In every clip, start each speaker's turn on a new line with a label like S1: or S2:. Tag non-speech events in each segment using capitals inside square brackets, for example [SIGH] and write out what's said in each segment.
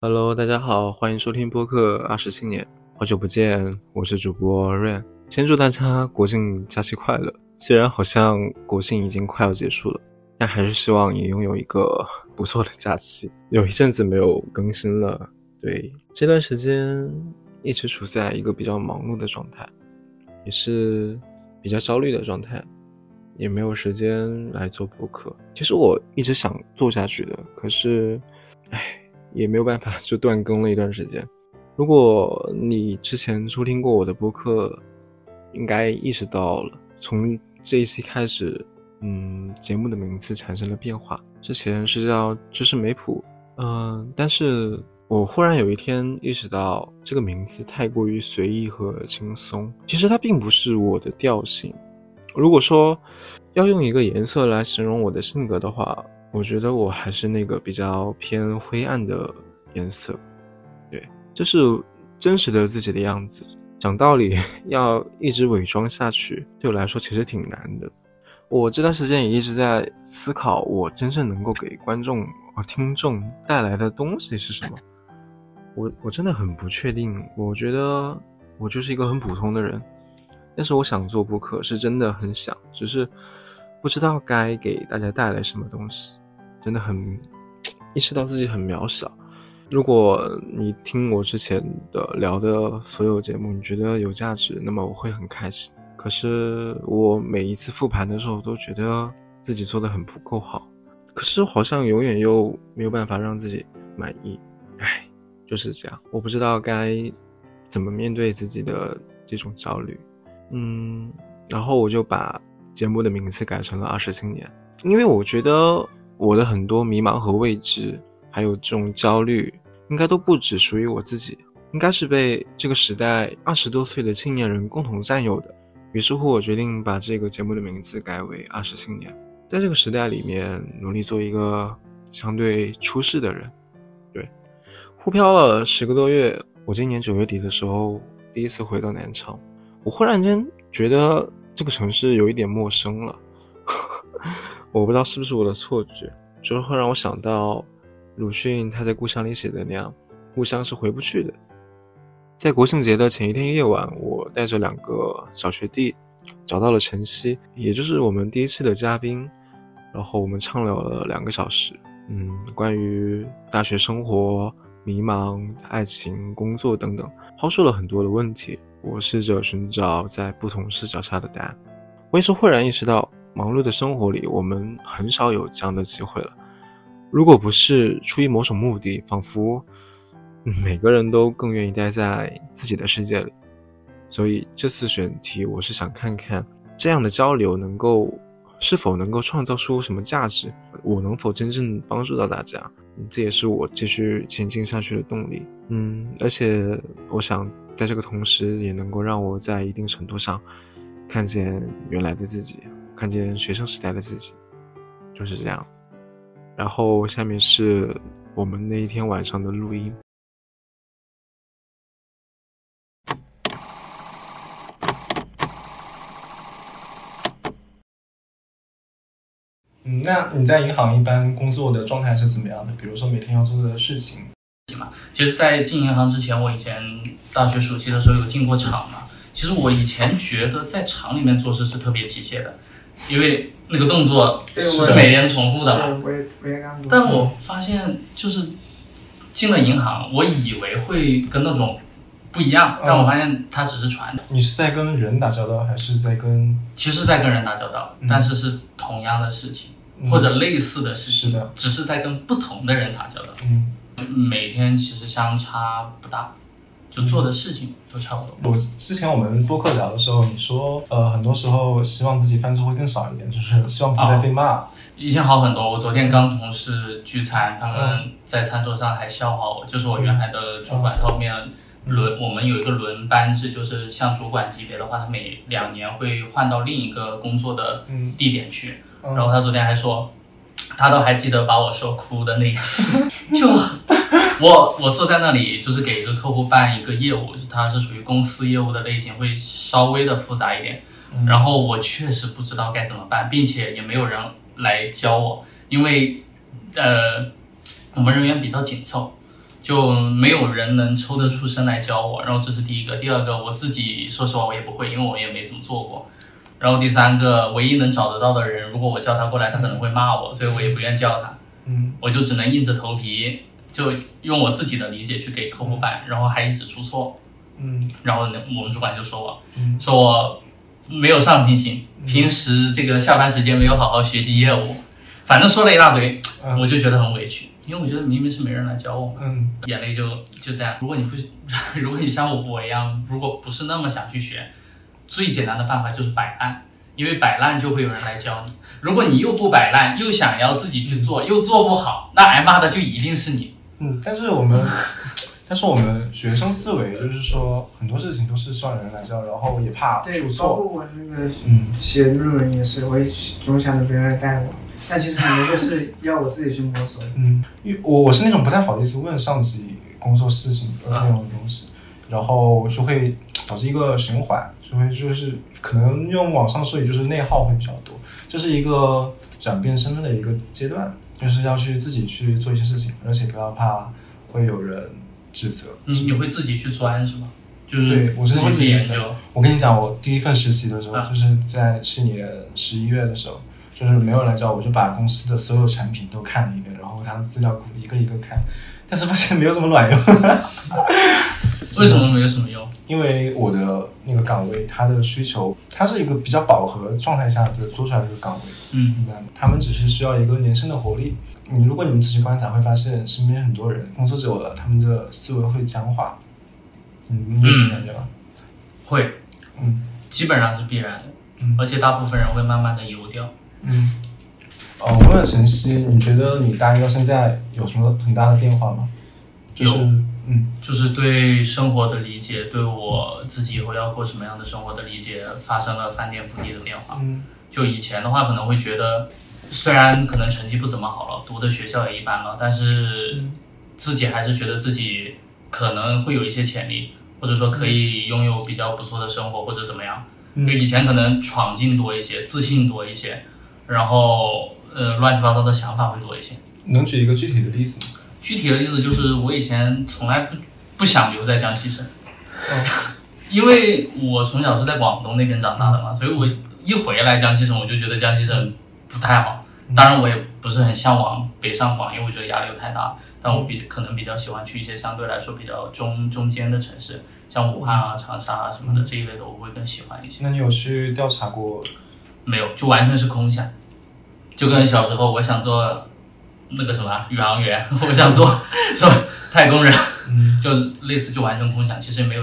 S1: Hello，大家好，欢迎收听播客二十青年，好久不见，我是主播 Rain。先祝大家国庆假期快乐。虽然好像国庆已经快要结束了，但还是希望你拥有一个不错的假期。有一阵子没有更新了，对，这段时间一直处在一个比较忙碌的状态，也是比较焦虑的状态，也没有时间来做播客。其实我一直想做下去的，可是，唉，也没有办法，就断更了一段时间。如果你之前收听过我的播客，应该意识到了，从这一期开始，嗯，节目的名字产生了变化。之前是叫知识梅普，嗯、但是我忽然有一天意识到，这个名字太过于随意和轻松。其实它并不是我的调性。如果说要用一个颜色来形容我的性格的话，我觉得我还是那个比较偏灰暗的颜色。对，这是真实的自己的样子。讲道理， [LAUGHS] 要一直伪装下去，对我来说其实挺难的。我这段时间也一直在思考，我真正能够给观众和听众带来的东西是什么。我我真的很不确定。我觉得我就是一个很普通的人，但是我想做播客，是真的很想，只是不知道该给大家带来什么东西，真的很意识到自己很渺小。如果你听我之前的聊的所有节目，你觉得有价值，那么我会很开心。可是我每一次复盘的时候，都觉得自己做的很不够好，可是好像永远又没有办法让自己满意，唉，就是这样。我不知道该怎么面对自己的这种焦虑，嗯，然后我就把节目的名字改成了《二十青年》，因为我觉得我的很多迷茫和未知，还有这种焦虑，应该都不只属于我自己，应该是被这个时代二十多岁的青年人共同占有的。于是乎，我决定把这个节目的名字改为《二十青年》。在这个时代里面，努力做一个相对出世的人。对，沪漂了十个多月，我今年九月底的时候第一次回到南昌，我忽然间觉得这个城市有一点陌生了。 [LAUGHS] 我不知道是不是我的错觉，就是会让我想到鲁迅他在《故乡》里写的那样，故乡是回不去的。在国庆节的前一天夜晚，我带着两个小学弟找到了晨曦，也就是我们第一期的嘉宾，然后我们畅聊了两个小时，嗯，关于大学生活、迷茫、爱情、工作等等，抛出了很多的问题。我试着寻找在不同视角下的答案。我也是忽然意识到，忙碌的生活里，我们很少有这样的机会了。如果不是出于某种目的，仿佛嗯每个人都更愿意待在自己的世界里。所以这次选题，我是想看看这样的交流能够是否能够创造出什么价值，我能否真正帮助到大家。嗯这也是我继续前进下去的动力。嗯，而且我想在这个同时，也能够让我在一定程度上看见原来的自己，看见学生时代的自己，就是这样。然后下面是我们那一天晚上的录音。嗯，那你在银行一般工作的状态是怎么样的？比如说每天要做的事情，
S2: 其实，在进银行之前，我以前大学暑期的时候有进过厂嘛。其实我以前觉得在厂里面做事是特别机械的，因为那个动作
S3: 对我
S2: 是每天重复的嘛。
S3: 对，我也我也干过。
S2: 但我发现，就是进了银行，我以为会跟那种不
S1: 嗯
S2: 一样，但我发现它只是传统，
S1: 你是在跟人打交道，还是在跟？
S2: 其实在跟人打交道
S1: 嗯，
S2: 但是是同样的事情
S1: 嗯
S2: 或者类似的事
S1: 是
S2: 情
S1: 的，
S2: 只是在跟不同的人打交道。
S1: 嗯，
S2: 每天其实相差不大，就做的事情都差不多。
S1: 我之前我们播客聊的时候，你说呃，很多时候希望自己犯错会更少一点，就是希望不
S2: 哦
S1: 再被骂。
S2: 以前好很多。我昨天刚同事聚餐，他们在餐桌上还笑话我，就是我原来的主管，他后面轮我们有一个轮班制，就是像主管级别的话，他每两年会换到另一个工作的
S1: 嗯
S2: 地点去。
S1: 嗯
S2: 然后他昨天还说，他都还记得把我说哭的那一次，
S1: [LAUGHS]
S2: 就。我我坐在那里，就是给一个客户办一个业务，它是属于公司业务的类型，会稍微的复杂一点。
S1: 嗯
S2: 然后我确实不知道该怎么办，并且也没有人来教我，因为呃，我们人员比较紧凑，就没有人能抽得出身来教我。然后这是第一个，第二个我自己说实话我也不会，因为我也没怎么做过。然后第三个，唯一能找得到的人，如果我叫他过来，他可能会骂我，所以我也不愿叫他，
S4: 嗯
S2: 我就只能硬着头皮，就用我自己的理解去给客户办，然后还一直出错。
S4: 嗯
S2: 然后呢，我们主管就说我，
S4: 嗯
S2: 说我没有上进心，
S4: 嗯
S2: 平时这个下班时间没有好好学习业务，反正说了一大堆，
S4: 嗯
S2: 我就觉得很委屈，因为我觉得明明是没人来教我嘛，
S4: 嗯
S2: 眼泪就就这样。如果你不， [LAUGHS] 如果你像我一样，如果不是那么想去学，最简单的办法就是摆烂。因为摆烂就会有人来教你，如果你又不摆烂，又想要自己去做，又做不好，那挨骂的就一定是你。
S4: 嗯，但是我
S1: [LAUGHS]
S4: 们，但是我们学生思维就是说，很多事情都是需要人来教，然后也怕
S5: 对
S4: 出，
S5: 包括
S4: 错。
S5: 我那个
S4: 嗯
S5: 写论文也是，我也总想着别人来带我，但其实很多都是要我自己去摸索的。
S4: 嗯，因为我我是那种不太好意思问上级工作事情的那种东西，然后就会导致一个循环，就会就是可能用网上术语就是内耗会比较多，这、是一个转变身份的一个阶段，就是要去自己去做一些事情，而且不要怕会有人指责。
S2: 你你会自己去钻是吗？就是
S4: 对我是
S2: 自己去
S4: 会
S2: 研
S4: 自己
S2: 究。
S4: 我跟你讲，我第一份实习的时候，
S2: 啊
S4: 就是在去年十一月的时候，就是没有人来找我，我就把公司的所有产品都看了一遍，然后它的资料库一个一个看，但是发现没有什么卵用， [LAUGHS]
S2: 为什么没有什么用？
S4: 因为我的那个岗位它的需求，它是一个比较饱和状态下的做出来的一个岗位，
S2: 嗯
S4: 明白吗？他们只是需要一个年轻的活力。你如果你们仔细观察，会发现身边很多人工作久了，他们的思维会僵化。嗯，你有什么感觉吗？，
S2: 会，
S4: 嗯
S2: 基本上是必然的，
S4: 嗯
S2: 而且大部分人会慢慢的游掉。
S4: 嗯，呃，我问晨曦，你觉得你大一到现在有什么很大的变化吗？就是
S2: 有
S4: 嗯
S2: 就是对生活的理解，对我自己以后要过什么样的生活的理解，发生了翻天覆地的变化。
S4: 嗯
S2: 就以前的话，可能会觉得，虽然可能成绩不怎么好了，读的学校也一般了，但是自己还是觉得自己可能会有一些潜力，或者说可以拥有比较不错的生活，或者怎么样。就
S4: 嗯
S2: 以前可能闯劲多一些，自信多一些，然后呃乱七八糟的想法会多一些。
S4: 能举一个具体的例子吗？
S2: 具体的例子就是，我以前从来不不想留在江西省， [LAUGHS] 因为我从小是在广东那边长大的嘛，所以我一回来江西省，我就觉得江西省不太好。当然，我也不是很向往北上广，因为我觉得压力又太大。但我比可能比较喜欢去一些相对来说比较中中间的城市，像武汉啊、长沙啊什么的这一类的，我会更喜欢一些。
S4: 那你有去调查过？
S2: 没有，就完全是空想，就跟小时候我想做那个什么宇航员，我想
S4: [LAUGHS]
S2: 做什么太空人，
S4: 嗯
S2: 就类似就完全空想，其实没有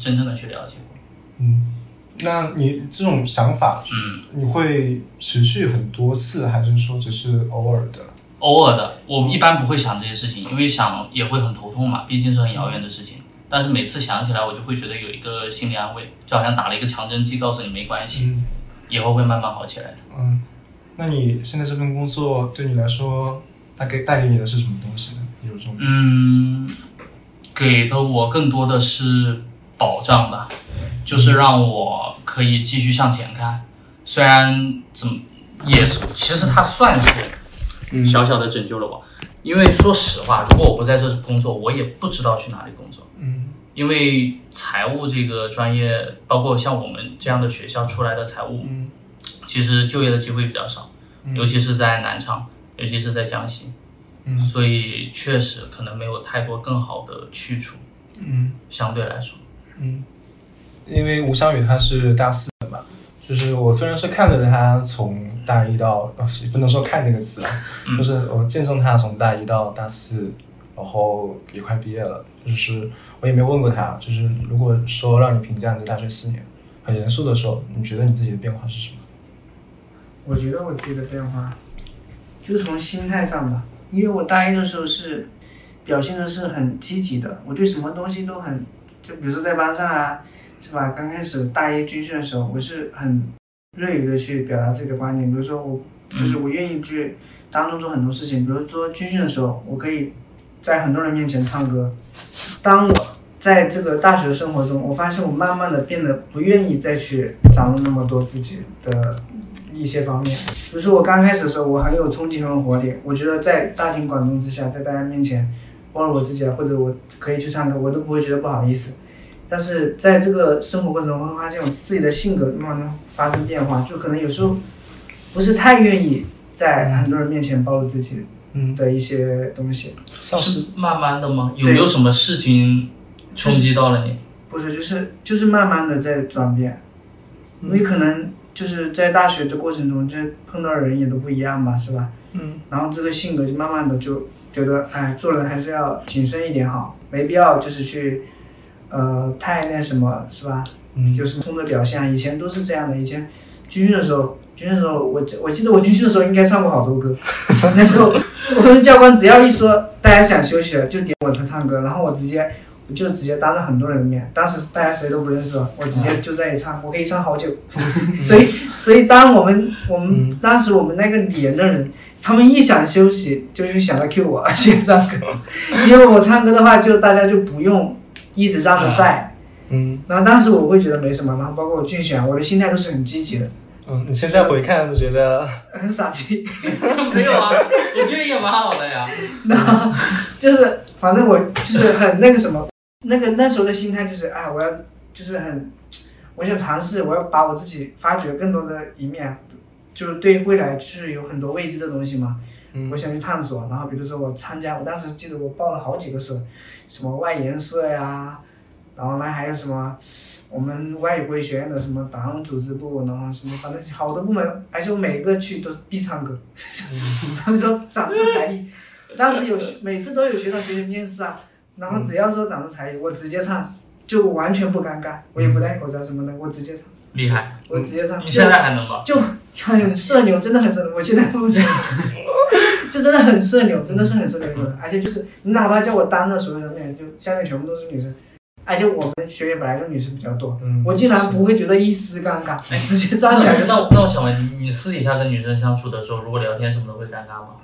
S2: 真正的去了解过。
S4: 嗯，那你这种想法，
S2: 嗯，
S4: 你会持续很多次，还是说只是偶尔的？
S2: 偶尔的，我一般不会想这些事情，因为想也会很头痛嘛，毕竟是很遥远的事情。但是每次想起来，我就会觉得有一个心理安慰，就好像打了一个强针剂，告诉你没关系，
S4: 嗯
S2: 以后会慢慢好起来的。
S4: 嗯，那你现在这份工作对你来说，它给带给你的是什么东西呢？有这种
S2: 嗯，给的我更多的是保障吧，就是让我可以继续向前看。虽然怎么也是，其实它算是
S4: 嗯
S2: 小小的拯救了我。因为说实话，如果我不在这工作，我也不知道去哪里工作。
S4: 嗯
S2: 因为财务这个专业，包括像我们这样的学校出来的财务，
S4: 嗯
S2: 其实就业的机会比较少，
S4: 嗯
S2: 尤其是在南昌，尤其是在江西。
S4: 嗯
S2: 所以确实可能没有太多更好的去处，
S4: 嗯。
S2: 相对来说，
S4: 嗯，因为吴湘雨她是大四的嘛，就是我虽然是看着她从大一到，呃不能说看这个词啊，
S2: 嗯
S4: 就是我见证她从大一到大四，然后也快毕业了，就是我也没有问过她，就是如果说让你评价你的大学四年，很严肃的说，你觉得你自己的变化是什么？
S5: 我觉得我自己的变化，就是从心态上吧，因为我大一的时候是表现的是很积极的，我对什么东西都很，就比如说在班上啊，是吧？刚开始大一军训的时候，我是很热于的去表达自己的观点，比如说我就是我愿意去当众做很多事情，比如说军训的时候，我可以在很多人面前唱歌。当我在这个大学生活中，我发现我慢慢的变得不愿意再去掌握那么多自己的一些方面。比如说我刚开始的时候，我很有冲劲，很有活力。我觉得在大庭广众之下，在大家面前，忘了我自己啊了，或者我可以去唱歌，我都不会觉得不好意思。但是在这个生活过程中，会发现我自己的性格慢慢发生变化，就可能有时候不是太愿意在很多人面前暴露自己
S3: 嗯，
S5: 的一些东西。
S3: 丧
S2: 是
S3: 失
S2: 慢慢的吗？有
S5: 对
S2: 没有什么事情冲击到了你？
S5: 不是，就是就是慢慢的在转变，因为可能就是在大学的过程中，就是碰到人也都不一样嘛，是吧？
S3: 嗯
S5: 然后这个性格就慢慢的就觉得，哎，做人还是要谨慎一点好，没必要就是去，呃，太那什么，是吧？
S3: 嗯
S5: 有什么冲的表现啊？以前都是这样的。以前军训的时候，军训的时候，我记我记得我军训的时候应该唱过好
S3: [LAUGHS]
S5: 多歌。那时候我们教官只要一说大家想休息了，就点我才唱歌，然后我直接我就直接当着很多人的面，当时大家谁都不认识了，我直接就在那里唱，我可以唱
S3: [LAUGHS]
S5: 好久。所以所以当我们我们、
S3: 嗯
S5: 当时我们那个连的人，他们一想休息，就是想到 Q 我先唱歌，因为我唱歌的话，就大家就不用一直
S3: 啊
S5: 让着晒。
S3: 嗯
S5: 然后当时我会觉得没什么，然后包括我竞选，我的心态都是很积极的， [LAUGHS]
S3: 嗯，你现在回看觉得
S5: 很傻逼。 [LAUGHS]
S2: 没有啊，我觉得也蛮好的呀。
S5: 然后就是反正我就是很那个什么，那个那时候的心态就是，哎，我要就是很，我想尝试，我要把我自己发掘更多的一面，就是对未来就是有很多未知的东西嘛，
S3: 嗯
S5: 我想去探索。然后比如说我参加，我当时记得我报了好几个社，什么外研社呀，然后呢还有什么我们外语国际学院的什么党组织部，然后什么反正好多部门，而且我每个去都是必唱歌，
S2: 嗯
S5: [LAUGHS] 他们说展示才艺，当时有每次都有学长学姐面试啊，然
S2: 嗯
S5: 后只要说展示才艺，我直接唱，就完全不尴尬，我也不戴口罩什么的，我直接唱，
S2: 厉害，
S5: 我直接唱，
S2: 嗯你现在还能吧？
S5: 就很社牛，真的很社牛。我现在不觉得，就真的很社牛，真的是很社牛一个人。而且就是你哪怕叫我当着所有人面，就下面全部都是女生，而且我们学员本来就女生比较多，
S3: 嗯
S5: 我竟然不会觉得一丝尴尬，直接
S2: 哎那
S5: 站起来就
S2: 那
S5: 唱。
S2: 我那我想问你，你私底下跟女生相处的时候，如果聊天什么的会尴尬吗？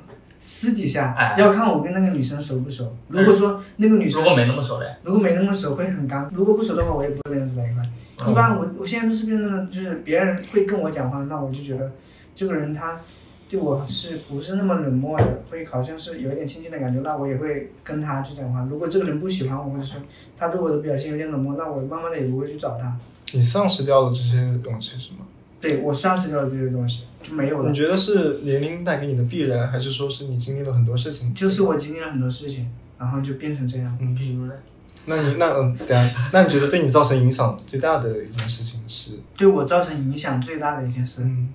S5: 私底下
S2: 哎嗯
S5: 要看我跟那个女生熟不熟。如果说那个女
S2: 如
S5: 生
S2: 果没那么熟嘞，
S5: 如果没那么熟会很尴尬，如果不熟的话我也不会跟人走在一块。一般
S2: 嗯
S5: 我我现在都是变成了就是别人会跟我讲话，那我就觉得这个人他对我是不是那么冷漠的，会好像是有一点亲近的感觉，那我也会跟他去讲话。如果这个人不喜欢我，或者说他对我的表现有点冷漠，那我慢慢的也不会去找他。
S3: 你丧失掉了这些东西是吗？
S5: 对我丧失掉了这些东西，就没有
S2: 嗯
S5: 了
S3: 你。觉得是年龄带给你的必然，还是说是你经历了很多事情？
S5: 就是我经历了很多事情，然后就变成这样。
S2: 嗯，比如嘞，
S3: 那你那嗯，等下，那你觉得对你造成影响最大的一件事情是？
S5: 对我造成影响最大的一件事，
S3: 嗯，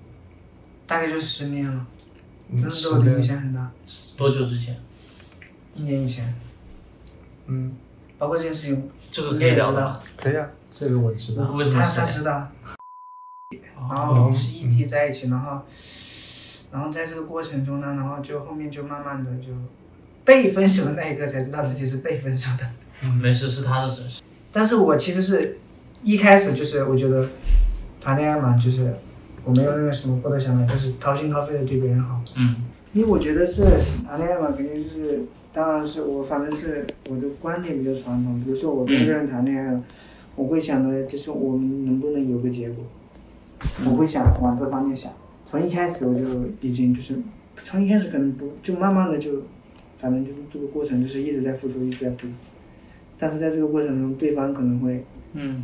S5: 大概就是十年了，
S3: 嗯
S5: 真的对
S3: 是
S5: 我的影
S3: 的，
S5: 响很大。
S2: 多久之前？
S5: 一年以前，
S3: 嗯，
S5: 包括这件事情，
S2: 这个可以聊的吗。
S3: 可以啊，
S6: 这个我知道。
S2: 为什么
S5: 他
S2: 是
S5: 他知道。然
S2: 哦
S5: 后是异地在一起，然后，然后在这个过程中呢，然后就后面就慢慢的就被分手的那一刻才知道自己是被分手的。
S2: 没事，是他的损失。
S5: 但是我其实是一开始就是我觉得谈恋爱嘛，就是我没有那个什么过多想法，就是掏心掏肺的对别人好。
S2: 嗯，
S5: 因为我觉得是谈恋爱嘛，肯定是，当然是我反正是我的观点比较传统。比如说我跟一个人谈恋爱了，我会想的就是我们能不能有个结果，我会想往这方面想。从一开始我就已经就是，从一开始可能不就慢慢的就，反正就是这个过程就是一直在付出，一直在付出。但是在这个过程中，对方可能会，
S2: 嗯，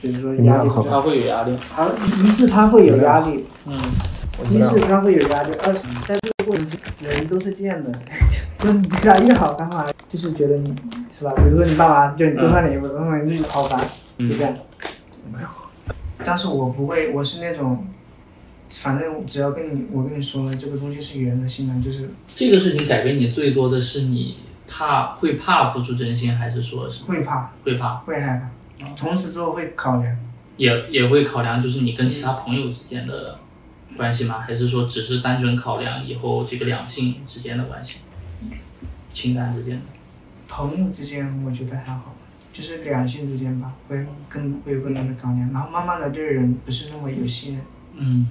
S5: 比如说压力比较大，
S2: 会有压力。
S5: 他一是他会有压力，
S2: 嗯，
S3: 我知
S5: 一
S3: 道
S5: 是。他会有压力，二是在这个过程中人都是这样的， [LAUGHS] 就你对他越好，他反而就是觉得你是吧？比如说你爸妈就你多穿点衣服，多穿嗯点就是好烦，就这样。但是我不会，我是那种，反正只要跟你我跟你说了这个东西是原则性的，就是
S2: 这个事情改变你最多的是你怕会怕付出真心，还是说是
S5: 会怕，
S2: 会怕，
S5: 会害怕，从此之后会考量。
S2: 也也会考量就是你跟其他朋友之间的关系吗？还是说只是单纯考量以后这个两性之间的关系，情感之间的？
S5: 朋友之间我觉得还好，就是两性之间吧，会更会有更多的考量，然后慢慢的对人不是那么有信任。
S2: 嗯，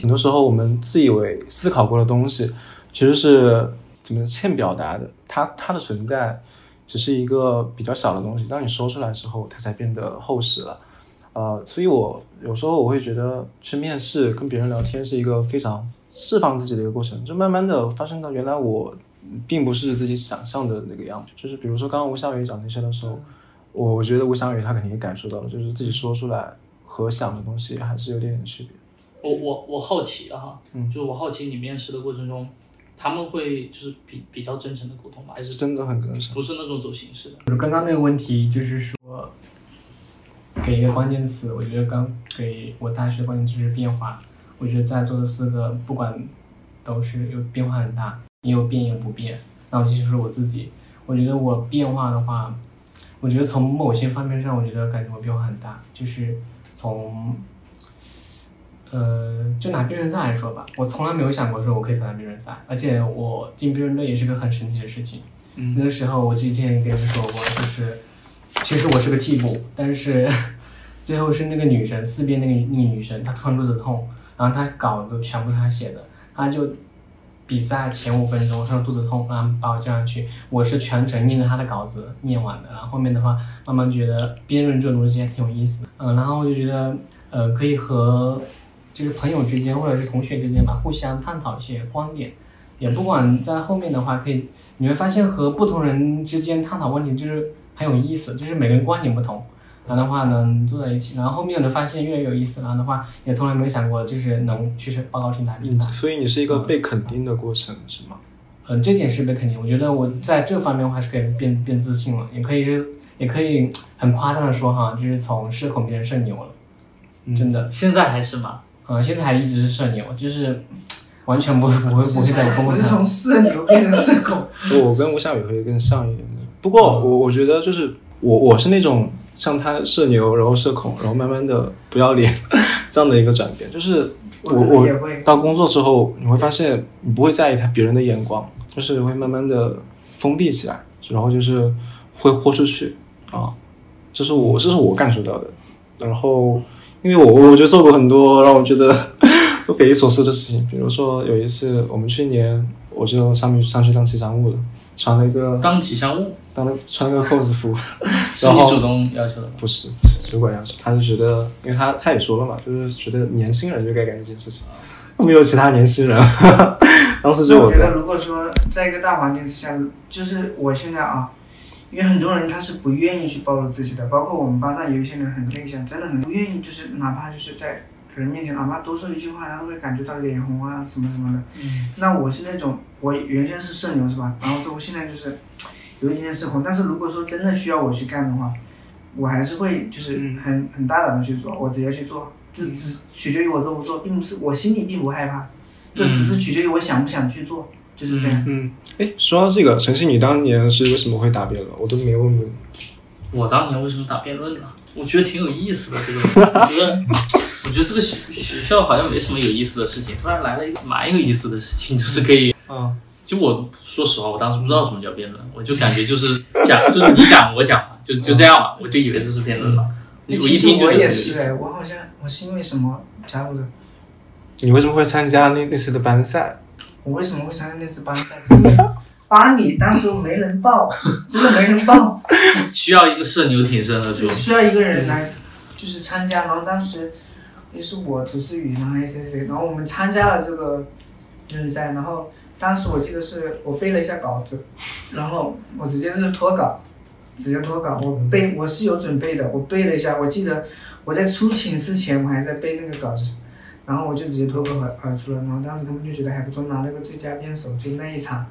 S3: 很多时候我们自以为思考过的东西，其实是怎么欠表达的。它它的存在只是一个比较小的东西，当你说出来之后，它才变得厚实了。呃，所以我有时候我会觉得去面试跟别人聊天是一个非常释放自己的一个过程，就慢慢的发现到原来我
S4: 并不是自己想象的那个样子。就是比如说刚刚吴小雨讲那些的时
S5: 嗯
S4: 候，我我觉得吴小雨他肯定也感受到了，就是自己说出来和想的东西还是有点点区别。
S2: 我我我好奇啊哈、
S4: 嗯
S2: 就是我好奇你面试的过程中，他们会就是比比较真诚的沟通吗？还是
S4: 真的很跟上
S2: 不是那种走形式的？
S6: 就是刚刚那个问题，就是说，给一个关键词，我觉得刚给我大学的关键词是变化。我觉得在座的四个，不管都是有变化很大，也有变也有不变。那我先说我自己，我觉得我变化的话，我觉得从某些方面上，我觉得感觉我变化很大，就是从。呃，就拿辩论赛来说吧，我从来没有想过说我可以参加辩论赛，而且我进辩论队也是个很神奇的事情。那个时候我之前跟你们说过，就是其实我是个替补，但是最后是那个女生四边那个那个女生，她突然肚子痛，然后她稿子全部是她写的，她就比赛前五分钟她说肚子痛，然后把我叫上去，我是全程念着她的稿子念完的，然后后面的话慢慢觉得辩论这种东西还挺有意思的，嗯，然后我就觉得呃可以和就是朋友之间或者是同学之间吧，互相探讨一些观点，也不管在后面的话，可以你会发现和不同人之间探讨问题就是很有意思，就是每个人观点不同，然后的话能坐在一起，然后后面能发现越来越有意思，然后的话也从来没有想过就是能去报告平台比赛，
S4: 所以你是一个被肯定的过程，是吗？
S6: 嗯、这点是被肯定，我觉得我在这方面我还是可以变变自信了，也可以是也可以很夸张的说哈，就是从社恐变成社牛了，真的，
S2: 现在还是吗？
S6: 嗯、现在还一直是社牛，就是完全不不会不会在工
S5: 我
S6: 作
S5: 是 [LAUGHS]
S6: 上
S5: 从社牛变成社恐，
S4: 我跟吴小雨会更像一点的。不过我我觉得就是我我是那种像他社牛，然后社恐，然后慢慢的不要脸 [LAUGHS] 这样的一个转变。就是我
S5: 我可能
S4: 我
S5: 也会
S4: 到工作之后，你会发现你不会在意他别人的眼光，就是会慢慢的封闭起来，然后就是会豁出去啊。这是我这是我感受到的。然后因为我我就做过很多让我觉得都匪夷所思的事情，比如说有一次我们去年我就上面上去当吉祥物了，穿了一个
S2: 当吉祥物
S4: 当了穿了个 cos 服，
S2: 是
S4: 然
S2: 你
S4: 后
S2: 主动要求的吗？
S4: 不是主管要求，他就觉得，因为他他也说了嘛，就是觉得年轻人就该干这件事情，没有其他年轻人， [LAUGHS] 当时就
S5: 啊那
S4: 我
S5: 我觉
S4: 在
S5: 得，如果说在一个大环境之下，就是我现在啊，因为很多人他是不愿意去暴露自己的，包括我们班上有一些人很内向，真的很不愿意，就是哪怕就是在人面前，哪怕多说一句话，他都会感觉到脸红啊什么什么的。
S2: 嗯，
S5: 那我是那种，我原先是社牛是吧？然后说我现在就是有一点点社恐，但是如果说真的需要我去干的话，我还是会就是
S2: 嗯
S5: 很很大胆的去做，我直接去做，这只取决于我做不做，并不是我心里并不害怕，这
S2: 嗯
S5: 只是取决于我想不想去做，就是这样。
S4: 嗯，哎，说到这个，晨曦，你当年是为什么会答辩了？我都没问过你。
S2: 我当年为什么打辩论呢？我觉得挺有意思的这个，我觉得，我觉得这个学学校好像没什么有意思的事情，突然来了一个蛮有意思的事情，就是可以
S5: 嗯
S4: 啊，
S2: 就我说实话，我当时不知道什么叫辩论，我就感觉就是讲，就是你讲我讲嘛，就就这样嘛，我就以为这是辩论嘛。
S1: 嗯
S2: 我
S5: 其
S2: 一
S5: 实
S2: 听就
S5: 我
S2: 觉得
S5: 也
S2: 有意
S5: 是哎，
S2: 思。
S5: 我好像我是因为什么加入的？
S4: 你为什么会参加那那次的班赛？
S5: 我为什么会参加那次班赛？ [LAUGHS] 是因为班里当时没人报，真的没人报。
S2: 需要一个社牛挺身而出
S5: 就。需要一个人来，就是参加。然后当时也是我、涂思雨，然后还有谁谁谁，然后我们参加了这个辩论赛。然后当时我记得是我背了一下稿子，然后我直接是脱稿，直接脱稿。我背我是有准备的，我背了一下。我记得我在出寝之前，我还在背那个稿子。然后我就直接脱口而而出了，然后当时他们就觉得还不错，拿了个最佳辩手，就那一场。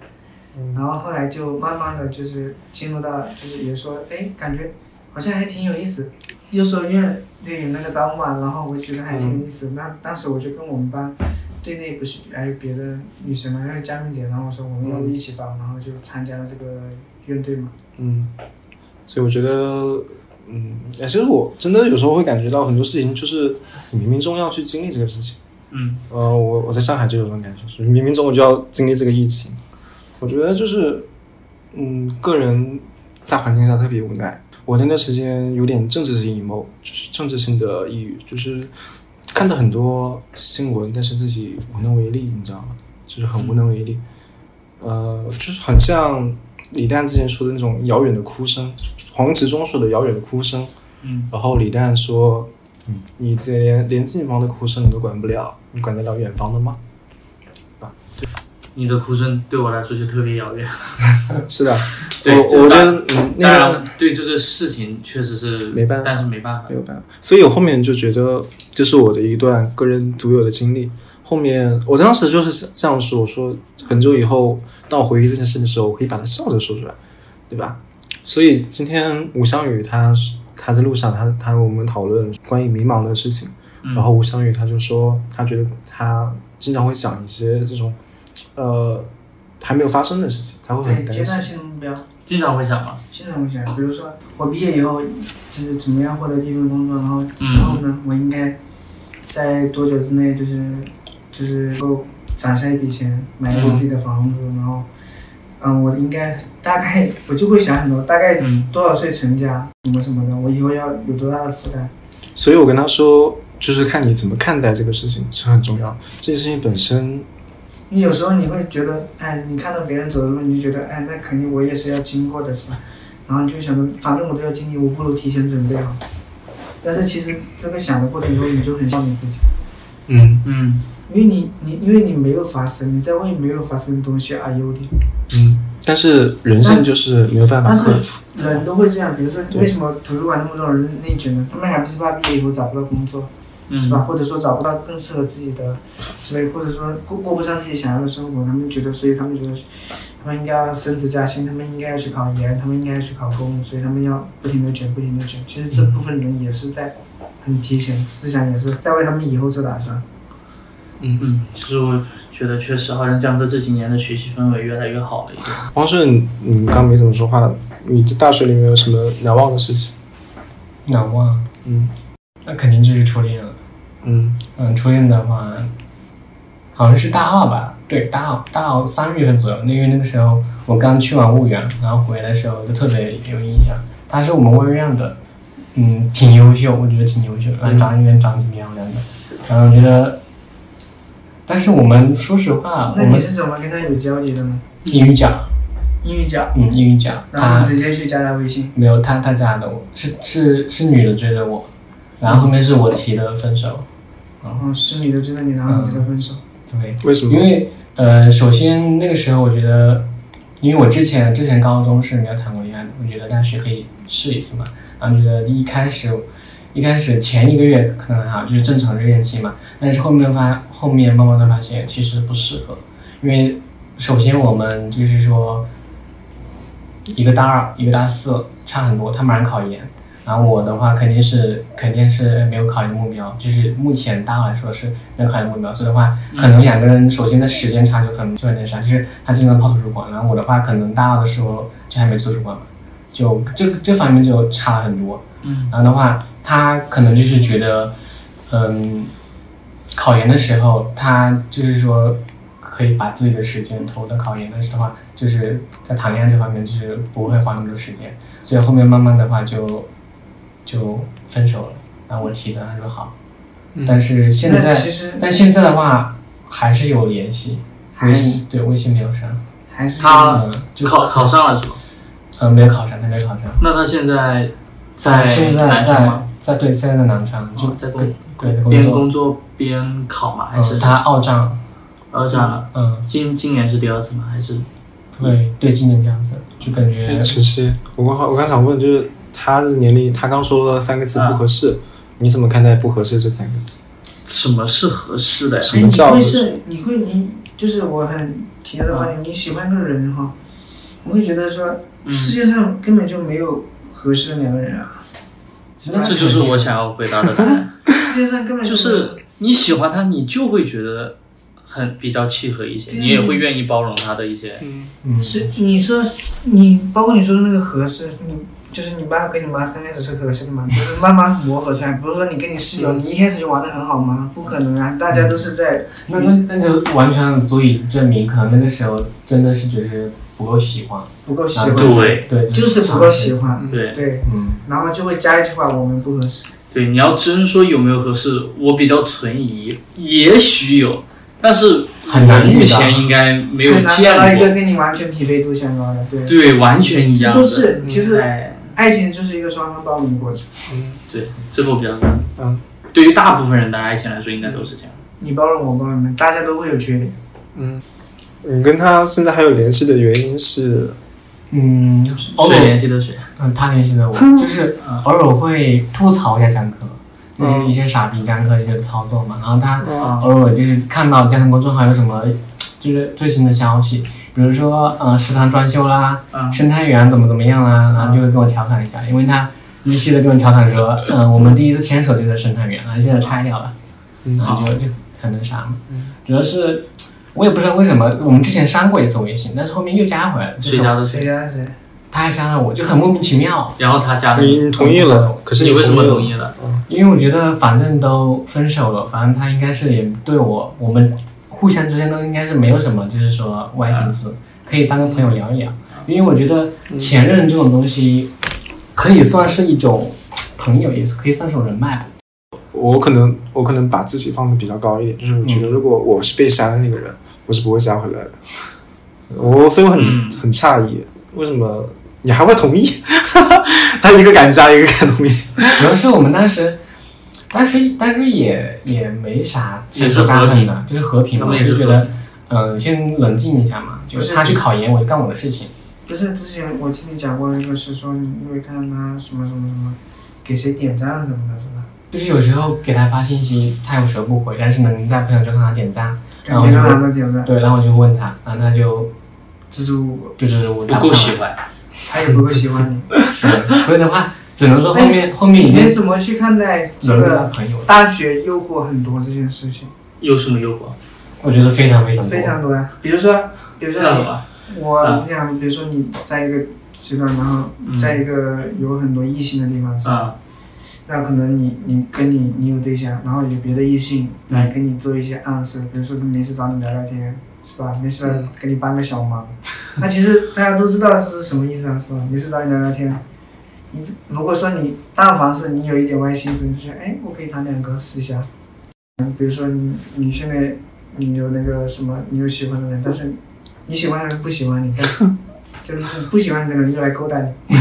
S1: 嗯
S5: 然后后来就慢慢的就是进入到，就是也说，哎，感觉好像还挺有意思。又说因为对有那个招嘛，然后我觉得还挺有意思。
S1: 嗯
S5: 那当时我就跟我们班队内不是还有别的女生嘛，还有佳明姐，然后我说我们要
S1: 嗯
S5: 不一起吧，然后就参加了这个院队嘛。
S4: 嗯，所以我觉得，嗯，哎，其实我真的有时候会感觉到很多事情，就是你冥冥中要去经历这个事情。
S2: 嗯，
S4: 呃，我我在上海就有这种感觉，就是冥冥中我就要经历这个疫情。我觉得就是，嗯，个人大环境下特别无奈。我那段时间有点政治性 emo，就是政治性的抑郁，就是看到很多新闻，但是自己无能为力，你知道吗？就是很无能为力。呃，就是很像李诞之前说的那种遥远的哭声，黄执中说的遥远的哭声。
S2: 嗯，
S4: 然后李诞说，嗯，你这连连近方的哭声你都管不了，你管得了远方的吗？
S2: 你的哭声对我来说就特别遥远。
S1: 是的，
S2: [LAUGHS] 对
S1: 我我觉得嗯，
S2: 当
S1: 那个
S2: 然，对这个事情确实是
S1: 没办法
S2: 但是没办法
S1: 没。有办法，所以我后面就觉得这是我的一段个人独有的经历。后面我当时就是这样说，我说很久以后当我回忆这件事的时候，我可以把它笑着说出来，对吧？所以今天吴湘雨他他在路上，他他我们讨论关于迷茫的事情，
S2: 嗯
S1: 然后吴湘雨他就说，他觉得他经常会想一些这种呃还没有发生的事情，他会
S5: 对
S1: 很
S5: 阶
S1: 担心。
S5: 段性的目标，
S2: 经常会想嘛，
S5: 现在我想，比如说我毕业以后就是怎么样获得第一份工作，然后之后呢，我应该在多久之内就是就是够攒下一笔钱买一个自己的房子，然后嗯，我应该大概我就会想很多，大概
S2: 嗯
S5: 多少岁成家什么什么的，我以后要有多大的负担。
S1: 所以我跟他说，就是看你怎么看待这个事情是很重要。这件事情本身
S5: 你有时候你会觉得，哎，你看到别人走的路，你就觉得，哎，那肯定我也是要经过的，是吧？然后你就想着，反正我都要经历，我不如提前准备好。但是其实这个想的过程中，你就很笑你自己，
S1: 嗯
S2: 嗯，
S5: 因为你你因为你没有发生，你在为没有发生的东西而忧虑。
S1: 嗯，但是人性就是没有办法
S5: 但是
S1: 克服。
S5: 人都会这样，比如说
S1: 对
S5: 为什么图书馆那么多人内卷呢？他们还不是怕毕业以后找不到工作，
S2: 嗯
S5: 是吧？？或者说找不到更适合自己的思维，或者说过过不上自己想要的生活，他们觉得，所以他们觉得，他们应该要升职加薪，他们应该要去考研，他们应该要去考公务，所以他们要不停的卷，不停的卷。其实这部分人也是在很提前，思想也是在为他们以后做打算。
S2: 嗯，其实我觉得确实好像江哥这几年的学习氛围越来越好了一点。
S1: 王顺，你刚没怎么说话，你在大学里面有什么难忘的事情？
S6: 难忘，
S1: 嗯
S6: 那肯定就是初恋了。
S1: 嗯
S6: 嗯，初恋的话，好像是大二吧，对，大二大二三月份左右，那因为那个时候我刚去完婺源，然后回来的时候就特别有印象。他是我们婺源的，嗯，挺优秀，我觉得挺优秀，然后长得有点长得挺漂亮的，然后我觉得，但是我们说实
S2: 嗯
S6: 话，我
S5: 那你
S6: 们
S5: 是怎么跟他有交集的呢？
S6: 英语角，
S5: 英语角，
S6: 嗯，英语角，
S5: 然
S2: 啊
S5: 后
S6: 他
S5: 你直接去加他微信。
S6: 没有他他加的我，是是是女的追的我，然后后面是我提的分手，
S5: 哦，是女的追的你，然后你跟他分
S2: 嗯
S5: 手。
S6: 对。
S1: 为什
S6: 因
S1: 么？
S6: 为呃，首先那个时候我觉得，因为我之前之前高中是没有谈过恋爱的，我觉得大学可以试一次嘛。然后觉得一开始一开始前一个月可能还好，就是正常热恋期嘛。但是后面发后面慢慢的发现其实不适合，因为首先我们就是说一个大二一个大四差很多，他马上考研。然后我的话肯定是肯定是没有考研的目标，就是目前大二来说是没有考研的目标，所以的话可能两个人首先的时间差就很就很那啥，就是他经常泡图书馆，然后我的话可能大二的时候就还没图书馆嘛，就这这方面就差了很多。
S2: 嗯
S6: 然后的话，他可能就是觉得，嗯，考研的时候，他就是说可以把自己的时间投到考研，但是的话，就是在谈恋爱这方面就是不会花那么多时间，所以后面慢慢的话就就分手了。然后我提的，他说好，
S2: 嗯
S6: 但是现在
S5: 那，其实
S6: 但现在的话还是有联系，微
S5: 还是啊
S6: 信对微信没有删，
S5: 还是
S2: 他
S6: 嗯，就
S2: 考考上了是吗？
S6: 呃没有考上，他没有考上，
S2: 那他现在
S5: 哎
S2: 在
S6: 现在
S2: 南昌
S6: 在
S2: 吗？
S6: 在对现在在南昌就
S2: 哦在工哦
S6: 对在
S2: 边
S6: 工作。
S2: 工作边考吗？还
S6: 嗯，
S2: 是
S6: 他二战，
S2: 二战了？
S6: 嗯，
S2: 今今年是第二次吗？还是
S5: 嗯
S6: 对对，今年这样子，就感觉
S1: 晨曦，我刚好我刚想问，就是他的年龄，他刚说了三个字
S2: 啊
S1: 不合适，你怎么看待不合适这三个字？
S2: 什么是合适的呀？
S1: 什么叫
S5: 哎你
S1: 合
S5: 会
S1: 适
S5: 是？你会你就是我很体验的观点，你喜欢一个人哈，我会觉得说
S2: 嗯
S5: 世界上根本就没有合适的两个人啊。
S6: 那
S2: 这就是我想要回答的答 [LAUGHS] 案，
S5: 世界上根本
S2: 就
S5: 没有
S2: 是你喜欢他，你就会觉得很比较契合一些，
S5: 对
S2: 你也会愿意包容他的一些。
S6: 嗯，
S5: 是你说你包括你说的那个合适，你就是你爸跟你妈刚开始是合适的嘛，就是慢慢磨合出来。不是说你跟你室友，你一开始就玩的很好吗？不可能啊，大家都是在
S6: 那那那就完全足以证明，可能那个时候真的是只是不够喜欢，
S5: 不够喜
S6: 然
S5: 欢，
S6: 后
S2: 对
S6: 对，
S5: 就是不够喜，欢，
S2: 对
S5: 对，
S6: 嗯，
S5: 然后就会加一句话，我们不合适。
S2: 对，你要真说有没有合适，我比较存疑，也许有，但是
S6: 很难
S2: 我
S6: 遇到
S2: 目前应该没有
S5: 很难找到
S2: 见
S5: 一个
S2: 过。
S5: 跟你完全匹配度相高的，对，
S2: 对，完全一
S5: 这
S2: 样
S5: 都
S2: 的。
S5: 是其实
S2: 哎，
S5: 爱情就是一个双方报名的过程，
S2: 对，这个我比较赞。
S1: 嗯，
S2: 对于大部分人的爱情来说，应该都是这样。
S5: 你包容我包容你，大家都会有缺点。
S1: 嗯，
S3: 你跟他现在还有联系的原因是，
S6: 嗯，偶
S2: 谁
S6: 尔
S2: 联系的谁？
S6: 嗯，他联系的我，就是
S5: 嗯
S6: 偶尔会吐槽一下江科，就是一些傻逼江科一些操作嘛。然后他
S3: 嗯
S6: 偶尔就是看到江科公众号有什么就是最新的消息，比如说呃食堂装修啦，
S5: 啊，
S6: 生态园怎么怎么样啦，然后就会跟我调侃一下，因为他依稀的跟我调侃说，嗯、我们第一次牵手就在生态园了，现在拆掉了，然后就就很那啥嘛。主要是我也不知道为什么，我们之前删过一次微信，但是后面又加回来了，就是
S2: 谁加的谁？
S5: 谁呀谁？
S6: 他还加了我，就很莫名其妙。
S2: 然后他加的
S3: 你你同意了，可是
S2: 你为什么同
S3: 同
S2: 意
S3: 意
S2: 了？
S6: 因为我觉得反正都分手了，反正他应该是也对我，我们互相之间都应该是没有什么，就是说歪心思，可以当个朋友聊一聊。因为我觉得前任这种东西，可以算是一种朋友，也是可以算是一种人脉吧。
S3: 我可能我可能把自己放的比较高一点，就是我觉得如果我是被删的那个人，我是不会加回来的。我所以我很、
S2: 嗯
S3: 很诧异，为什么你还会同意？他一个敢加，一个敢同意。
S6: 主要是我们当时，当时但是也也没啥，
S2: 也
S6: 就是是大
S2: 和
S6: 恨
S2: 平
S6: 的，就是和平
S2: 他
S6: 嘛，
S2: 们也
S6: 就是觉
S2: 和
S6: 得，嗯、先冷静一下嘛，就是他去考研，我就干我的事情。
S5: 不是之前我听你讲过那个是说你因为看到他什么什么什么，给谁点赞什么的，是吧？
S6: 就是有时候给他发信息，他有时候不回，但是能在朋友圈看他点赞，
S5: 感觉他拿的点赞，
S6: 对，然后我就问他，然后他就
S5: 支支吾吾，
S6: 就是我
S2: 不够喜，欢，
S5: 他也不够喜欢你。
S6: 答不上来是所以的话，只能说后面后面已
S5: 你
S6: 经
S5: 怎么去看待这
S6: 沦落到
S5: 个
S6: 朋友了，
S5: 大学诱惑很多这件事情？
S2: 有什么诱惑？
S6: 我觉得非常非常多
S5: 非常多呀、比如说，比如
S2: 这样的
S5: 说
S2: 吧，
S5: 你我这样，比如说你在一个阶段，然后
S2: 嗯
S5: 在一个有很多异性的地方上，
S2: 啊，
S5: 那可能你你跟你你有对象，然后有别的异性来跟你做一些暗示，比如说没事找你聊聊天，是吧？没事
S3: 嗯
S5: 给你帮个小忙。那其实大家都知道是什么意思啊，是吧？没事找你聊聊天。你这如果说你但凡是你有一点歪心思，你就觉得哎，我可以谈两个试一下。嗯，比如说你你现在你有那个什么，你有喜欢的人，但是你喜欢的人不喜欢你，但是 [LAUGHS] 就是不喜欢你的人就来勾搭你。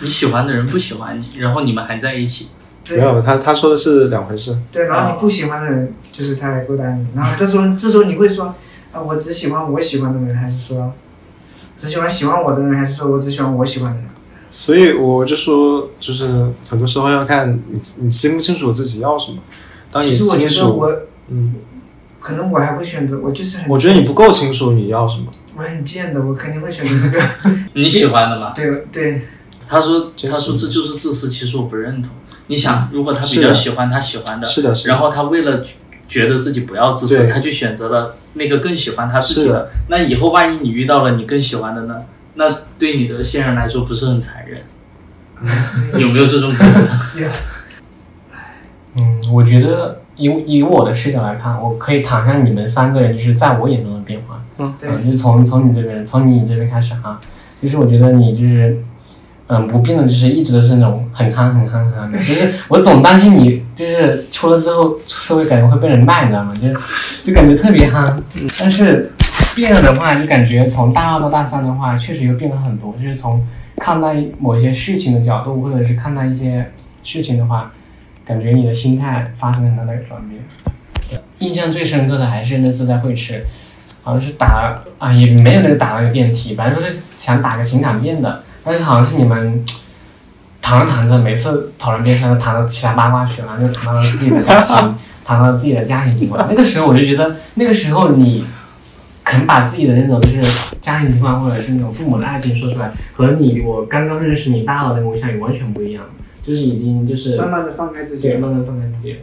S2: 你喜欢的人不喜欢你，然后你们还在一起，
S5: 对
S3: 没有，他他说的是两回事。
S5: 对，然
S6: 嗯
S5: 后你不喜欢的人，就是他来勾搭你，然后这时候这时候你会说，啊、我只喜欢我喜欢的人，还是说，只喜欢喜欢我的人，还是说我只喜欢我喜欢的人？
S3: 所以我就说，就是很多时候要看你你清不清楚自己要什么。当你
S5: 其实我
S3: 清
S5: 觉得
S3: 楚，
S5: 我
S3: 嗯，
S5: 可能我还会选择，我就是很
S3: 我觉得你不够清楚你要什么。
S5: 我很贱的，我肯定会选择那
S6: [LAUGHS]
S5: 个，
S2: 你喜欢的吗？
S5: 对对，
S2: 他说，
S3: 真是
S2: 他说这就是自私，其实我不认同。你想，如果他比
S3: 是
S2: 较
S3: 的
S2: 喜欢他喜欢的，
S3: 是的，是的
S2: 然。后他为了觉觉得自己不要自私，
S3: 对
S2: 他就选择了那个更喜欢他自己
S3: 是
S2: 的。那以后万一你遇到了你更喜欢的呢？那对你的现任来说不是很残忍？有没有这种可能？
S6: 嗯，我觉得以以我的视角来看，我可以谈谈你们三个人就是在我眼中的变化。
S3: 嗯
S5: 对
S6: 啊就是从从你这边，从你这边开始哈，就是我觉得你就是，嗯，不变的，就是一直都是那种很憨很憨很憨的，就是我总担心你就是出了之后社会感觉会被人卖，你知道吗？就是就感觉特别憨，但是变了的话，就感觉从大二到大三的话，确实又变了很多，就是从看待某一些事情的角度，或者是看待一些事情的话，感觉你的心态发生了很大的转变。印象最深刻的还是那次在会吃，好像是打啊，也没有那个打那个辩题，反正就是想打个情感辩的，但是好像是你们谈着谈着，每次讨论辩上都谈到七大八卦去了，就谈到了自己的感情，谈到了自己的家庭情况。那个时候我就觉得，那个时候你肯把自己的那种就是家庭情况，或者是那种父母的爱情说出来，和你我刚刚认识你大佬的那个微笑也完全不一样，就是已经就是
S5: 慢慢的放开自己
S6: 对，慢慢放开自己了。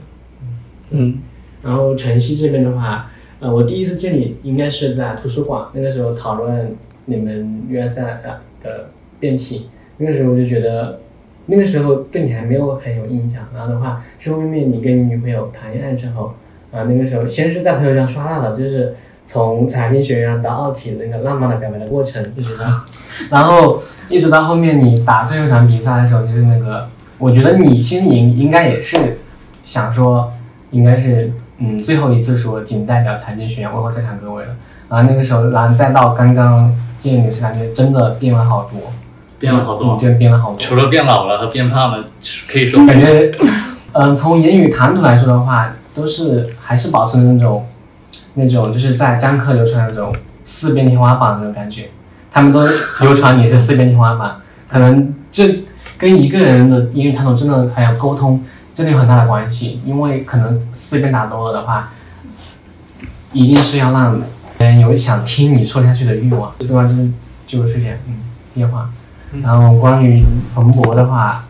S1: 嗯，
S6: 然后晨曦这边的话，呃，我第一次见你应该是在图书馆，那个时候讨论你们 USI 的辩题，那个时候我就觉得，那个时候对你还没有很有印象。然后的话，是后面你跟你女朋友谈恋爱之后，啊、那个时候先是在朋友圈刷到了，就是从财经学院到奥体的那个浪漫的表白的过程，就觉得，然后一直到后面你打最后一场比赛的时候，就是那个，我觉得你心里应该也是想说，应该是嗯最后一次说仅代表财经学院问候在场各位了。然后那个时候，然后再到刚刚见你是感觉真的变了好多，
S2: 变了好多，
S6: 嗯真的变了好多。
S2: 除了变老了和变胖了，可以说
S6: 感觉，嗯、从言语谈吐来说的话，都是还是保持那种，那种就是在江客流传的那种四边天花板那种感觉。他们都流传你是四边天花板，可能这跟一个人的英语探索真的还有沟通真的有很大的关系，因为可能四边打多了的话，一定是要让人有想听你说下去的欲望。最重要就是就是这样，嗯，变化。然后关于彭博的话，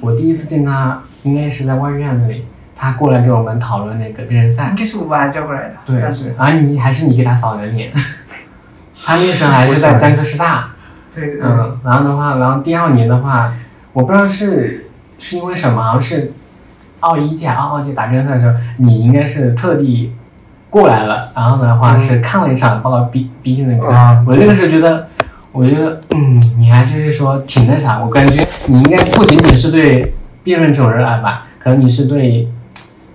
S6: 我第一次见他应该是在外院那里，他过来给我们讨论那个辩论赛
S5: 应。该是我把他叫过来的，
S6: 对，
S5: 但嗯是
S6: 而你还是你给他扫人脸， [LAUGHS] 他那时候还是在江科师大。
S5: 对，
S6: 嗯，然后的话，然后第二年的话，我不知道是是因为什么，好像是奥一届、奥二届打辩赛的时候，你应该是特地过来了，然后的话是看了一场报告 B B 进的比赛。
S3: 啊
S6: 我那个时候觉得，我觉得，嗯，你还就是说挺那啥，我感觉你应该不仅仅是对辩论这种热爱吧，可能你是对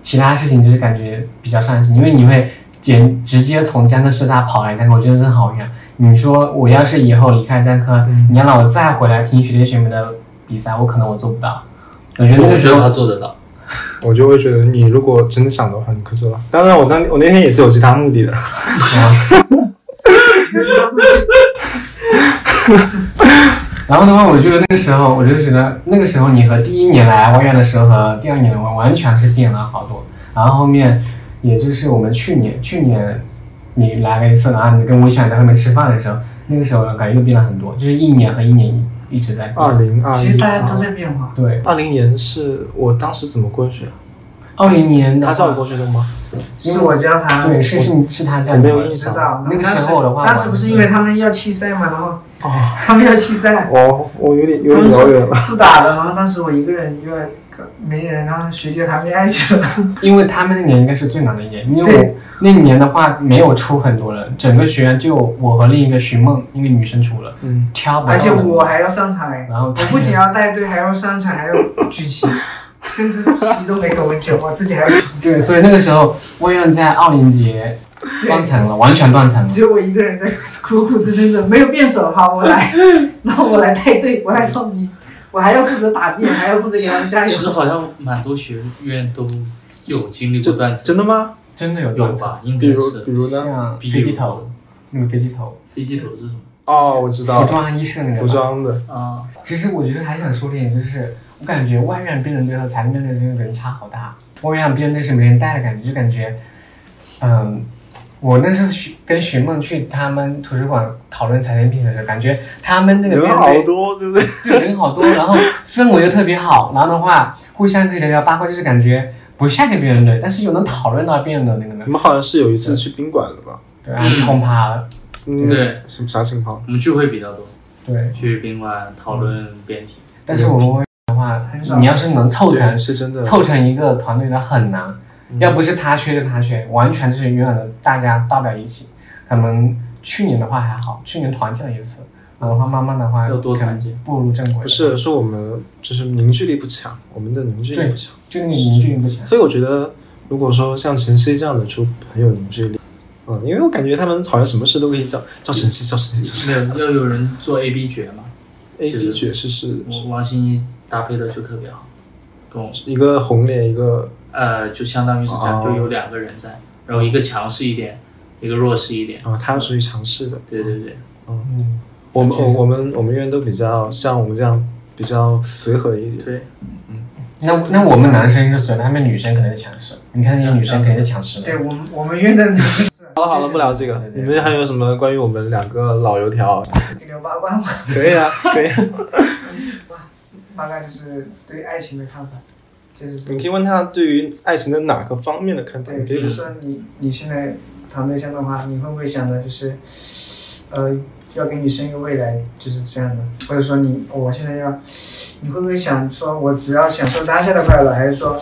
S6: 其他事情就是感觉比较上心，因为你会简直接从江科师大跑来江科，我觉得真好远。你说我要是以后离开江科，你要让我再回来听学弟学妹的比赛，我可能我做不到。我觉得那
S2: 我
S6: 个
S2: 知
S6: 时
S2: 道
S6: 候
S2: 他，做得到，
S3: 我就会觉得你如果真的想的话，你可以做到。当然，我当我那天也是有其他目的的。
S4: 啊
S6: [LAUGHS] 然后的话，我觉得那个时候，我就觉得那个时候你和第一年来外院的时候和第二年完完全是变了好多。然后后面，也就是我们去年去年你来了一次，啊然后你跟微笑在后面吃饭的时候，那个时候感觉又变了很多，就是一年和一年一一直在变。
S3: 二零二
S5: 其
S3: 一啊
S5: 实，大家都在变化，
S6: 对，
S4: 二零年是我当时怎么过去？
S6: 二零年的
S4: 他
S6: 话
S4: 叫我过去的吗？
S5: 是我教他，
S6: 对，是是是他这
S4: 我
S6: 样
S4: 没
S6: 的。
S4: 有印
S5: 知
S4: 象。
S5: 道
S6: 那个时候的话
S5: 当时不是因为他们要弃赛嘛，然后
S3: 哦，
S5: 他们要弃赛，
S3: 我我有点有
S5: 他
S3: 点
S5: 们
S3: 遥远了。
S5: 说不打了，然后当时我一个人又没人，然后学姐谈恋爱去了，
S6: 因为他们那年应该是最难的一年，因为
S5: 对
S6: 我那年的话没有出很多人，整个学院就我和另一个徐梦一个女生出了，
S3: 嗯，
S6: 挑不到
S5: 而
S6: 人。
S5: 且我还要上场哎，
S6: 然后
S5: 我不仅要带队，还要上场，还要举旗，甚至旗都没给我举，我自己还要举，
S6: [LAUGHS] 对，所以那个时候魏院在奥林节断层
S5: [LAUGHS]
S6: 了，完全断层了。
S5: 只有我一个人在苦苦支撑着，没有辩手，好，我来，然后我来带队，我来放你，我还要负责打辩，还要负责给他们加
S2: 其
S5: 油。
S2: 实好像蛮多学院都有经历过断
S4: [LAUGHS]
S2: 层，
S4: 真的吗？
S6: 真的有
S2: 有
S6: 断层，
S2: 吧？应该
S3: 比如比
S2: 是。
S3: 如呢？
S6: 像
S2: 比
S6: 飞
S2: 如
S6: 机头，那个飞机头，
S2: 飞机头是什么？
S3: 哦，我知道
S6: 服
S3: 了，
S6: 装衣舍那个吧。
S3: 服装的。
S2: 啊，
S6: 其实我觉得还想说点，就是我感觉外院辩论队和残辩论队这个人差好大。外院辩论队是没人带的感觉，就感觉，嗯，我那次去跟徐梦去他们图书馆讨论残疾病的时候，感觉他们那个
S4: 人
S6: 辩
S4: 好
S6: 论
S4: 多，对不对？
S6: 队人好多，然后氛围又特别好，然后的话互相可以聊聊八卦，就是感觉不像个辩论队，但是又能讨论到辩论的那个
S4: 你
S6: 呢，
S4: 们好像是有一次去宾馆了吧？
S6: 对，然后就轰趴了，
S3: 嗯，
S2: 对，
S4: 什么啥情况？
S2: 我们聚会比较多，
S6: 对。
S2: 去宾馆讨论辩题。
S6: 但是我们外院的
S5: 很少
S6: 话，你要是能凑成
S4: 对，是真的。
S6: 凑成一个团队的很难，要不是他缺就是他缺，完全就是永远的大家到不了一起。可能去年的话还好，去年团建了一次，然后的话慢慢的话
S2: 要多
S6: 可能
S2: 团建
S6: 步入正轨。
S4: 不是，是我们就是凝聚力不强，我们的凝聚力不强。
S6: 就那个凝聚力不强。
S4: 所以我觉得，如果说像晨曦这样的就很有凝聚力。嗯，因为我感觉他们好像什么事都可以叫叫晨曦，叫晨曦，叫晨曦
S2: 没。有，要有人做 A B 决嘛。
S4: A
S2: 是
S4: B 爵士是嗯
S2: 我王心怡搭配的就特别好，跟我
S4: 一个红脸，一个
S2: 呃，就相当于是这样，
S4: 哦
S2: 就有两个人在，然后一个强势一点，一个弱势一点。
S4: 啊，他属于强势的。
S2: 对对对，
S6: 嗯，
S4: 我们我我们我们院都比较像我们这样比较随和一点。
S2: 对，
S6: 那那我们男生是随，他们女生可能是强势。你看那些女生肯定是强势的。
S5: 对我们我们院的女生是
S4: 好了好了，不聊这个。
S6: 对对
S4: 你
S6: 对
S4: 们还有什么关于我们两个老油条？
S5: 聊八卦嘛，
S4: [LAUGHS] 可以 [LAUGHS] 啊，可以啊。
S5: 八卦就是对爱情的看法，就是
S4: 你可以问他对于爱情的哪个方面的看法？
S5: 对，
S2: 嗯
S4: 你可
S5: 比
S4: 以
S5: 如说你你现在谈对象的话，你会不会想的就是，呃，要给你生一个未来，就是这样的，或者说你我现在要，你会不会想说我只要享受当下的快乐，还是说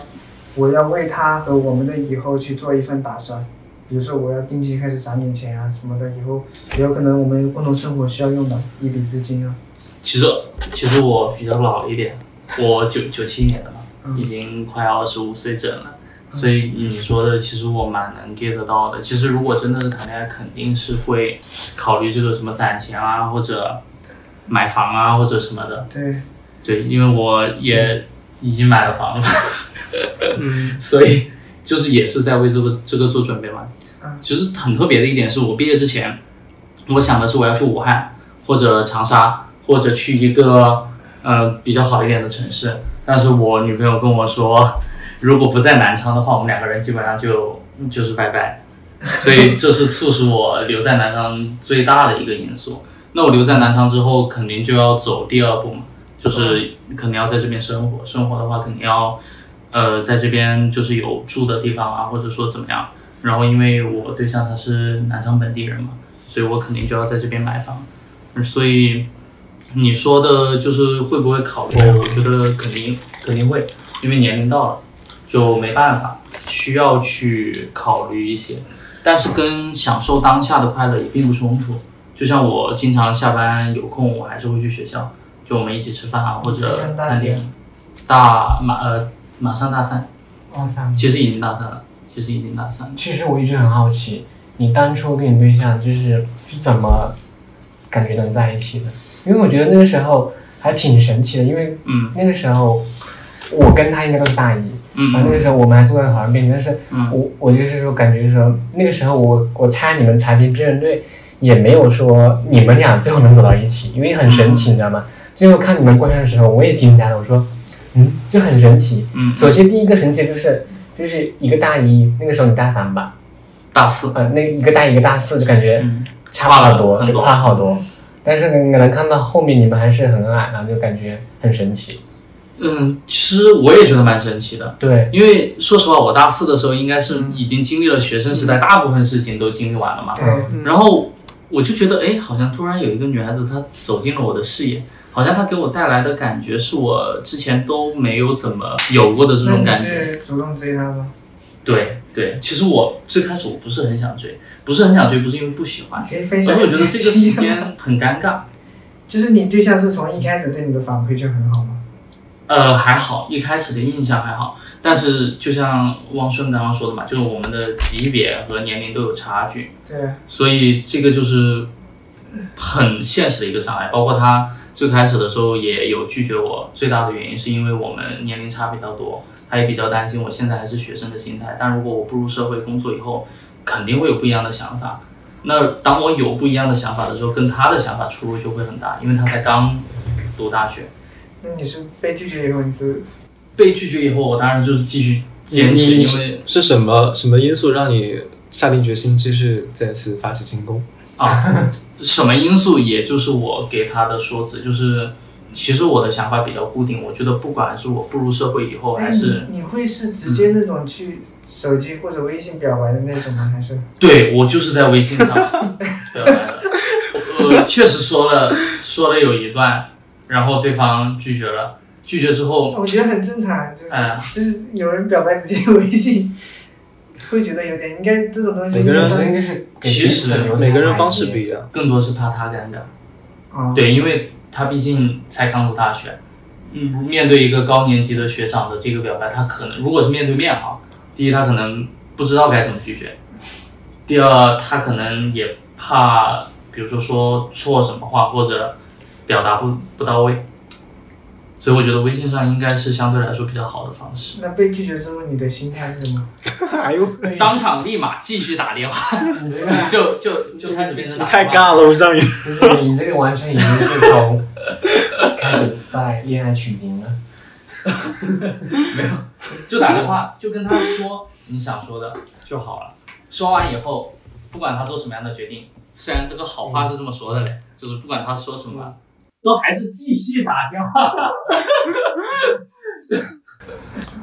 S5: 我要为他和我们的以后去做一份打算？比如说我要定期开始攒点钱啊什么的，以后也有可能我们共同生活需要用的一笔资金啊。
S2: 其实其实我比较老一点，我九九七年的嘛，
S5: 嗯
S2: 已经快二十五岁整了。所以你说的，其实我蛮能 get 得到的。其实如果真的是谈恋爱，肯定是会考虑这个什么攒钱啊，或者买房啊，或者什么的。
S5: 对，
S2: 对，因为我也已经买了房了，嗯， [LAUGHS] 所以就是也是在为这个这个做准备嘛
S5: 嗯。
S2: 其实很特别的一点是我毕业之前，我想的是我要去武汉或者长沙，或者去一个呃比较好一点的城市。但是我女朋友跟我说，如果不在南昌的话，我们两个人基本上就就是拜拜。 [LAUGHS] 所以这是促使我留在南昌最大的一个因素。那我留在南昌之后，肯定就要走第二步嘛，就是肯定要在这边生活。生活的话，肯定要呃在这边就是有住的地方啊，或者说怎么样。然后因为我对象他是南昌本地人嘛，所以我肯定就要在这边买房。所以你说的就是会不会考虑？啊我觉得肯定肯定会，因为年龄到了，就没办法，需要去考虑一些。但是跟享受当下的快乐也并不冲突。就像我经常下班有空，我还是会去学校，就我们一起吃饭啊，或者
S6: 上大
S2: 看
S6: 几
S2: 电影。大马呃，马上大三，
S6: 哇塞！
S2: 其实已经大三了，其实已经大三了。
S6: 哦其实我一直很好奇，你当初跟你对象就是是怎么感觉能在一起的？因为我觉得那个时候还挺神奇的，因为
S2: 嗯
S6: 那个时候我跟他应该都是大一，啊
S2: 嗯
S6: 然后
S2: 嗯
S6: 那个时候我们还坐在旁边，但是
S2: 嗯
S6: 我我就是说感觉说那个时候我我猜你们财经辩论队也没有说你们俩最后能走到一起，因为很神
S2: 嗯
S6: 奇，你知道吗？最后看你们过程的时候，我也惊呆了，我说嗯，就很神奇。
S2: 嗯，
S6: 首先第一个神奇的就是就是一个大一，那个时候你大三吧。
S2: 大四。
S6: 呃，那一个大一一个大四，就感觉
S2: 嗯
S6: 差了好
S2: 差了
S6: 多，
S2: 很多
S6: 差好多。但是你能看到后面你们还是很恩爱，然后就感觉很神奇。
S2: 嗯，其实我也觉得蛮神奇的。
S6: 对，
S2: 因为说实话，我大四的时候应该是已经经历了学生时代大部分事情都经历完了嘛。
S6: 嗯，
S2: 然后我就觉得，哎，好像突然有一个女孩子她走进了我的视野，好像她给我带来的感觉是我之前都没有怎么有过的这
S5: 那
S2: 种
S5: 你
S2: 感觉。
S5: 是主动追她吗？
S2: 对对，其实我最开始我不是很想追，不是很想追，不是因为不喜欢，
S5: 其实分
S2: 而是
S5: 享
S2: 我觉得这个时间很尴尬。
S5: [LAUGHS] 就是你对象是从一开始对你的反馈就很好吗？
S2: 呃，还好，一开始的印象还好，但是就像汪顺刚刚说的嘛，就是我们的级别和年龄都有差距，
S5: 对啊，
S2: 所以这个就是很现实的一个障碍。包括他最开始的时候也有拒绝我，最大的原因是因为我们年龄差比较多，他也比较担心我现在还是学生的心态，但如果我步入社会工作以后，肯定会有不一样的想法。那当我有不一样的想法的时候，跟他的想法出入就会很大，因为他才刚读大学。
S5: 那你是被拒绝以后你是
S2: 被拒绝以后，我当然就是继续坚持，
S4: 你
S2: 因为
S4: 是什么什么因素让你下定决心继续再次发起进攻？
S2: 啊，什么因素，也就是我给他的说辞，就是其实我的想法比较固定，我觉得不管是我步入社会以后，还是
S5: 哎你你会是直接那种去手机或者微信表白的那种吗？还是
S2: 对我就是在微信上表白的， [LAUGHS] 呃，确实说了说了有一段，然后对方拒绝了，拒绝之后，
S5: 我觉得很正常，就是、
S2: 哎
S5: 就是有人表白直接微信，会觉得有点应该这种东西
S4: 每个人
S6: 我
S5: 应
S6: 觉
S5: 该
S6: 得应该是给
S2: 其
S6: 彼此
S2: 实
S6: 留点
S4: 每个人
S6: 台
S4: 方式
S6: 阶
S4: 不一样，
S2: 更多是怕他尴尬。
S5: 啊，
S2: 对，因为他毕竟才刚读大学，嗯，面对一个高年级的学长的这个表白，他可能如果是面对面哈，第一他可能不知道该怎么拒绝，第二他可能也怕，比如说说错什么话或者表达不不到位，所以我觉得微信上应该是相对来说比较好的方式。
S5: 那被拒绝之后你的心态是什么？
S4: [LAUGHS] 哎呦，
S2: 当场立马继续打电话，
S6: 你这个，
S2: 就就就开始变成
S4: 你
S2: 打
S4: 太
S2: 电话
S4: 尬了，我上瘾。
S6: 就是你这个完全已经是从开始在恋爱取经了。
S2: 就打电话，就跟他说你想说的就好了。说完以后，不管他做什么样的决定，虽然这个好话是这么说的嘞，就是不管他说什么，都还是继续打电话。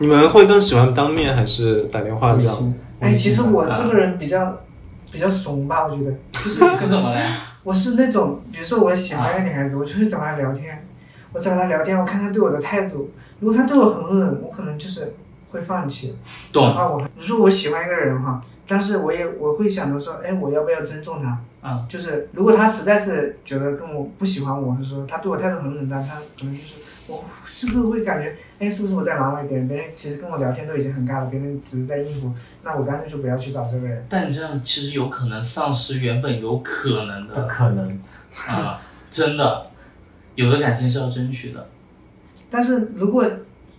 S4: 你们会更喜欢当面还是打电话这样？
S5: 哎，其实我
S2: 啊
S5: 这个人比较比较怂吧，我觉得
S2: [LAUGHS] 就是你是怎么嘞？
S5: 我是那种，比如说我喜欢一个女孩子，我就会找她聊天，我找她聊天，我看她对我的态度，如果她对我很冷，我可能就是会放弃。
S2: 懂
S5: 啊，我比如说我喜欢一个人哈，但是我也我会想着说，哎，我要不要尊重他？
S2: 啊，
S5: 就是如果他实在是觉得跟我不喜欢我，或者说他对我态度很冷淡，他可能就是我是不是会感觉，哎，是不是我在难为别人？别人其实跟我聊天都已经很尬了，别人只是在应付，那我干脆就不要去找这个人。
S2: 但你这样其实有可能丧失原本有可能
S6: 不
S2: 的
S6: 可能，
S2: 啊、真的，有的感情是要争取的。
S5: 但是如果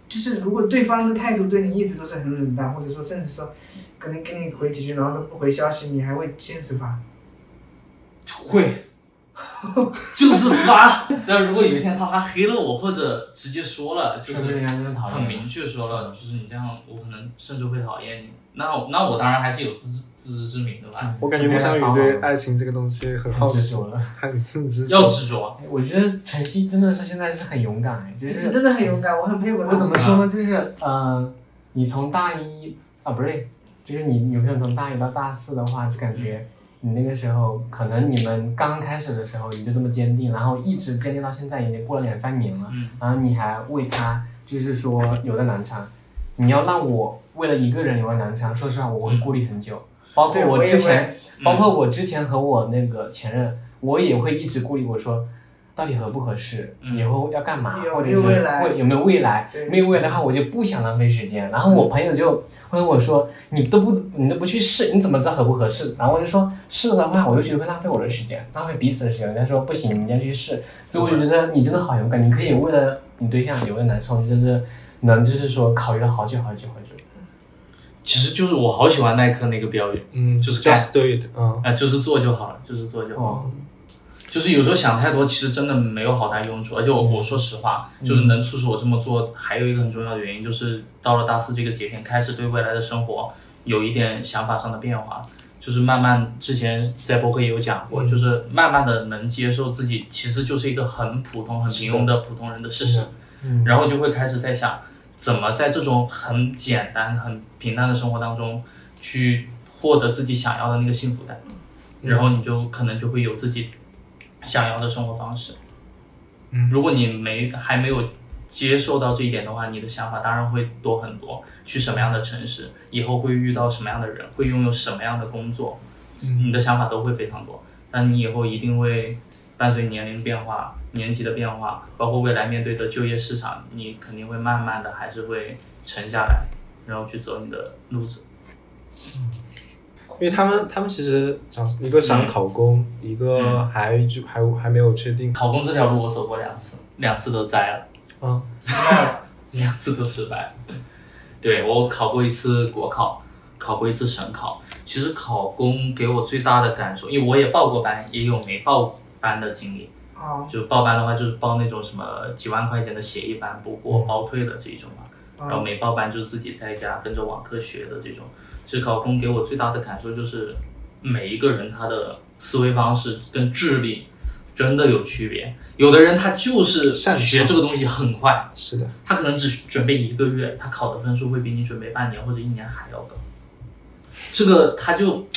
S5: 就是如果对方的态度对你一直都是很冷淡，或者说甚至说可能给你回几句，然后都不回消息，你还会坚持发？
S2: 会， [LAUGHS] 就是发。但如果有一天他拉黑了我，或者直接说了，就
S6: 说不定人
S2: 是
S6: 家真的讨
S2: 很
S6: 厌你。
S2: 明确说了，就是你这样，我可能甚至会讨厌你。那我那我当然还是有自知自知之明的吧，
S4: 我感觉吴小雨对爱情这个东西很好
S6: 很执
S4: 奇，
S6: 着了。
S4: 他很执
S2: 要
S4: 着。
S2: 执着。
S6: 我觉得晨曦真的是现在是很勇敢，哎就
S5: 你是
S6: 是
S5: 真的很勇敢，我很佩服他。
S6: 我怎么
S5: [LAUGHS]
S2: 啊
S6: 说呢？就是呃，你从大一啊不对，就是你女朋友从大一到大四的话，就感觉你那个时候可能你们刚开始的时候你就这么坚定，然后一直坚定到现在，已经过了两三年了。
S2: 嗯，
S6: 然后你还为他就是说留在南昌，你要让我为了一个人留在南昌，说实话我
S2: 嗯
S6: 会顾虑很久，包括
S5: 对我也
S6: 之前，
S2: 会
S6: 包括我之前和我那个前任，我也会一直顾虑我说。到底合不合适？
S2: 嗯
S6: 以后要干嘛？
S5: 有
S6: 或者
S5: 没有
S6: 是
S5: 未来
S6: 会有没有未来
S5: 对？
S6: 没有未来的话，我就不想浪费时间。然后我朋友就会跟我说：“你都不你都不去试，你怎么知道合不合适？”然后我就说：“试的话，我就觉得会浪费我的时间，浪费彼此的时间。”他说：“不行，你一定要去试。”所以我就觉得你真的好勇敢，你可以为了你对象留在南昌，就是能就是说考虑了好久好久好久。
S2: 其实就是我好喜欢耐克那个标语
S4: 嗯，
S2: 就是
S4: just do it 啊、
S2: 啊、就是做就好了，就是做就好了。
S6: 哦，
S2: 就是有时候想太多，其实真的没有好大用处。而且我我说实话，就是能促使我这么做，还有一个很重要的原因，就是到了大四这个节点，开始对未来的生活有一点想法上的变化，就是慢慢之前在博客也有讲过，就是慢慢的能接受自己其实就是一个很普通、很平庸的普通人的事实，
S6: 嗯，
S2: 然后就会开始在想，怎么在这种很简单、很平淡的生活当中，去获得自己想要的那个幸福感，然后你就可能就会有自己想要的生活方式。
S4: 嗯
S2: 如果你没还没有接受到这一点的话，你的想法当然会多很多。去什么样的城市，以后会遇到什么样的人，会拥有什么样的工作，你的想法都会非常多。但你以后一定会伴随年龄的变化、年级的变化，包括未来面对的就业市场，你肯定会慢慢的还是会沉下来，然后去走你的路子。
S4: 因为他们他们其实想一个想考公，一个还就还还没有确定
S2: 考公这条路我走过两次，两次都栽了，
S4: 啊，
S2: 两次都失败了。对我考过一次国考，考过一次省考。其实考公给我最大的感受，因为我也报过班，也有没报班的经历。
S5: 哦？
S2: 就报班的话，就是报那种什么几万块钱的协议班，不过包退的这一种嘛。
S5: 哦，
S4: 嗯
S2: 然后没报班就是自己在家跟着网课学的这种。其实考公给我最大的感受就是，每一个人他的思维方式跟智力真的有区别。有的人他就是
S4: 擅长
S2: 学这个东西很快，
S4: 是的，
S2: 他可能只准备一个月，他考的分数会比你准备半年或者一年还要高。这个他就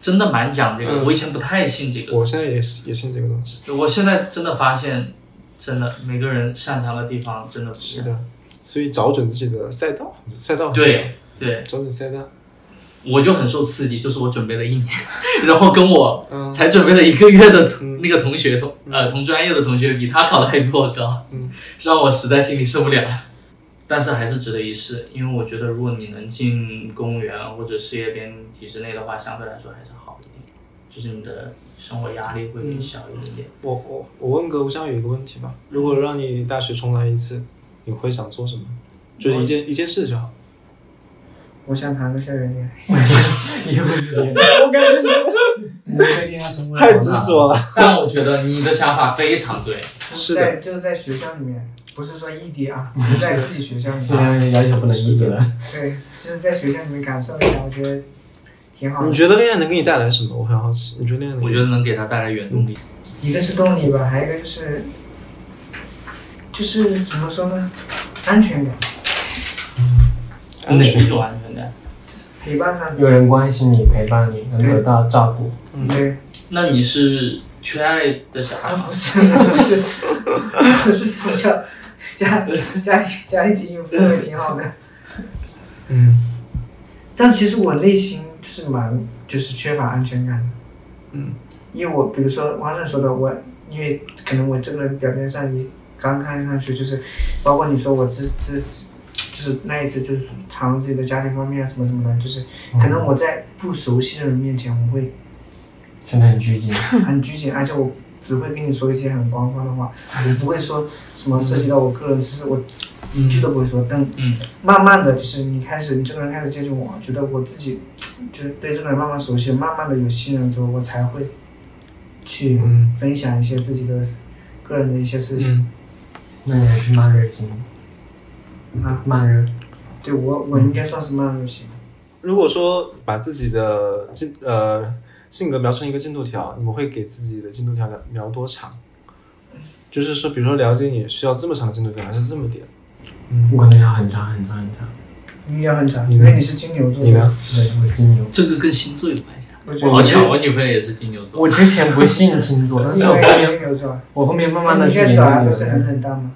S2: 真的蛮讲这个，
S4: 嗯
S2: 我以前不太信这个，
S4: 我现在也是也信这个东西，
S2: 我现在真的发现，真的每个人擅长的地方真的不一
S4: 是
S2: 样。
S4: 的，所以找准自己的赛道，赛道
S2: 对对，
S4: 找准赛道，
S2: 我就很受刺激，就是我准备了一年， [LAUGHS] 然后跟我
S4: 嗯
S2: 才准备了一个月的同、
S4: 嗯
S2: 那个同学同呃同专业的同学比他考的还比我高，
S4: 嗯
S2: 让我实在心里受不了。但是还是值得一试，因为我觉得如果你能进公务员或者事业编体制内的话，相对来说还是好一点，就是你的生活压力会比小一点点。
S4: 我我我问个吴湘宇一个问题吧，如果让你大学重来一次，你会想做什么？就是一件一件事就好。
S5: 我想谈个校园恋爱。
S6: 也不是别的，
S4: 我感觉你
S6: 你确定要成为
S4: 太执着了。
S2: 但我觉得你的想法非常对，
S4: 是的
S5: 在就是在学校里面，不是说异地
S4: [LAUGHS]
S5: 啊，就是在自己学校里
S6: 现
S5: 面。
S6: 在要求不能一致了。
S5: 对，就是在学校里面感受一下，我觉得挺好
S4: 你
S5: 的。
S4: 觉得恋爱能给你带来什么？我很好奇。你觉得恋爱能给
S2: 我
S4: 你？
S2: 觉得能给他带来原动力。
S5: 一个是动力吧，还有一个就是，就是怎么说呢，安全感，
S2: 哪一种安全感？
S5: 陪伴他。
S6: 有人关心你，陪伴你，能得到照顾。
S4: 嗯
S5: 对，
S2: 那你是缺爱的小孩
S5: 啊
S2: 吗
S5: 不？是不是不是学校，家家里家里挺有氛围，挺好的。
S4: 嗯
S5: 但其实我内心是蛮就是缺乏安全感的，
S4: 嗯，
S5: 因为我比如说王胜说的，我因为可能我这个人表面上你刚看上去就是，包括你说我这这就是那一次就是谈论自己的家庭方面啊什么什么的，就是可能我在不熟悉的人面前我会
S6: 现在很拘谨，
S5: 很拘谨，而且我只会跟你说一些很官方的话，我不会说什么涉及到我个人，就是我一句都不会说，但
S2: 嗯，
S5: 慢慢的就是你开始，你这个人开始接近我，觉得我自己就是对这个人慢慢熟悉，慢慢的有信任之后，我才会去
S4: 嗯
S5: 分享一些自己的个人的一些事情、
S4: 嗯，
S6: 那你是慢热型，
S5: 啊。
S6: 慢热，
S5: 对我，我应该算是慢热型。
S4: 如果说把自己的进呃性格描成一个进度条，你们会给自己的进度条描描多长？就是说，比如说了解你需要这么长的进度条，还是这么点？
S5: 嗯
S6: 我可能要很长很长很长。
S5: 应该很长，
S4: 你呢
S5: 因为你是金牛座。
S4: 你呢？
S6: 对，我金牛。
S2: 这个跟星座有关系啊。
S5: 我觉得
S2: 好巧，我女朋友也是金牛座
S6: 我。之前不信星座，但
S5: 你
S6: 是哦我后
S5: 也是
S6: 面
S5: 金牛座。
S6: 我后面慢慢
S5: 那
S6: 的
S5: 你一开
S6: 去
S5: 始
S6: 研究
S5: 找
S6: 了
S5: 他都是很冷淡嘛，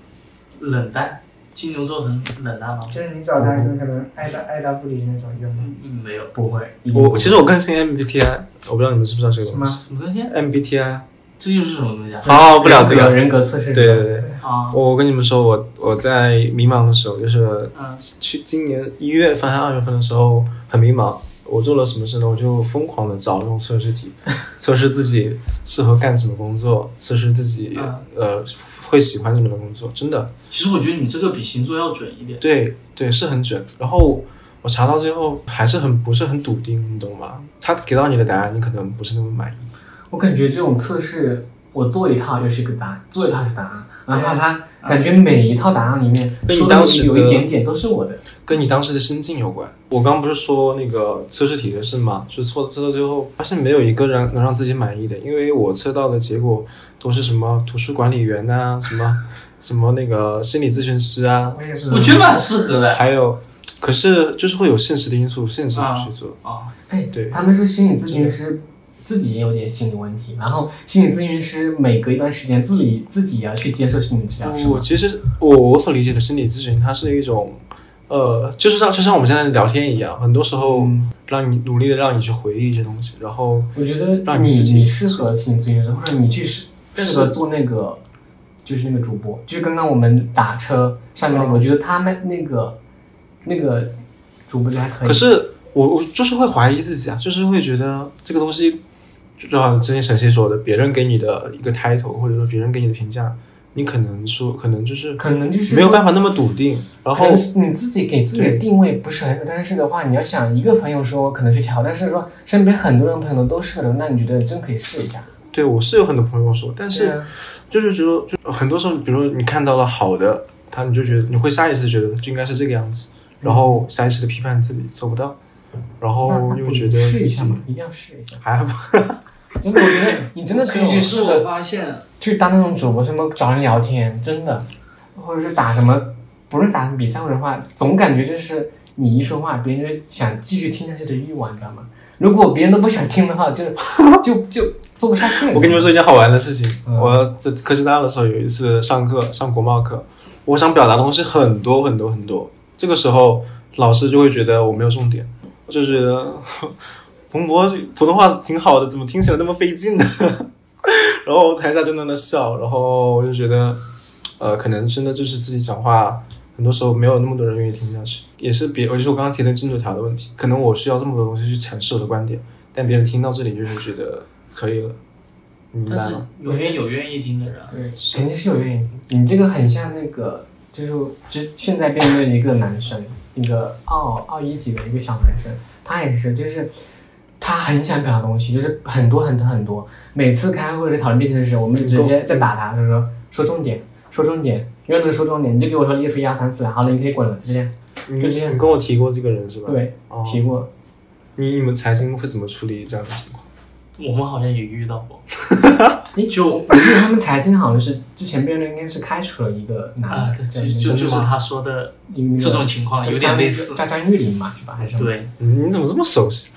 S2: 冷淡，金牛座很冷淡吗？
S5: 就是你找他就可能爱答爱答不理那种，有吗？
S2: 嗯，没有。
S6: 不会。
S4: 我其实我更信 MBTI，我不知道你们知不知道这个
S5: 什
S4: 东
S5: 么
S4: 西。
S2: 什么东西？啊
S4: MBTI，
S2: 这又是什么东西啊？
S4: 好，哦不聊这个。
S6: 人格测试。
S4: 对对对，
S2: 啊，
S4: 我跟你们说，我我在迷茫的时候，就是
S2: 嗯
S4: 去今年一月份还是二月份的时候很迷茫。我做了什么事呢？我就疯狂的找那种测试题， [LAUGHS] 测试自己适合干什么工作，测试自己、
S2: 嗯
S4: 呃会喜欢什么的工作，真的
S2: 其实我觉得你这个比星座要准一点。
S4: 对对是很准。然后我查到最后还是很不是很笃定，你懂吗？他给到你的答案，你可能不是那么满意。
S6: 我感觉这种测试，我做一套又是一个答案，做一套是答案，然后
S5: 对啊
S6: 它感觉每一套答案里面
S4: 跟你
S6: 说
S4: 当
S6: 的
S4: 时
S6: 有
S4: 的
S6: 一点点都是我的。
S4: 跟你当时的心境有关。我刚不是说那个测试题的事吗？就是测测到最后，发现没有一个人能让自己满意的，因为我测到的结果都是什么图书管理员呐、什么什么那个心理咨询师啊，
S5: 我也是。
S2: 我觉得蛮适合的。
S4: 还有，可是就是会有现实的因素限制你去做。
S2: 啊，
S6: 哎，
S4: 对
S6: 他们说心理咨询师自己也有点心理问题，然后心理咨询师每隔一段时间自己自己也要去接受心理治疗，是
S4: 不，
S6: 吗？
S4: 其实我我所理解的心理咨询，它是一种，呃，就是像就像我们现在聊天一样，很多时候
S6: 嗯
S4: 让你努力的让你去回忆一些东西，然后
S6: 我觉得
S4: 让
S6: 你
S4: 你自己
S6: 你适合心理咨询师，或者你去适
S4: 但是
S6: 适合做那个就是那个主播，就是刚刚我们打车上面那个，我觉得他们那个那个主播就还可以。
S4: 可是我我就是会怀疑自己啊，就是会觉得这个东西，就就好像之前晨曦说的，别人给你的一个 title，或者说别人给你的评价，你可能说可能就是
S6: 可能就是
S4: 没有
S6: 说
S4: 办法那么笃定，然后
S6: 可能是你自己给自己的
S4: 对
S6: 定位不是很准，但是的话，你要想一个朋友说可能是巧，但是说身边很多人朋友都适合的，那你觉得真可以试一下。
S4: 对我是有很多朋友说，但
S6: 对
S4: 是
S6: 啊
S4: 就是觉得就很多时候，比如说你看到了好的，他你就觉得你会下意识地觉得就应该是这个样子，
S6: 嗯
S4: 然后下意识的批判自己做不到，然
S6: 那那
S4: 后又
S6: 不
S4: 觉得
S6: 试
S4: 自己
S6: 一下嘛，一定要试一下。
S4: 还
S6: 真的，我觉得你真的可以去试
S2: 我
S6: 个
S2: 发现，
S6: 去当那种主播，什么找人聊天，真的，或者是打什么，不是打什么比赛或者话，总感觉就是你一说话，别人就想继续听下去的欲望，你知道吗？如果别人都不想听的话，就就就做不下去 [LAUGHS] 了。
S4: 我跟你们说一件好玩的事情，
S6: 嗯
S4: 我在科师大的时候有一次上课上国贸课，我想表达的东西很多很多很多，这个时候老师就会觉得我没有重点，我就觉得彭博普通话挺好的，怎么听起来那么费劲呢？ [LAUGHS] 然后台下就在那笑，然后我就觉得，呃，可能真的就是自己讲话。很多时候没有那么多人愿意听下去，也是别，我就是我刚刚提的进度条的问题，可能我需要这么多东西去阐释我的观点，但别人听到这里就会觉得可以了，你明白
S2: 但
S4: 吗
S2: 是？有些有愿意听的人，
S6: 对，肯定是有原因。你这个很像那个，就是就现在辩论的一个男生，一个奥奥一级的一个小男生，他也是，就是他很想表达东西，就是很多很多很多。每次开会或者讨论辩论时，我们就直接在打他，就说说重点，说重点，永远都是说重点，你就给我说列出一二三四，啊好了，你可以滚了，就这样。
S4: 你
S6: 就这样
S4: 你跟我提过这个人是吧？，
S6: 对，
S4: 哦、
S6: 提过，
S4: 你你们财经会怎么处理这样的情况？
S2: 我们好像也遇到过。
S6: 哎，就我记得他们财经好像是之前辩论应该是开除了一个男
S2: 啊，
S6: 的，
S2: 就
S6: 对
S2: 就
S4: 真的
S2: 就是嗯
S4: 吗
S2: 他说的
S6: 因为那个
S2: 这种情况有点类似。
S6: 张张玉林嘛，是吧？还是什么？
S2: 对，
S4: 嗯你你怎么这么熟悉？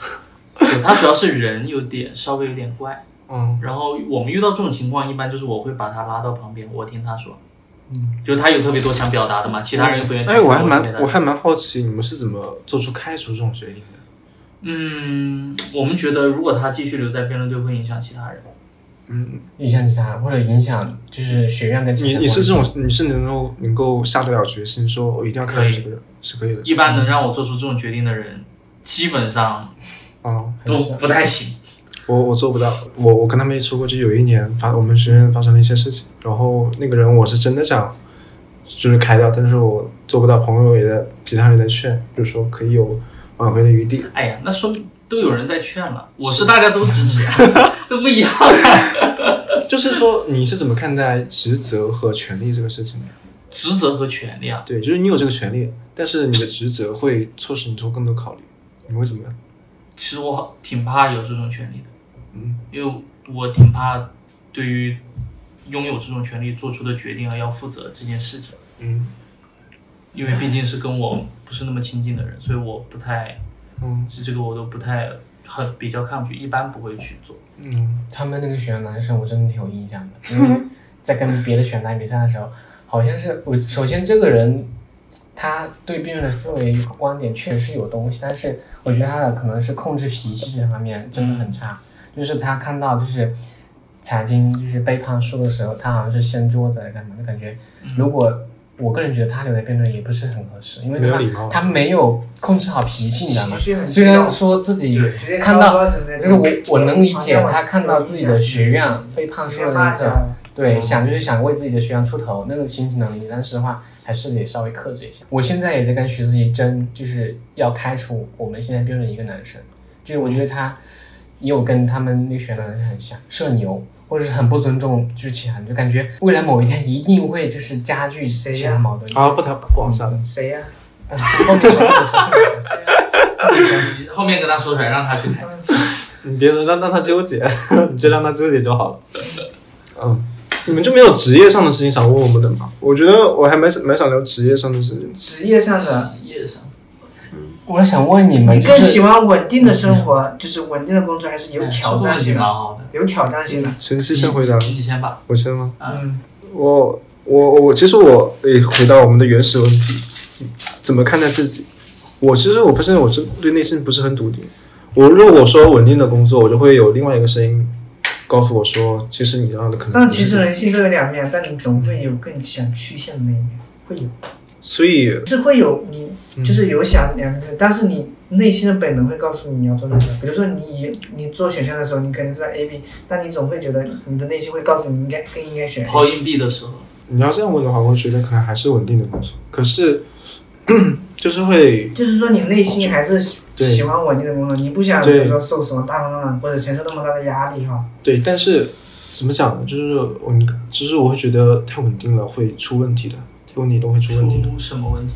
S2: 对他主要是人有点稍微有点怪，
S4: 嗯，
S2: 然后我们遇到这种情况，一般就是我会把他拉到旁边，我听他说。嗯，就他有特别多想表达的嘛，其他人又不愿意听。
S4: 哎，我还
S2: 就
S4: 蛮
S2: 给他
S4: 我还蛮好奇你们是怎么做出开除这种决定的？
S2: 嗯，我们觉得如果他继续留在辩论队，会影响其他人。
S4: 嗯，
S6: 影响其他人，或者影响就是学院跟其他
S4: 你
S6: 人
S4: 你是这种你是能够能够下得了决心说我一定要开除这个人是可以的
S2: 一般能让我做出这种决定的人，基本上
S4: 啊、
S2: 都不太行。
S4: 我我做不到，我我跟他们一起说过，就有一年发我们学院发生了一些事情，然后那个人我是真的想就是开掉，但是我做不到，朋友也在其他人在劝，就说可以有挽回的余地。
S2: 啊 [LAUGHS] 哎呀，那说明都有人在劝了，我是大家都支持，都不一样。
S4: 就是说你是怎么看待职责和权利这个事情的？
S2: 职责和权利啊，
S4: 对，就是你有这个权利，但是你的职责会促使你做更多考虑，你会怎么样？
S2: 其实我挺怕有这种权利的，
S4: 嗯，
S2: 因为我挺怕对于拥有这种权利做出的决定而要负责这件事情，
S4: 嗯
S2: 因为毕竟是跟我不是那么亲近的人，所以我不太，
S4: 嗯
S2: 这这个我都不太很比较抗拒，一般不会去做。
S4: 嗯，
S6: 他们那个选男生，我真的挺有印象的，因为在跟别的选男比赛的时候，好像是我首先这个人，他对辩论的思维和观点确实是有东西，但是我觉得他的可能是控制脾气这方面真的很差，就是他看到就是财经就是被判输的时候，他好像是掀桌子来干嘛，就感觉如果。我个人觉得他留在辩论也不是很合适，因为
S4: 没有
S6: 他
S4: 礼貌
S6: 他没有控制好脾气，你知道吗
S5: 情绪？很
S6: 虽
S5: 激
S6: 然
S5: 动
S6: 说自己
S2: 对
S5: 直接
S6: 看
S5: 敲
S6: 到
S5: 桌子那
S6: 就是
S5: 种
S6: 我我能理
S5: 好
S6: 解
S5: 像我
S6: 他看到自己的学院被胖
S5: 直
S6: 输
S5: 接
S6: 的
S5: 发嗯
S6: 那一
S5: 起
S6: 阵
S5: 来，了。
S6: 对，想就是想为自己的学院出头那个心情能理解，但是的话还是得稍微克制一下。我现在也在跟徐思琪争，就是要开除我们现在辩论一个男生，就是我觉得他也有跟他们那个学院的男生很像，社牛。或者是很不尊重，就是其他人，就感觉未来某一天一定会就是加剧
S5: 谁
S6: 其
S5: 呀啊
S6: 他矛盾。
S4: 好，不谈不往下了。
S5: 谁呀？
S6: 啊，后面说后面说后面说 [LAUGHS]
S2: 你后面跟他说出来，让他去谈。
S4: 你别让让他纠结， [LAUGHS] 你就让他纠结就好了。嗯，你们就没有职业上的事情想问我们的吗？我觉得我还蛮想蛮想聊职业上的事情。
S5: 职业上的，
S2: 职业上，
S6: 我想问你们，
S5: 你
S6: 就
S5: 更
S6: 是嗯
S5: 喜欢稳定的生活，就是稳定的工作，还是
S2: 哎
S5: 有挑战性
S2: 性蛮
S5: 的？
S2: 好的。
S5: 有挑战性的。
S4: 谁谁先回答？
S2: 你先吧。
S4: 我先吗？
S5: 嗯，
S4: 我我我，其实我也回到我们的原始问题，怎么看待自己？我其实我本身我是对内心不是很笃定。我如果我说稳定的工作，我就会有另外一个声音告诉我说，其实你这样
S6: 嗯
S4: 的可能不是。
S5: 但其实人性都有两面，但你总会有更想趋向的那一面，会有，
S4: 所以
S5: 是会有你
S4: 嗯
S5: 就是有想两面，但是你内心的本能会告诉你你要做哪个。比如说你你做选项的时候，你可能知道 A B，但你总会觉得你的内心会告诉你应该更应该选 A。
S2: 抛硬币的时候，
S4: 你要这样问的话，我觉得可能还是稳定的工作，可是就是会
S5: 就是说你内心还是喜
S4: 对
S5: 喜欢稳定的工作，你不想比
S4: 对
S5: 如说受什么大风大浪或者承受那么大的压力哈。
S4: 对，但是怎么讲呢？就是我，就是我会觉得太稳定了会出问题的，太稳定都会出问题的。
S2: 出什么问题？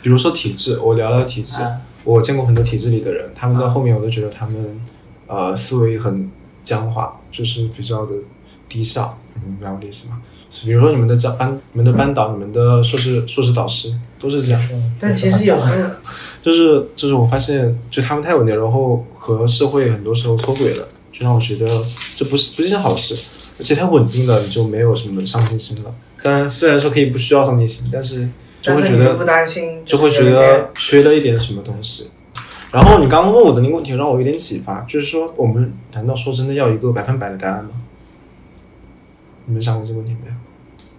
S4: 比如说体制，我聊聊体制，
S2: 啊
S4: 我见过很多体制里的人，他们
S5: 啊
S4: 到后面我都觉得他们呃思维很僵化，就是比较的低效，你明白我的意思吗？比如说你们的教班、你们的班导、你们的硕
S5: 嗯
S4: 士硕士导师都是这样，
S5: 但其实有时候
S4: 就是就是我发现，就他们太稳定，然后和社会很多时候脱轨了，就让我觉得这不是不是一件好事。而且太稳定了，你就没有什么上进心了。当然，虽然说可以不需要上进心，但是 [LAUGHS] 就
S5: 但
S4: 会
S5: 是
S4: 觉
S5: 你
S4: 得
S5: 就不担心，
S4: 就会觉得缺了一点什么东西。然后你刚刚问我的那个问题让我有点启发，就是说我们难道说真的要一个百分百的答案吗？你们想过这个问题没有？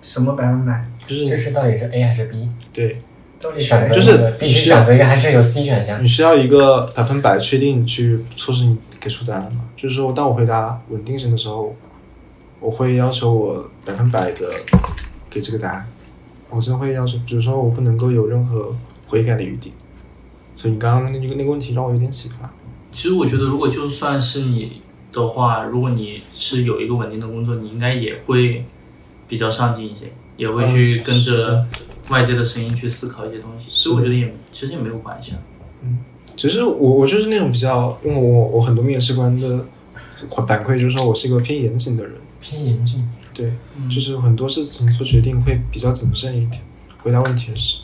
S5: 什么百分百
S4: 就是
S6: 这
S4: 你
S6: 是到底是 A 还是 B？
S4: 对，
S5: 都得选
S6: 选择
S4: 就
S6: 一
S4: 是
S6: 个必须选择一个，还是有 C 选项
S4: 你？需要一个百分百确定去促使你给出答案吗？就是说，当我回答稳定性的时候，我会要求我百分百的给这个答案，我真的会要求，比如说我不能够有任何悔改的余地。所以你刚刚那个那个问题让我有点启发。
S2: 其实我觉得，如果就算是你的话，如果你是有一个稳定的工作，你应该也会比较上进一些，也会去跟着外界的声音去思考一些东西。所以我觉得也其实也没有关系啊。
S4: 其实我我就是那种比较，因为我我很多面试官的反馈就是说我是一个偏严谨的人，
S6: 偏严峻。
S4: 对，
S2: 嗯
S4: 就是很多事情做决定会比较谨慎一点，回答问题也是。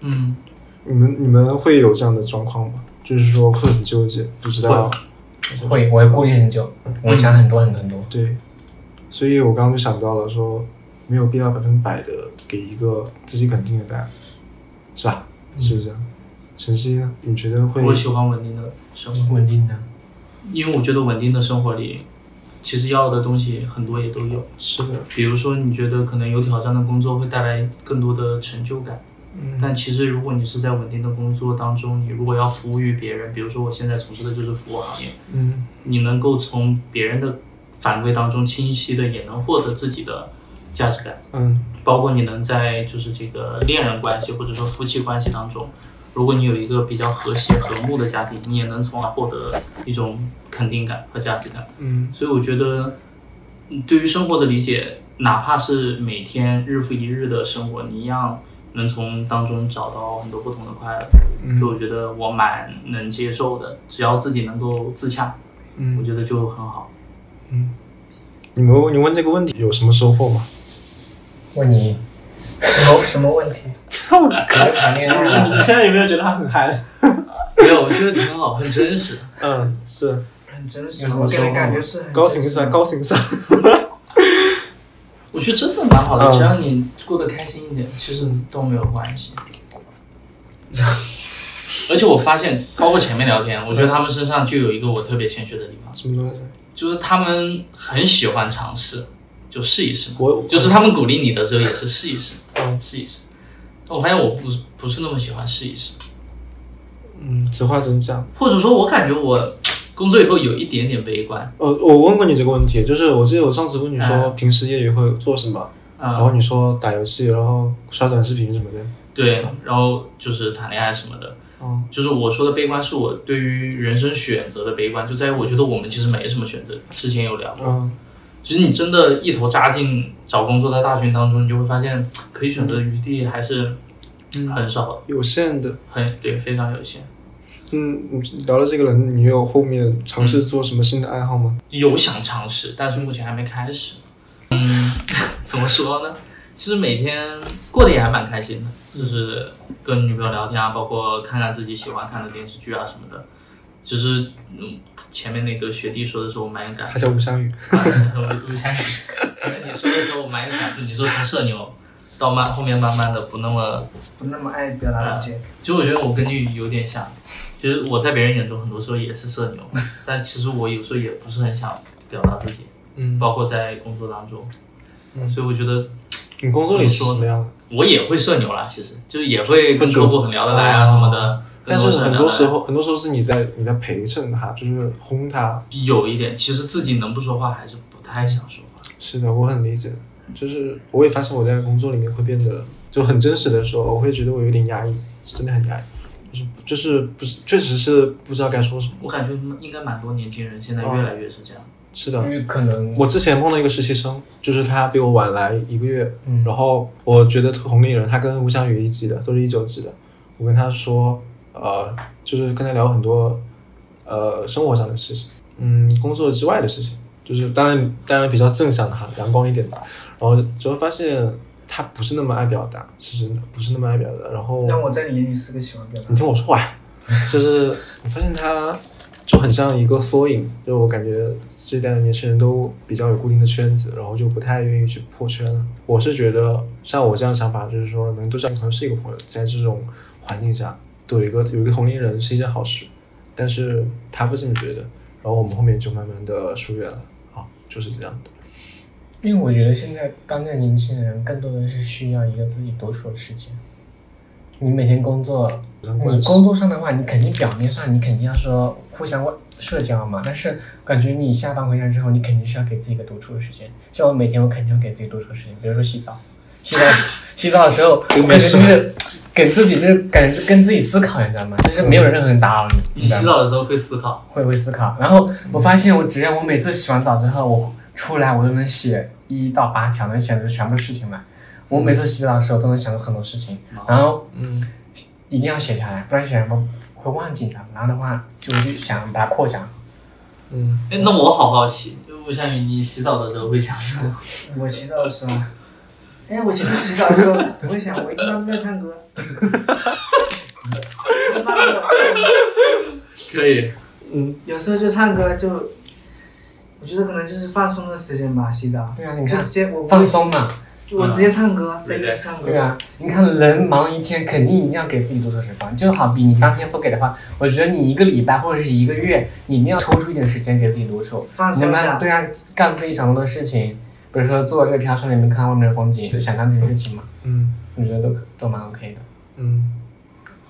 S2: 嗯，
S4: 你们你们会有这样的状况吗？就是说会很纠结，不知道。
S6: 会，我会顾虑很久，我想很多很多很多。
S4: 对，所以我刚刚就想到了说，没有必要百分百的给一个自己肯定的答案，是吧？是不是这样？晨曦呢？你觉得会？
S2: 我喜欢稳定的生活，
S6: 稳定的，
S2: 因为我觉得稳定的生活里，其实要的东西很多也都有。
S4: 是的，
S2: 比如说，你觉得可能有挑战的工作会带来更多的成就感，
S4: 嗯
S2: 但其实如果你是在稳定的工作当中，你如果要服务于别人，比如说我现在从事的就是服务行业，
S4: 嗯
S2: 你能够从别人的反馈当中清晰的也能获得自己的价值感，
S4: 嗯
S2: 包括你能在就是这个恋人关系或者说夫妻关系当中，如果你有一个比较和谐和睦的家庭，你也能从而获得一种肯定感和价值感。
S4: 嗯
S2: 所以我觉得嗯对于生活的理解，哪怕是每天日复一日的生活，你一样能从当中找到很多不同的快乐。
S4: 嗯
S2: 所以我觉得我蛮能接受的，只要自己能够自洽，我
S4: 嗯，
S2: 觉得就很好。
S4: 你们你问这个问题有什么收获吗？
S6: 问你
S5: 什么什么问题？
S6: 谈谈恋爱了，
S4: 现在有没有觉得他很嗨？
S2: 没有，我觉得挺好，很真实。 [LAUGHS]
S4: 嗯，是
S5: 很真
S6: 有
S5: 实，
S6: 什么
S5: 我给
S6: 收获
S5: 人感觉
S6: 吗
S5: 是很
S4: 高
S5: 真
S4: 情
S5: 实的
S4: 商，高啊情商。
S2: 我觉得真的蛮好的，
S4: 嗯
S2: 只要你过得开心一点，其实都没有关系。 [LAUGHS] 而且我发现，包括前面聊天，我觉得他们身上就有一个我特别欠缺的地方，
S4: 什么东西？
S2: 就是他们很喜欢尝试，就试一试嘛。
S4: 我
S2: 就是他们鼓励你的时候也是试一试，
S4: 嗯
S2: 试一试。但我发现我不是不是那么喜欢试一试，
S4: 嗯，此话怎讲？
S2: 或者说，我感觉我工作以后有一点点悲观
S4: 呃，我问过你这个问题，就是我记得我上次问你说
S2: 嗯
S4: 平时业余会做什么，
S2: 啊。
S4: 然后哦你说打游戏，然后刷短视频什么的。
S2: 对，然后就是谈恋爱什么的。
S4: 嗯，
S2: 就是我说的悲观，是我对于人生选择的悲观，就在于我觉得我们其实没什么选择。之前有聊过，
S4: 嗯
S2: 其实你真的一头扎进找工作的大群当中，你就会发现可以选择的余地还是
S4: 嗯，
S2: 很少的，
S4: 有限的。
S2: 很对，非常有限。
S4: 嗯，你聊了这个人，你有后面尝试做什么新的爱好吗？
S2: 有想尝试，但是目前还没开始。嗯， [LAUGHS] 怎么说呢？其实每天过得也还蛮开心的，就是跟女朋友聊天啊，包括看看自己喜欢看的电视剧啊什么的。其实，嗯，前面那个学弟说的时候，我蛮有感
S4: 他叫吴湘 [LAUGHS] 雨。
S2: 我我想起，你说的时候我蛮有感触。你说从社牛到慢后面慢慢的不那么，
S5: 不那么爱表达自己。
S2: 其实我觉得我跟你有点像。其实我在别人眼中很多时候也是社
S4: [LAUGHS]
S2: 牛，但其实我有时候也不是很想表达自己，
S4: 嗯，
S2: 包括在工作当中。
S4: 嗯
S2: 所以我觉得
S4: 你工作里是什么样的？
S2: 我也会社牛啦，其实就是也会跟客户很聊得来啊
S4: 哦
S2: 什么的。跟
S4: 但是
S2: 同事
S4: 很
S2: 聊得
S4: 多
S2: 来啊
S4: 时候，很多时候是你在你在陪衬他，就是轰他。
S2: 有一点，其实自己能不说话还是不太想说话。
S4: 是的，我很理解。就是我也发现我在工作里面会变得就很真实的时候，我会觉得我有点压抑，是真的很压抑。就是就是不是，确实是不知道该说什么。
S2: 我感觉应该蛮多年轻人现
S4: 哦
S2: 在越来越是这样。
S4: 是
S6: 因
S4: 的，
S6: 为可能
S4: 我之前碰到一个实习生，就是他比我晚来一个月，
S6: 嗯
S4: 然后我觉得同龄人，他跟吴湘雨一级的，都是一九级的。我跟他说，呃，就是跟他聊很多，呃，生活上的事情，嗯，工作之外的事情，就是当然当然比较正向的哈，阳光一点的。然后就发现他不是那么爱表达，是真的不是那么爱表达。然后
S5: 但我在你眼里是个喜欢表达
S4: 你。听我说完，就是我发现他就很像一个缩影，就我感觉这一代的年轻人都比较有固定的圈子，然后就不太愿意去破圈了。我是觉得像我这样想法，就是说能多交朋友是一个朋友，在这种环境下，有一个有一个同龄人是一件好事，但是他不这么觉得，然后我们后面就慢慢的疏远了，好，就是这样的。
S6: 因为我觉得现在当代年轻人更多的是需要一个自己独处的时间。你每天工作，
S4: 人关
S6: 你
S4: 系
S6: 嗯工作上的话，你肯定表面上你肯定要说互相社交嘛，但是感觉你下班回家之后，你肯定是要给自己一个独处的时间。像我每天我肯定要给自己独处的时间，比如说洗澡，洗澡洗澡的时候，我
S4: 这个
S6: 感觉
S4: 没
S6: 就
S4: 事
S6: 是给自己就是感觉跟自己思考，你知道吗？就是没有任何人打扰你，
S2: 你
S6: 知道吗
S2: 洗澡的时候会思考，
S6: 会会思考。然后我发现，我只要我每次洗完澡之后，我出来我都能写一到八条，能写出全部事情来。我每次洗澡的时候都能想出很多事情，然后
S4: 嗯
S6: 一定要写下来，不然写下来我会忘记的。然后的话，就就想把它扩展。
S4: 嗯，
S2: 哎，那我好好奇，就吴湘雨，你洗澡的时候会想什么？
S5: 我洗澡的时候，哎，我其实洗澡的时候，我会想，我一定要在唱歌。
S2: [LAUGHS]
S5: [LAUGHS]
S2: 可以，
S5: 有时候就唱歌就，我觉得可能就是放松的时间吧，洗澡。
S6: 对啊，你
S5: 我就
S6: 看
S5: 直接我
S6: 放，松嘛。
S5: 我直接唱歌，再去
S2: Relax
S4: 嗯
S5: 唱
S6: 对
S5: 歌。
S6: 啊，你看人忙一天，肯定一定要给自己多少时光。就好比你当天不给的话，我觉得你一个礼拜或者是一个月，你一定要抽出一点时间给自己独处。
S5: 放
S6: 你
S5: 松一
S6: 们
S5: 下，
S6: 对啊，干自己想做的事情，比如说坐这个飘窗里面看外面的风景，就想干自己的事情嘛，
S4: 嗯
S6: 我觉得都都蛮 OK 的。
S4: 嗯，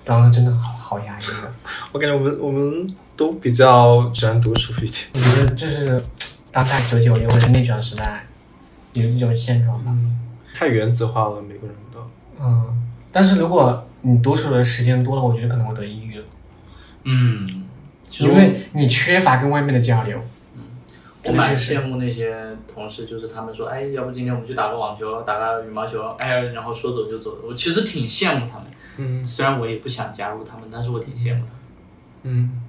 S6: 不然真的好好压抑啊！
S4: 我感觉我们我们都比较喜欢独处一点。
S6: 我觉得这是当代九九六或者内卷时代有一种现状吧。
S4: 嗯，太原子化了，每个人都。
S6: 嗯，但是如果你独处的时间多了，我觉得可能会得抑郁了，
S2: 嗯，其实
S6: 因
S2: 我
S6: 为你缺乏跟外面的交流。
S2: 我蛮羡慕那些同事，就是他们说，哎，要不今天我们去打个网球，打个羽毛球，哎，然后说走就走。我其实挺羡慕他们，
S4: 嗯
S2: 虽然我也不想加入他们，但是我挺羡慕他们。
S4: 嗯，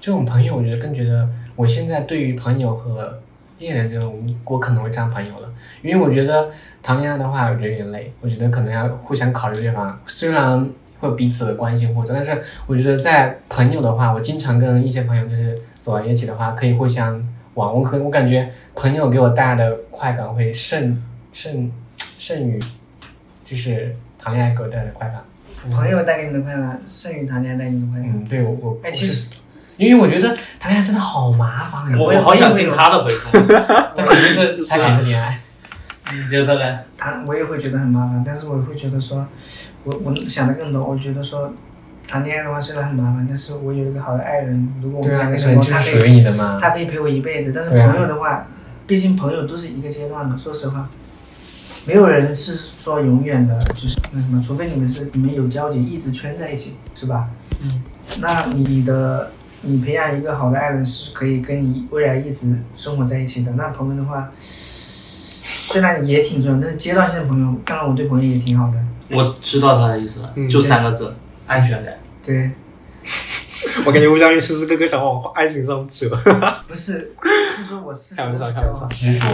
S6: 这种朋友，我觉得更觉得我现在对于朋友和恋人这种，我可能会占朋友了，因为我觉得谈恋爱的话，我觉得有点累，我觉得可能要互相考虑对方，虽然会有彼此的关心或者，但是我觉得在朋友的话，我经常跟一些朋友就是走在一起的话，可以互相玩，我可我感觉朋友给我带来的快感会胜胜胜于就是谈恋爱给我带来的快感。
S5: 朋友带给你的快乐胜于谈恋爱带给你的快乐。
S6: 嗯，对我我
S5: 哎，其实
S6: 因为我觉得谈恋爱真的好麻烦啊！
S2: 我
S5: 也
S2: 我好想听他的回复，
S6: 但肯定 [LAUGHS] 是谈感情恋爱。
S2: [LAUGHS] 你觉得呢？
S5: 谈我也会觉得很麻烦，但是我会觉得说，我我想的更多，我觉得说，谈恋爱的话虽然很麻烦，但是我有一个好的爱人，如果我们
S6: 对啊，
S5: 两
S6: 那
S5: 个
S6: 个
S5: 人，
S6: 人就
S5: 他
S6: 是
S5: 可
S6: 属
S5: 以
S6: 于你的嘛。
S5: 他可以陪我一辈子，但是
S6: 对啊
S5: 朋友的话，毕竟朋友都是一个阶段的，说实话，没有人是说永远的，就是那什么，除非你们是你们有交集，一直圈在一起，是吧？
S2: 嗯。
S5: 那你的你培养一个好的爱人是可以跟你未来一直生活在一起的。那朋友的话，虽然也挺重要，但是阶段性的朋友，当然我对朋友也挺好的。
S2: 我知道他的意思了，
S4: 嗯
S2: 就三个字：安全感。
S5: 对，
S4: [LAUGHS] 我感觉吴佳韵时时刻刻想往爱情上扯。
S5: 不是，是说我是
S4: 开玩笑
S5: 比较
S4: 开玩笑
S6: 执着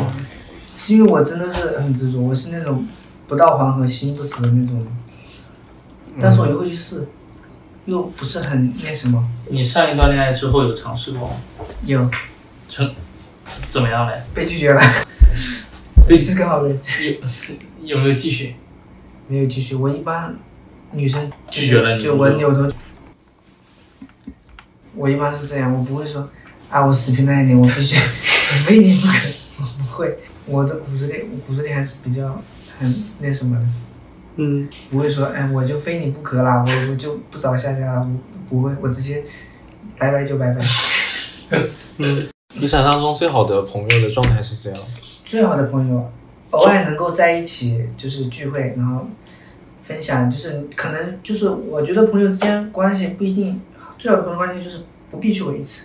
S5: 是因为我真的是很执着，我是那种不到黄河心不死的那种，但
S4: 嗯
S5: 是我又会去试，又不是很那什么。
S2: 你上一段恋爱之后有尝试过吗？
S5: 有
S2: 成怎么样嘞？
S5: 被拒绝了，
S2: 被
S5: 是更好的，
S2: 有没有继续？
S5: 没有继续。我一般女生
S2: 拒绝了你
S5: 就我扭头，我一般是这样，我不会说啊，我死皮赖脸，我必须 [LAUGHS] 非你不可，我不会。我的骨子里，我骨子里还是比较很那什么的。
S4: 嗯，
S5: 不会说，哎，我就非你不可啦，我我就不找下家了，我不会，我直接拜拜就拜拜。
S4: [LAUGHS] 你想象中最好的朋友的状态是怎样？
S5: 最好的朋友，偶尔能够在一起就是聚会，然后分享，就是可能就是我觉得朋友之间关系不一定，最好的朋友关系就是不必去维持，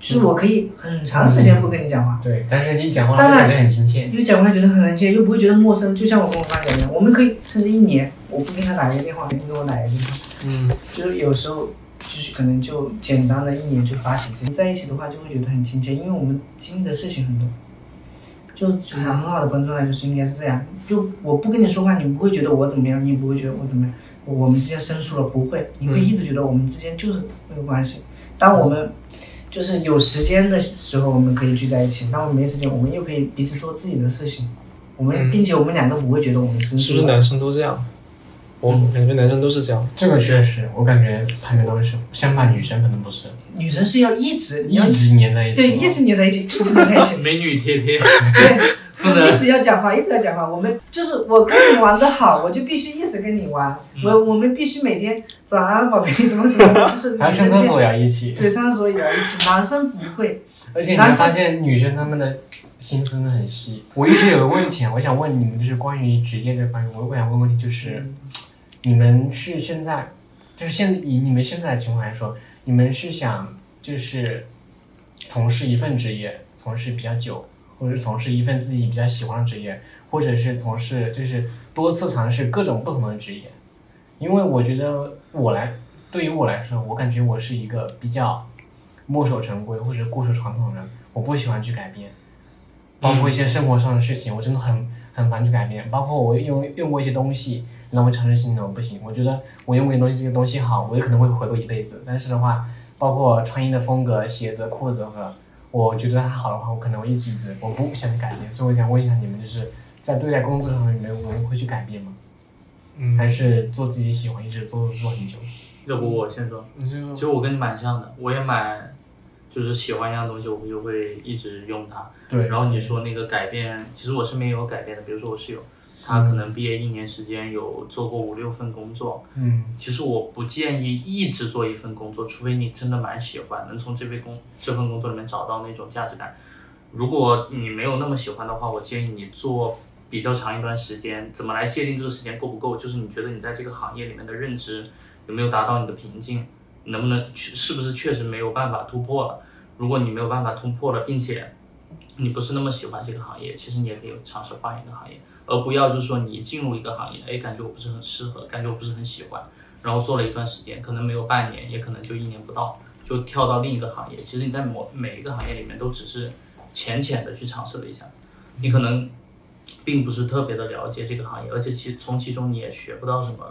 S5: 就是我可以很长时间不跟你讲话，
S6: 对，但是一讲话就感觉很亲切。
S5: 又讲话觉得很亲切，又不会觉得陌生，就像我跟我妈讲一样，我们可以甚至一年我不跟他打一个电话，你给我打一个电话。
S4: 嗯
S5: 就是有时候就是可能就简单的一年就发几次，在一起的话就会觉得很亲切，因为我们经历的事情很多，就很很好的朋友状态就是应该是这样，就我不跟你说话，你不会觉得我怎么样，你也不会觉得我怎么样，我们之间生疏了不会，你会一直觉得我们之间就是那个关系。当我们就是有时间的时候，我们可以聚在一起；当我们没时间，我们又可以彼此做自己的事情。我们，
S4: 嗯
S5: 并且我们两个不会觉得我们生
S4: 是嗯
S5: 疏
S4: 不
S5: 了。
S4: 是男生都这样？我感觉男生都是这样。
S6: 这个确实，我感觉他们都是，相反女生可能不是，
S5: 女生是要一直，你要
S6: 一直黏在一起。
S5: 对一直黏在
S6: [LAUGHS]
S5: 一起，一直黏在一起。
S2: 美女贴贴，
S5: 就一直要讲话，一直要讲话。我们就是我跟你玩的好，我就必须一直跟你玩。
S6: 嗯
S5: 我我们必须每天早安宝贝什么什么，就是
S6: 还要
S5: 女生
S6: 上厕
S5: 先
S6: 所也要一
S5: [LAUGHS]
S6: 起。
S5: 对上厕所也要一起，男生不会。
S6: 而且你会发现女生她们的心思真的很细。我一直有个问题啊，我想问你们，就是关于职业这方面，我我想问问题就是，你们是现在，就是现以你们现在的情况来说，你们是想就是从事一份职业，从事比较久，或者是从事一份自己比较喜欢的职业，或者是从事就是多次尝试各种不同的职业，因为我觉得我来，对于我来说，我感觉我是一个比较墨守成规或者固守传统的人，我不喜欢去改变，包括
S2: 嗯
S6: 一些生活上的事情，我真的很很烦去改变。包括我用用过一些东西，让我尝试新的，我不行。我觉得我用过一些东西，这个东西好，我有可能会回购一辈子。但是的话，包括穿衣的风格、鞋子、裤子和我觉得它好的话，我可能会一直一直，我不想改变。所以我想问一下你们，就是在对待工作上面，你们我们会去改变吗？
S4: 嗯
S6: 还是做自己喜欢，一直做做做很久？
S2: 要不我先说。
S4: 你就
S2: 其实我跟你蛮像的，我也蛮，就是喜欢一样东西，我就会一直用它。
S6: 对
S2: 然后你说那个改变，其实我身边也有改变的，比如说我室友，他可能毕业一年时间有做过五六份工作。
S6: 嗯，
S2: 其实我不建议一直做一份工作，除非你真的蛮喜欢，能从这份工这份工作里面找到那种价值感。如果你没有那么喜欢的话，我建议你做比较长一段时间。怎么来界定这个时间够不够？就是你觉得你在这个行业里面的认知有没有达到你的瓶颈，能不能去是不是确实没有办法突破了？如果你没有办法突破了，并且你不是那么喜欢这个行业，其实你也可以尝试换一个行业，而不要就是说你一进入一个行业，哎，感觉我不是很适合，感觉我不是很喜欢，然后做了一段时间，可能没有半年，也可能就一年不到，就跳到另一个行业。其实你在某每一个行业里面都只是浅浅的去尝试了一下，你可能并不是特别的了解这个行业，而且其从其中你也学不到什么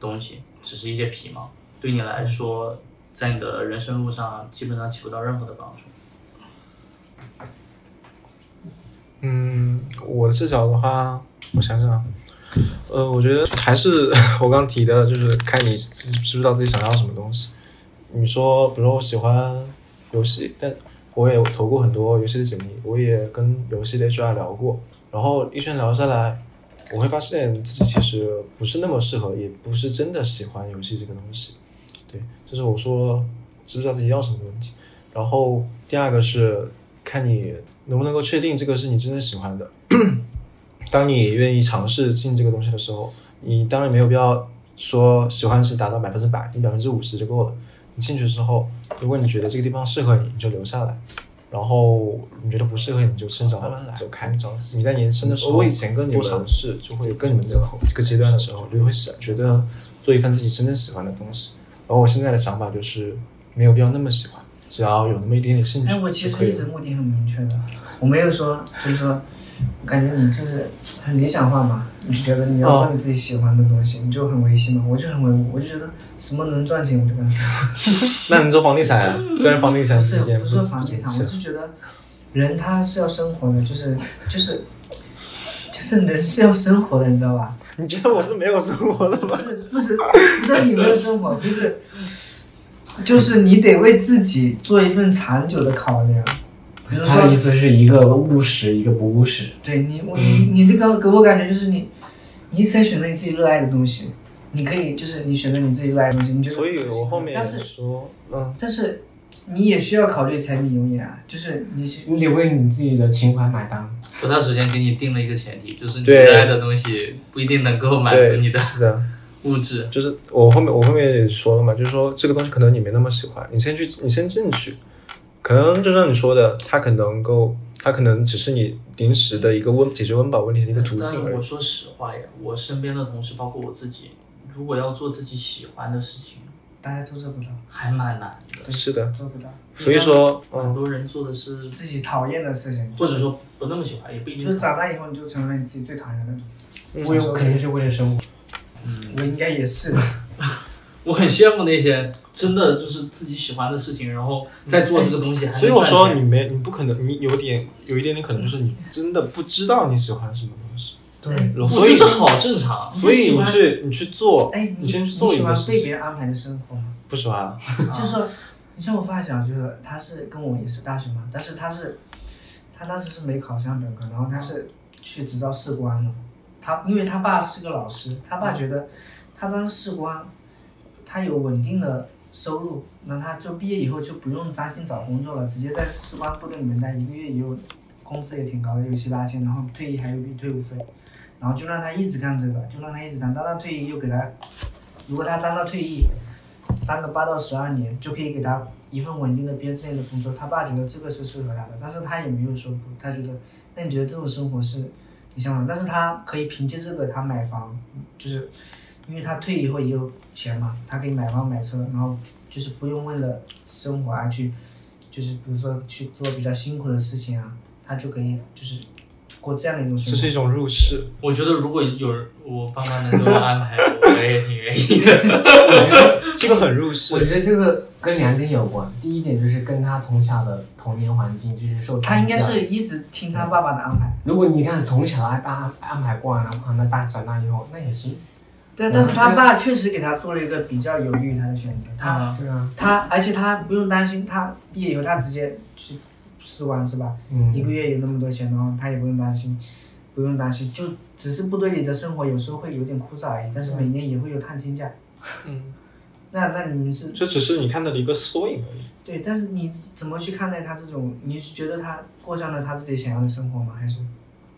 S2: 东西，只是一些皮毛，对你来说，在你的人生路上基本上起不到任何的帮助。
S4: 嗯，我的视角的话，我想想啊，呃，我觉得还是 [LAUGHS] 我刚提的，就是看你知知不知道自己想要什么东西。你说，比如说我喜欢游戏，但我也投过很多游戏的简历，我也跟游戏的 HR 聊过，然后一圈聊下来，我会发现自己其实不是那么适合，也不是真的喜欢游戏这个东西。对，这是我说知不知道自己要什么的问题。然后第二个是看你能不能够确定这个是你真正喜欢的。 [COUGHS] 当你愿意尝试进这个东西的时候，你当然没有必要说喜欢是达到百分之百，你百分之五十就够了。你进去之后，如果你觉得这个地方适合你，你就留下来；然后你觉得不适合你，就趁早走开。你在年轻的时候，
S3: 我以前跟你们
S4: 多尝试，就会跟你们这个这个阶段的时候，就会想觉得做一份自己真正喜欢的东西。然后我现在的想法就是，没有必要那么喜欢，只要有那么一点点兴趣
S5: 哎，
S4: 嗯就可以了。
S5: 我其实一直目的很明确的，我没有说，就是说，我感觉你就是很理想化嘛，你就觉得你要做你自己喜欢的东西，你就很唯心嘛，我就很唯物，我就觉得什么能赚钱我就干什么。
S4: 那你做房地产啊？虽然房地产
S5: 不
S4: 是
S5: 是
S4: 一件
S5: 嗯不是说房地产，我
S4: 不景气
S5: 是觉得人他是要生活的，就是就是就是人是要生活的，你知道吧？
S4: 你觉得我是没有生活的
S5: 不
S4: 吗？
S5: 是不是不是你没有生活，就是就是你得为自己做一份长久的考量，比如
S6: 他的意
S5: 说。
S6: 思是一个务实，一个不务实。
S5: 对你，
S4: 嗯
S5: 我你你这个给我感觉就是你，你一直在选择你自己热爱的东西，你可以就是你选择你自己热爱的东西，你觉得
S4: 所以我后面
S5: 但是
S4: 说，嗯，
S5: 但是你也需要考虑柴米油盐啊，就是你是
S4: 嗯
S6: 你得为你自己的情怀买单。
S2: 葡萄首先给你定了一个前提，就是你
S4: 对
S2: 热爱的东西不一定能够满足
S4: 对，
S2: 你的
S4: 是的，
S2: 物质。
S4: 就是我后面我后面也说了嘛，就是说这个东西可能你没那么喜欢，你先去，你先进去，可能就像你说的，它可能够，它可能只是你临时的一个温解决温饱问题的一个途
S2: 但
S4: 径而
S2: 我
S4: 已。
S2: 说实话呀，我身边的同事，包括我自己，如果要做自己喜欢的事情，
S5: 大家都做不到，
S2: 还蛮难的。
S4: 是的，
S5: 做不到
S4: 所以说，
S2: 很
S4: 嗯，
S2: 多人做的是，
S5: 自己讨厌的事情，
S2: 或者说不那么喜欢，也不一定
S5: 就是长大以后你就成为了你自己最讨厌的那种。
S6: 我有肯定是为了生活。
S4: 嗯
S5: 我应该也是，
S2: 我很羡慕那些真的就是自己喜欢的事情，然后再做这个东西还能
S4: 所以我说
S2: 赚
S4: 你
S2: 钱
S4: 没，你不可能，你有点有一点点可能就是你真的不知道你喜欢什么东西，
S5: 对。
S4: 然后所以
S2: 我觉得这好正常。啊
S4: 所以
S5: 你
S4: 你
S5: 喜欢
S4: 去哦你去做，
S5: 哎，你
S4: 先
S5: 你
S4: 去做一
S5: 喜
S4: 个
S5: 欢
S4: 事
S5: 被
S4: 情，
S5: 别人安排的生活吗？
S4: 不喜欢啊，
S5: [LAUGHS] 就是说，你像我发小，就是他是跟我也是大学嘛，但是他是，他当时是没考上本科，然后他是去执照士官了。他因为他爸是个老师，他爸觉得他当士官，他有稳定的收入，那他就毕业以后就不用扎心找工作了，直接在士官部队里面待一个月也有，工资也挺高的，有七八千，然后退役还有一笔退伍费，然后就让他一直干这个，就让他一直干，当到退役又给他，如果他当到退役，当个八到十二年，就可以给他一份稳定的编制内的工作。他爸觉得这个是适合他的，但是他也没有说不，他觉得，那你觉得这种生活是你想法？但是他可以凭借这个他买房，就是因为他退以后也有钱嘛，他可以买房买车，然后就是不用为了生活而去，就是比如说去做比较辛苦的事情啊，他就可以就是过这样的一种生
S4: 这
S5: 活。
S4: 是一种入
S5: [LAUGHS]
S4: 世。
S2: 我觉得如果有人我爸妈能给我安排，我也挺愿意的。
S4: 这个很入世
S6: 我。觉得这个跟两点有关，第一点就是跟他从小的童年环境就是受
S5: 他应该
S6: 教育
S5: 是一直听他爸爸的安排。
S6: 如果你看从小安安安排惯了的话，那大长大以后那也行。
S5: 对，
S6: 嗯
S5: 但是他爸确实给他做了一个比较有利于他的选择，他、
S2: 啊，
S6: 对啊，
S5: 他，而且他不用担心，他毕业以后他直接去试完是吧？一
S6: 嗯，
S5: 个月有那么多钱，然后他也不用担心，不用担心，就只是部队里的生活有时候会有点枯燥而已，但是每年也会有探亲假。
S4: 嗯，
S5: [LAUGHS] 那那你们是
S4: 这只是你看到的一个缩影而已。
S5: 对，但是你怎么去看待他这种？你是觉得他过上了他自己想要的生活吗？还是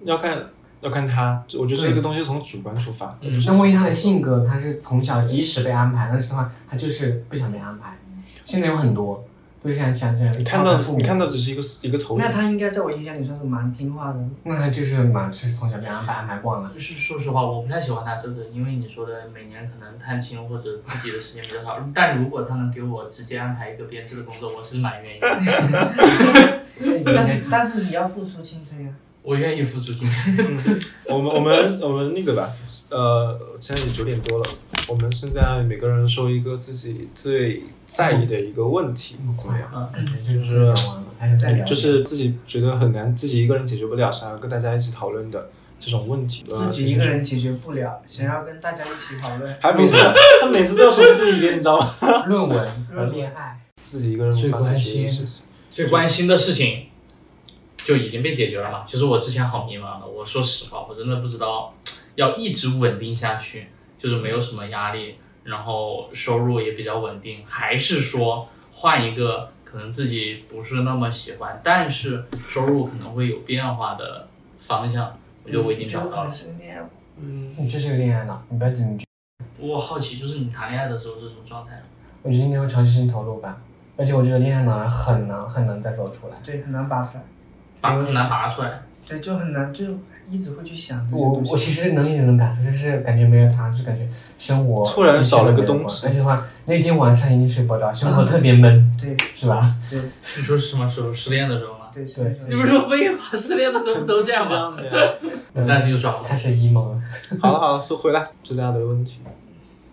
S4: 要看要看他，我觉得这个东西从主观出发。
S2: 嗯
S6: 那万一他的性格，他是从小即使被安排，但是的话他就是不想被安排。现在有很多，就是想想这样。
S4: 你看到
S6: 父母
S4: 你看到只是一个一个头
S5: 那
S4: 影，
S5: 他应该在我印象里算是蛮听话的。
S6: 那他就是嘛，就是从小被安排安排惯了。
S2: 就是说实话，我不太喜欢他这个，因为你说的每年可能探亲或者自己的时间比较少，但如果他能给我直接安排一个编制的工作，我是蛮愿意的， [LAUGHS]
S5: 但是但是你要付出青春呀。
S2: 我愿意付出精神。
S4: 我们我们我们那个吧，呃，现在也九点多了，我们现在每个人说一个自己最在意的一个问题，
S5: 嗯
S4: 怎么样？
S6: 感觉就是聊完了，还想再聊。
S4: 就是自己觉得很难，自己一个人解决不了，想要跟大家一起讨论的这种问题。
S6: 呃
S5: 自己一个人解决不了，想要跟大家一起讨论。
S4: 还每次他每次都说不一个，你知道吗？
S6: 论文和恋爱，
S4: 自己一个人无法解决的事情。
S2: 最关心的事情就已经被解决了嘛。其实我之前好迷茫的，我说实话，我真的不知道要一直稳定下去，就是没有什么压力，然后收入也比较稳定，还是说换一个可能自己不是那么喜欢，但是收入可能会有变化的方向。我觉得我已经找到了。
S5: 是那样。
S4: 嗯，
S6: [LAUGHS] 你这是个恋爱脑，你不要紧张。
S2: 我好奇，就是你谈恋爱的时候是什么状态？
S6: 我觉得应该会朝这事情投入吧。而且我觉得恋爱脑很难很难再走出来。
S5: 对，很难拔出来。
S2: 拔很难拔出来。
S5: 对，就很难，就一直会去想这些
S6: 我
S5: 东
S6: 我
S5: 西。
S6: 其实能一直能感受，就是感觉没有他，就是感觉生活
S4: 突然少了个东西
S6: 而且的话，那天晚上一定睡不着，生活特别闷，
S5: 对
S6: 是吧？
S2: 你说是什么时候？失恋的时候吗？
S5: 对是
S6: 对
S2: 你不是说废话，失恋的时候不都这样
S4: 是这
S2: 吗？
S4: 样的呀。
S2: 但
S6: 嗯
S2: 是又转不
S6: 开始 emo 了。
S4: 好了好了，都回来，最大的问题。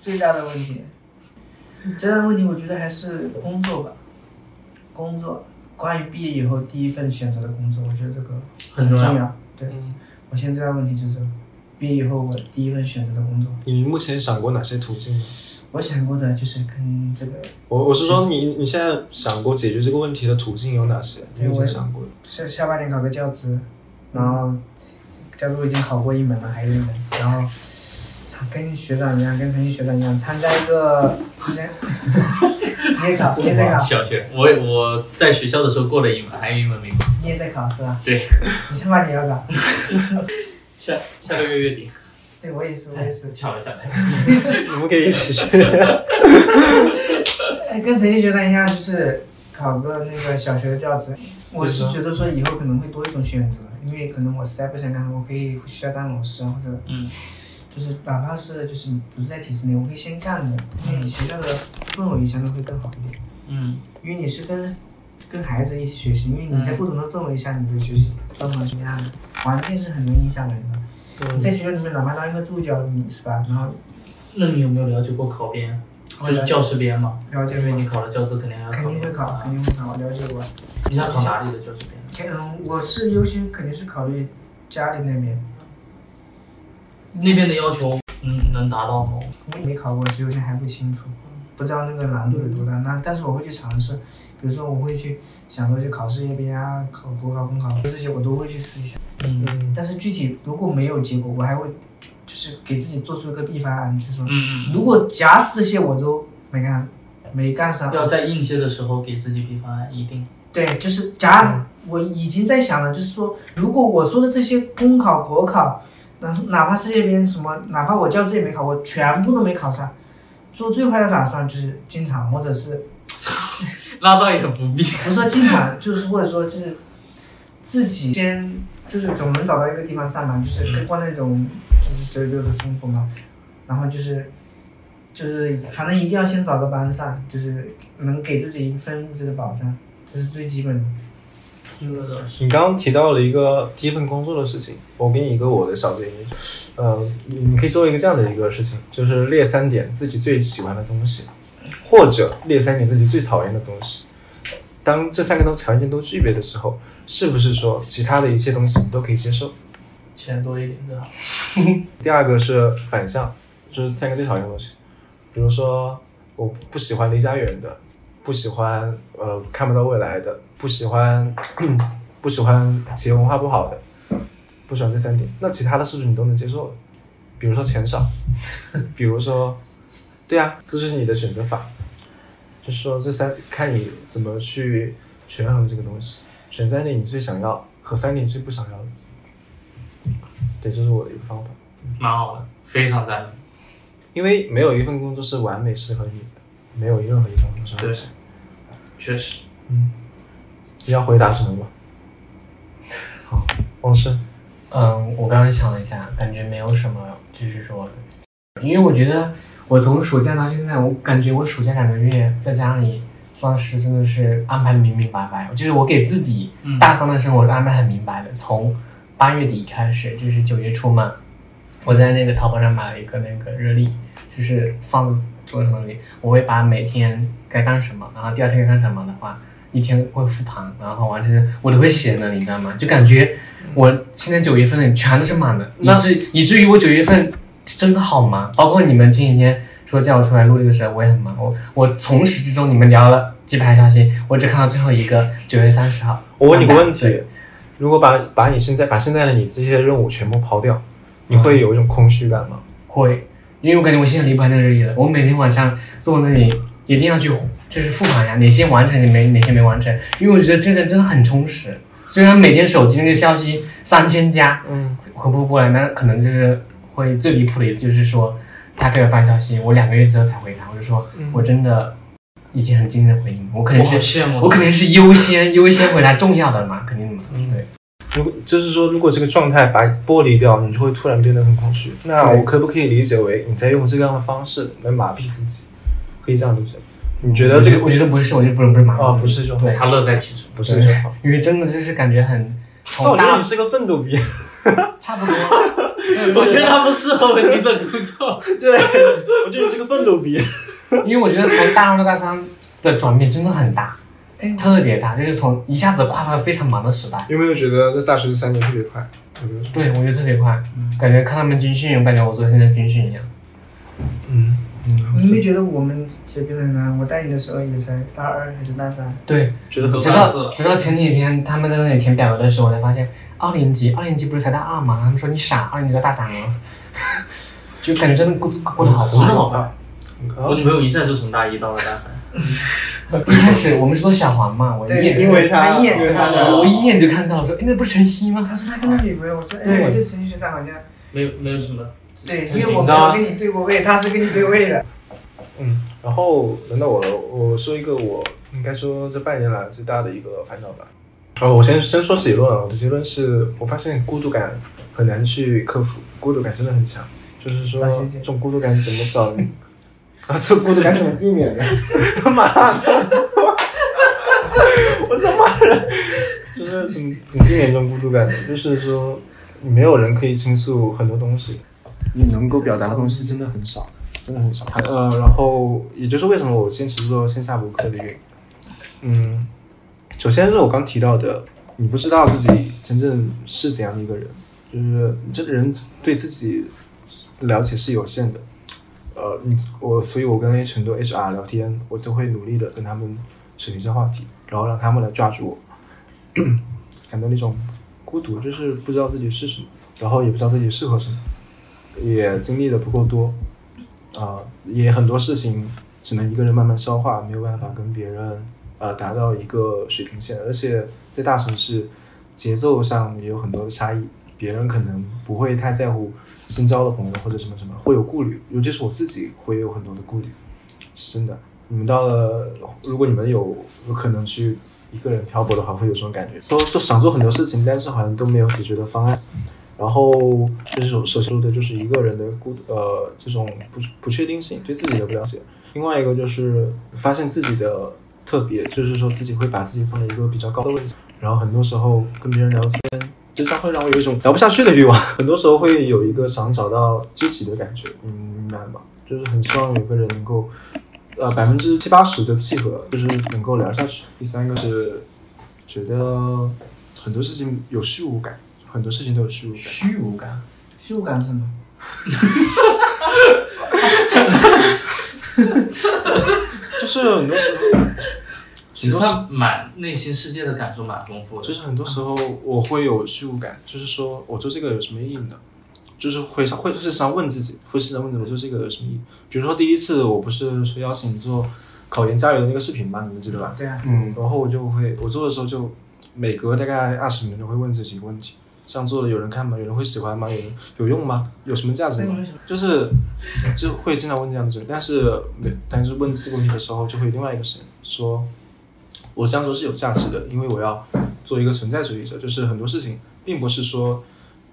S5: 最大的问题。最大的问题，我觉得还是工作吧。工作，关于毕业以后第一份选择的工作，我觉得这个
S2: 很重要
S5: 重。要。对
S4: 嗯，
S5: 我现在最大的问题就是这个，毕业以后我第一份选择的工作，
S4: 你目前想过哪些途径呢？
S5: 我想过的就是跟这个
S4: 我我是说你你现在想过解决这个问题的途径有哪些？你已经想 [LAUGHS] 过了。
S5: 下下半年搞个教资，然后教资我已经考过一门了，还有一门，然后参跟学长一样，跟陈曦学长一样，参加一 [LAUGHS] 个，应该你也考，你也在考，
S2: 小学，我我在学校的时候过了一门，还有一门没过。
S5: 你也在考是吧？
S2: 对，
S5: 你下半年要搞，
S2: 下下个月月底，
S5: 对我也是，我也是，
S2: 巧了巧了。
S4: 你们可以一起去。
S5: 哎跟陈曦学长一样，就是考个那个小学的教资，我是觉得说以后可能会多一种选择，因为可能我实在不想干，我可以回学校当老师啊，或者
S2: 嗯，
S5: 就是哪怕是就是不是在体制内，我可以先干着，因为学校的氛围相对会更好一点，
S2: 嗯，
S5: 因为你是跟跟孩子一起学习，因为你在不同的氛围下，你的学习状况是一样的，环境是很能影响人的。你在学校里面，哪怕当一个助教，你是吧？然后
S2: 那你有没有了解过考编？就是教师编嘛，
S5: 了解
S2: 因为
S5: 过
S2: 你，啊考了教师，肯定还要考
S5: 肯定会考，肯定会考，我了解过。
S2: 你想考哪里的教师编？
S5: 可能我是优先肯定是考虑家里那边，
S2: 那边的要求，嗯，能达到吗？
S5: 没没考过，所以我现在还不清楚，不知道那个难度有多大。那但是我会去尝试，比如说我会去想说去考事业编啊，考国考、公考这些我都会去试一下。
S2: 嗯
S4: 嗯
S5: 但是具体如果没有结果，我还会就就是给自己做出一个 B 方案，就是说
S2: 嗯，
S5: 如果假使这些我都没干，没干上，
S2: 要在应届的时候给自己比方案，一定。
S5: 对，就是假我已经在想了，就是说如果我说的这些公考、国考，哪哪怕世界编什么，哪怕我教资也没考过，全部都没考上。做最坏的打算就是进厂，或者是
S2: 那倒也不必。
S5: 不是说进厂，就是或者说就是自己先就是总能找到一个地方上班，就是跟过那种就是九九六的生活嘛。然后就是就是反正一定要先找个班上，就是能给自己一份物质的保障，这是最基本的。
S4: 你刚刚提到了一个第一份工作的事情，我给你一个我的小建议，呃，你你可以做一个这样的一个事情，就是列三点自己最喜欢的东西，或者列三点自己最讨厌的东西。当这三个都条件都具备的时候，是不是说其他的一切东西你都可以接受？
S2: 钱多一点最好。
S4: 第二个是反向，就是三个最讨厌的东西，比如说我不喜欢离家远的，不喜欢呃看不到未来的，不喜欢 [CLEARS THROAT] 不喜欢企业文化不好的，不喜欢这三点。那其他的是不是你都能接受的？比如说钱少， [LAUGHS] 比如说，对啊，这是你的选择法，就是说这三看你怎么去权衡这个东西，选三点你最想要和三点最不想要的。对，这是我的一个方法。
S2: 蛮好的，非常赞同。
S4: 因为没有一份工作是完美适合你的，没有任何一份工作是完美适合你的。
S2: 确实。
S4: 你要回答什么吗？好，王胜，
S6: 嗯，我刚刚想了一下，感觉没有什么，就是说，因为我觉得我从暑假到现在，我感觉我暑假两个月在家里算是真的是安排的明明白白，就是我给自己
S2: 嗯
S6: 大三的生活是安排很明白的，从八月底开始，就是九月初嘛，我在那个淘宝上买了一个那个日历，就是放在桌上的里，我会把每天该干什么，然后第二天该干什么的话，一天会复盘，然后完成，我都会写那里，你知道吗？就感觉我现在九月份全都是满的，以
S4: 那
S6: 至以至于我九月份真的好忙，包括你们前几天说叫我出来录这个时候，我也很忙，我我从始至终你们聊了几百个小时，我只看到最后一个九月三十号。
S4: 我问你个问
S6: 对
S4: 题：如果把把你现在把现在的你这些任务全部抛掉，你会有一种空虚感吗？
S6: 会，因为我感觉我现在离不开那个日历了。我每天晚上坐那里一定要去，就是复盘呀，哪些完成，哪没哪些没完成。因为我觉得这个真的很充实。虽然每天手机那个消息三千加
S4: 嗯，
S6: 回不过来，那可能就是会最离谱的一次，就是说他给我发消息，我两个月之后才回他，我就说
S4: 嗯
S6: 我真的已经很尽力地回应，我肯
S2: 我
S6: 定
S2: 好
S6: 是。
S2: 羡慕，
S6: 我肯定是优先优先回答重要的嘛，肯定的嘛。
S4: 嗯
S6: 对，
S4: 如果就是说，如果这个状态把剥离掉，你就会突然变得很空虚。那
S6: 对
S4: 我可不可以理解为你在用这样的方式来麻痹自己？可以这样理解吗？你觉得这个
S6: 我觉得不是，我觉得不是不是马
S4: 哦不是就好
S6: 对，
S2: 他乐在其中。
S4: 不是就好？
S6: 因为真的就是感觉很从
S4: 那我觉
S6: 大
S4: [LAUGHS] 得你是个奋斗逼。
S6: 差不多。
S2: 我觉得他不适合你的工作。
S4: 对， [LAUGHS] 我觉得你是个奋斗逼。
S6: 因为我觉得从大二到大三的转变真的很大，特别大，就是从一下子跨到了非常忙的时代。
S4: 有没有觉得在大学这三年特别快？有没有？
S6: 对，我觉得特别快，感觉看他们军训，我感觉我昨天在军训一样。
S4: 嗯嗯，
S5: 你没觉得我们也变得很难？我带你的时候也才大二还是大三，
S6: 对，
S4: 觉得很
S2: 都
S6: 直
S2: 大四
S6: 到
S2: 了
S6: 直到前几天他们在那里填表格的时候，我才发现二年级二年级不是才大二吗？他们说你傻，二年级到大三了， [LAUGHS] 就感觉真的过过得好
S2: 真的
S6: 快。
S2: 好快！我
S4: 快。
S2: 女朋友一下就从大一到了大三，
S6: 一开始我们是做小黄嘛，我一
S5: 对，
S6: 眼
S4: 因为他
S5: 一眼
S4: 因为
S5: 就
S4: 他
S5: 看到
S2: 的
S6: 我
S5: 了，
S6: 一眼就看到了，说哎那不是晨曦吗？
S5: 他是他跟他女朋友，我说哎，
S6: 对
S5: 我对陈学长好像
S2: 没有没有什么。
S5: 对，
S2: 这
S5: 因为我
S4: 你
S5: 没
S4: 知道
S5: 有
S4: 吗
S5: 跟你对过位，他是跟你对
S4: [LAUGHS]
S5: 位的。
S4: 嗯，然后轮到我了，我说一个我应该说这半年来最大的一个烦恼吧。哦，我先先说结论啊，我的结论是我发现孤独感很难去克服，孤独感真的很强，就是说
S5: 咋理解
S4: 这种孤独感怎么找呢？啊，这孤独感怎么避免呢？他妈的！我他妈的，就是怎么怎么避免这种孤独感呢？就是说，没有人可以倾诉很多东西，你能够表达的东西真的很少，真的很少。呃，然后也就是为什么我坚持做线下博客的原因。嗯，首先是我刚提到的，你不知道自己真正是怎样的一个人，就是你这个人对自己了解是有限的。呃，你我，所以我跟很多 HR 聊天，我都会努力的跟他们扯离这话题，然后让他们来抓住我， [CLEARS THROAT] 感到那种孤独，就是不知道自己是什么，然后也不知道自己适合什么，也经历的不够多，啊、也很多事情只能一个人慢慢消化，没有办法跟别人呃达到一个水平线，而且在大城市节奏上也有很多的差异，别人可能不会太在乎新交的朋友或者什么什么，会有顾虑，尤其是我自己会有很多的顾虑，是真的。你们到了，如果你们有有可能去一个人漂泊的话，会有这种感觉，都都想做很多事情，但是好像都没有解决的方案。然后就是首首先说的就是一个人的孤独呃这种不不确定性，对自己的不了解。另外一个就是发现自己的特别，就是说自己会把自己放在一个比较高的位置，然后很多时候跟别人聊天，就这样会让我有一种聊不下去的欲望。 [LAUGHS] 很多时候会有一个想找到知己的感觉，你明白吗？就是很希望有个人能够，呃，百分之七八十的契合，就是能够聊下去。第三个是觉得很多事情有虚无感，很多事情都有虚无感。
S6: 虚无感，
S5: 虚无感是什么？
S4: 就是很多时候，
S2: 其实 [LAUGHS] 他蛮内心世界的感受蛮丰富的，
S4: 就是很多时候我会有虚无感，就是说我做这个有什么意义呢？就是会上会会时常问自己，会时常问自己我做这个有什么意义？比如说第一次我不是说邀请你做考研加油的那个视频吗？你们记得吧？
S5: 对啊，
S6: 嗯，
S4: 然后我就会我做的时候就每隔大概二十秒钟会问自己一个问题：这样做的有人看吗？有人会喜欢吗？有人有用吗？有什么价值
S5: 那
S4: 吗
S5: 你为什么？
S4: 就是就会经常问这样的问题，但是每但是问这个问题的时候，就会有另外一个声音说，我这样做是有价值的，因为我要做一个存在主义者，就是很多事情并不是说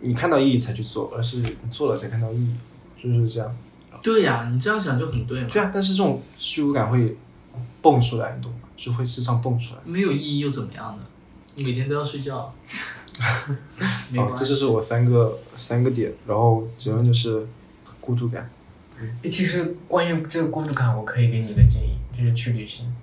S4: 你看到意义才去做，而是你做了才看到意义，就是这样。
S2: 对呀、你这样想就很对嘛，
S4: 对啊，但是这种虚无感会蹦出来，你懂吗？就会时常蹦出来。
S2: 没有意义又怎么样呢？你每天都要睡觉，没啊
S4: 好，
S2: 关
S4: 这
S2: 系。
S4: 哦就是我三个三个点，然后结论就是孤独感。
S6: 诶其实关于这个孤独感，我可以给你一个建议，就是去旅行。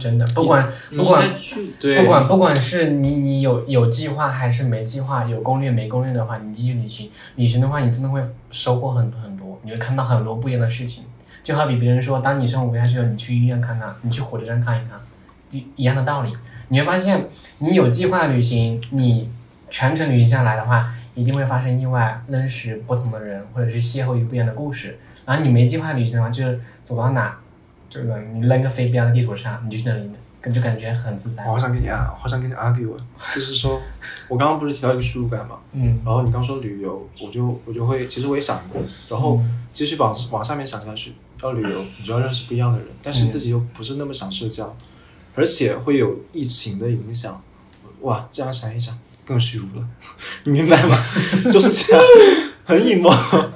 S6: 真的，不管
S2: 你
S6: 不
S2: 应
S6: 管
S2: 该去
S4: 对，
S6: 不管不管是你你有有计划还是没计划，有攻略没攻略的话，你继续旅行。旅行的话，你真的会收获很多很多，你会看到很多不一样的事情。就好比别人说，当你生活不下去了，你去医院看看，你去火车站看一看，一一样的道理。你会发现，你有计划旅行，你全程旅行下来的话，一定会发生意外，认识不同的人，或者是邂逅于不一样的故事。然后你没计划旅行的话，就是走到哪，就是你扔个飞镖在地图上，你就去哪里，感就感觉很自在
S4: 我。好想跟你啊，好想跟你 argue，啊就是说，我刚刚不是提到一个虚无感嘛，
S6: 嗯，
S4: 然后你刚说旅游，我就我就会，其实我也想过，然后继续往往上面想下去，要旅游，你就要认识不一样的人，但是自己又不是那么想社交，而且会有疫情的影响，哇，这样想一想更虚无了， [LAUGHS] 你明白吗？ [LAUGHS] 就是这样，很 emo。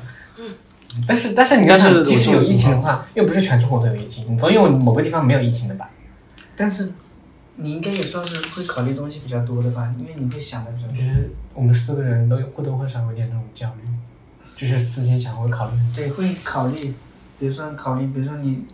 S6: 但是但是你
S4: 但
S6: 看，
S4: 是我
S6: 即使
S4: 说
S6: 有
S4: 实
S6: 疫情的
S4: 话
S6: 话，又不是全中国都有疫情，你总有某个地方没有疫情的吧？
S5: 但是你应该也算是会考虑东西比较多的吧，因为你会想的比较
S6: 我
S5: 多。
S6: 觉得我们四个人都有或多或少有点那种焦虑，就是思前想后考虑。
S5: 对，会考虑，比如说考虑，比如说你，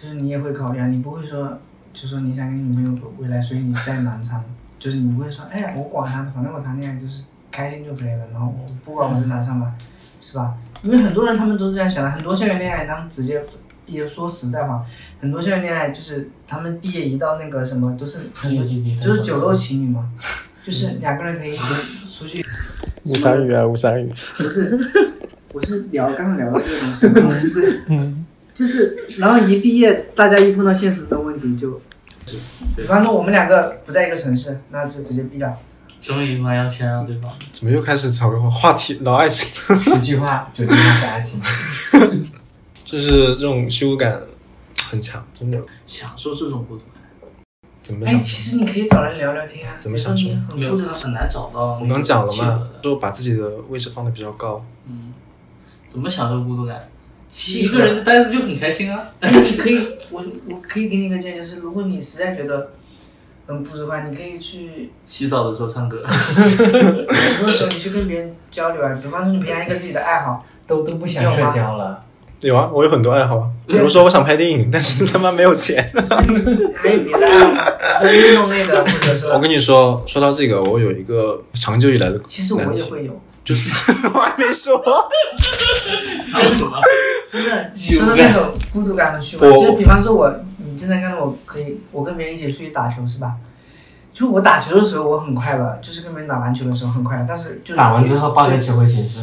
S5: 就是你也会考虑啊，你不会说，就说你想跟你女朋友未来，所以你在南昌， [LAUGHS] 就是你不会说，哎呀，我管他，反正我谈恋爱就是开心就可以了，然后我不管我在南昌吧，是 [LAUGHS] 吧？因为很多人他们都是这样想的，很多校园恋爱他们直接。毕业说实在话，很多校园恋爱就是他们毕业一到那个什么都是
S6: 毕业季节
S5: 就是酒肉情侣嘛，就是两个人可以一起出去
S4: 吴三语啊，吴三语，
S5: 不是，
S4: [LAUGHS]
S5: 我是聊刚刚聊到这个东西，然后就是，
S4: 嗯
S5: 就是，然后一毕业，大家一碰到现实的问题就，比方说我们两个不在一个城市，那就直接毕了。
S2: 总有一方要先让对方。
S4: 怎么又开始讨论话题聊爱情？ [LAUGHS]
S6: 十句话九句话是爱情。
S4: 就是这种虚无感很强，真的
S2: 享受这种孤独感，
S4: 怎么
S5: 哎，
S4: 想？
S5: 其实你可以找人聊聊天啊，
S4: 怎么想
S5: 比如
S2: 没
S5: 说你很
S2: 有
S5: 孤独，
S2: 很难找到。
S4: 我刚讲了嘛，就把自己的位置放的比较高，
S2: 嗯，怎么享受孤独感？
S5: 气
S2: 一个人就待着就很开心啊。 [LAUGHS]
S5: 你可以，我我可以给你一个建议，就是如果你实在觉得很不的话，你可以去
S2: 洗澡的时候唱歌，
S5: 很多时候你去跟别人交流啊，比方说你培养一个自己的爱好，
S6: 都都不想社交了，
S4: 有啊，我有很多爱好 [LAUGHS] 啊，比如说我想拍电影，但是他妈没有钱。
S5: 还有别的爱好吗，比如说运动类的，或
S4: [LAUGHS]
S5: 者
S4: 我
S5: 说，
S4: 跟你说，说到这个，我有一个长久以来的 [LAUGHS]
S5: 其实我
S4: 难
S5: 也
S4: 题，
S5: 会有。
S4: 就是我还没说，
S2: [LAUGHS] 这是什么？
S5: 真的，你说的那种孤独感很虚无
S4: 我
S5: 感，就是比方说我，你经常看到我可以，我跟别人一起出去打球是吧？就我打球的时候我很快乐，就是跟别人打篮球的时候很快乐，但是就
S6: 打完之后抱着球会形式。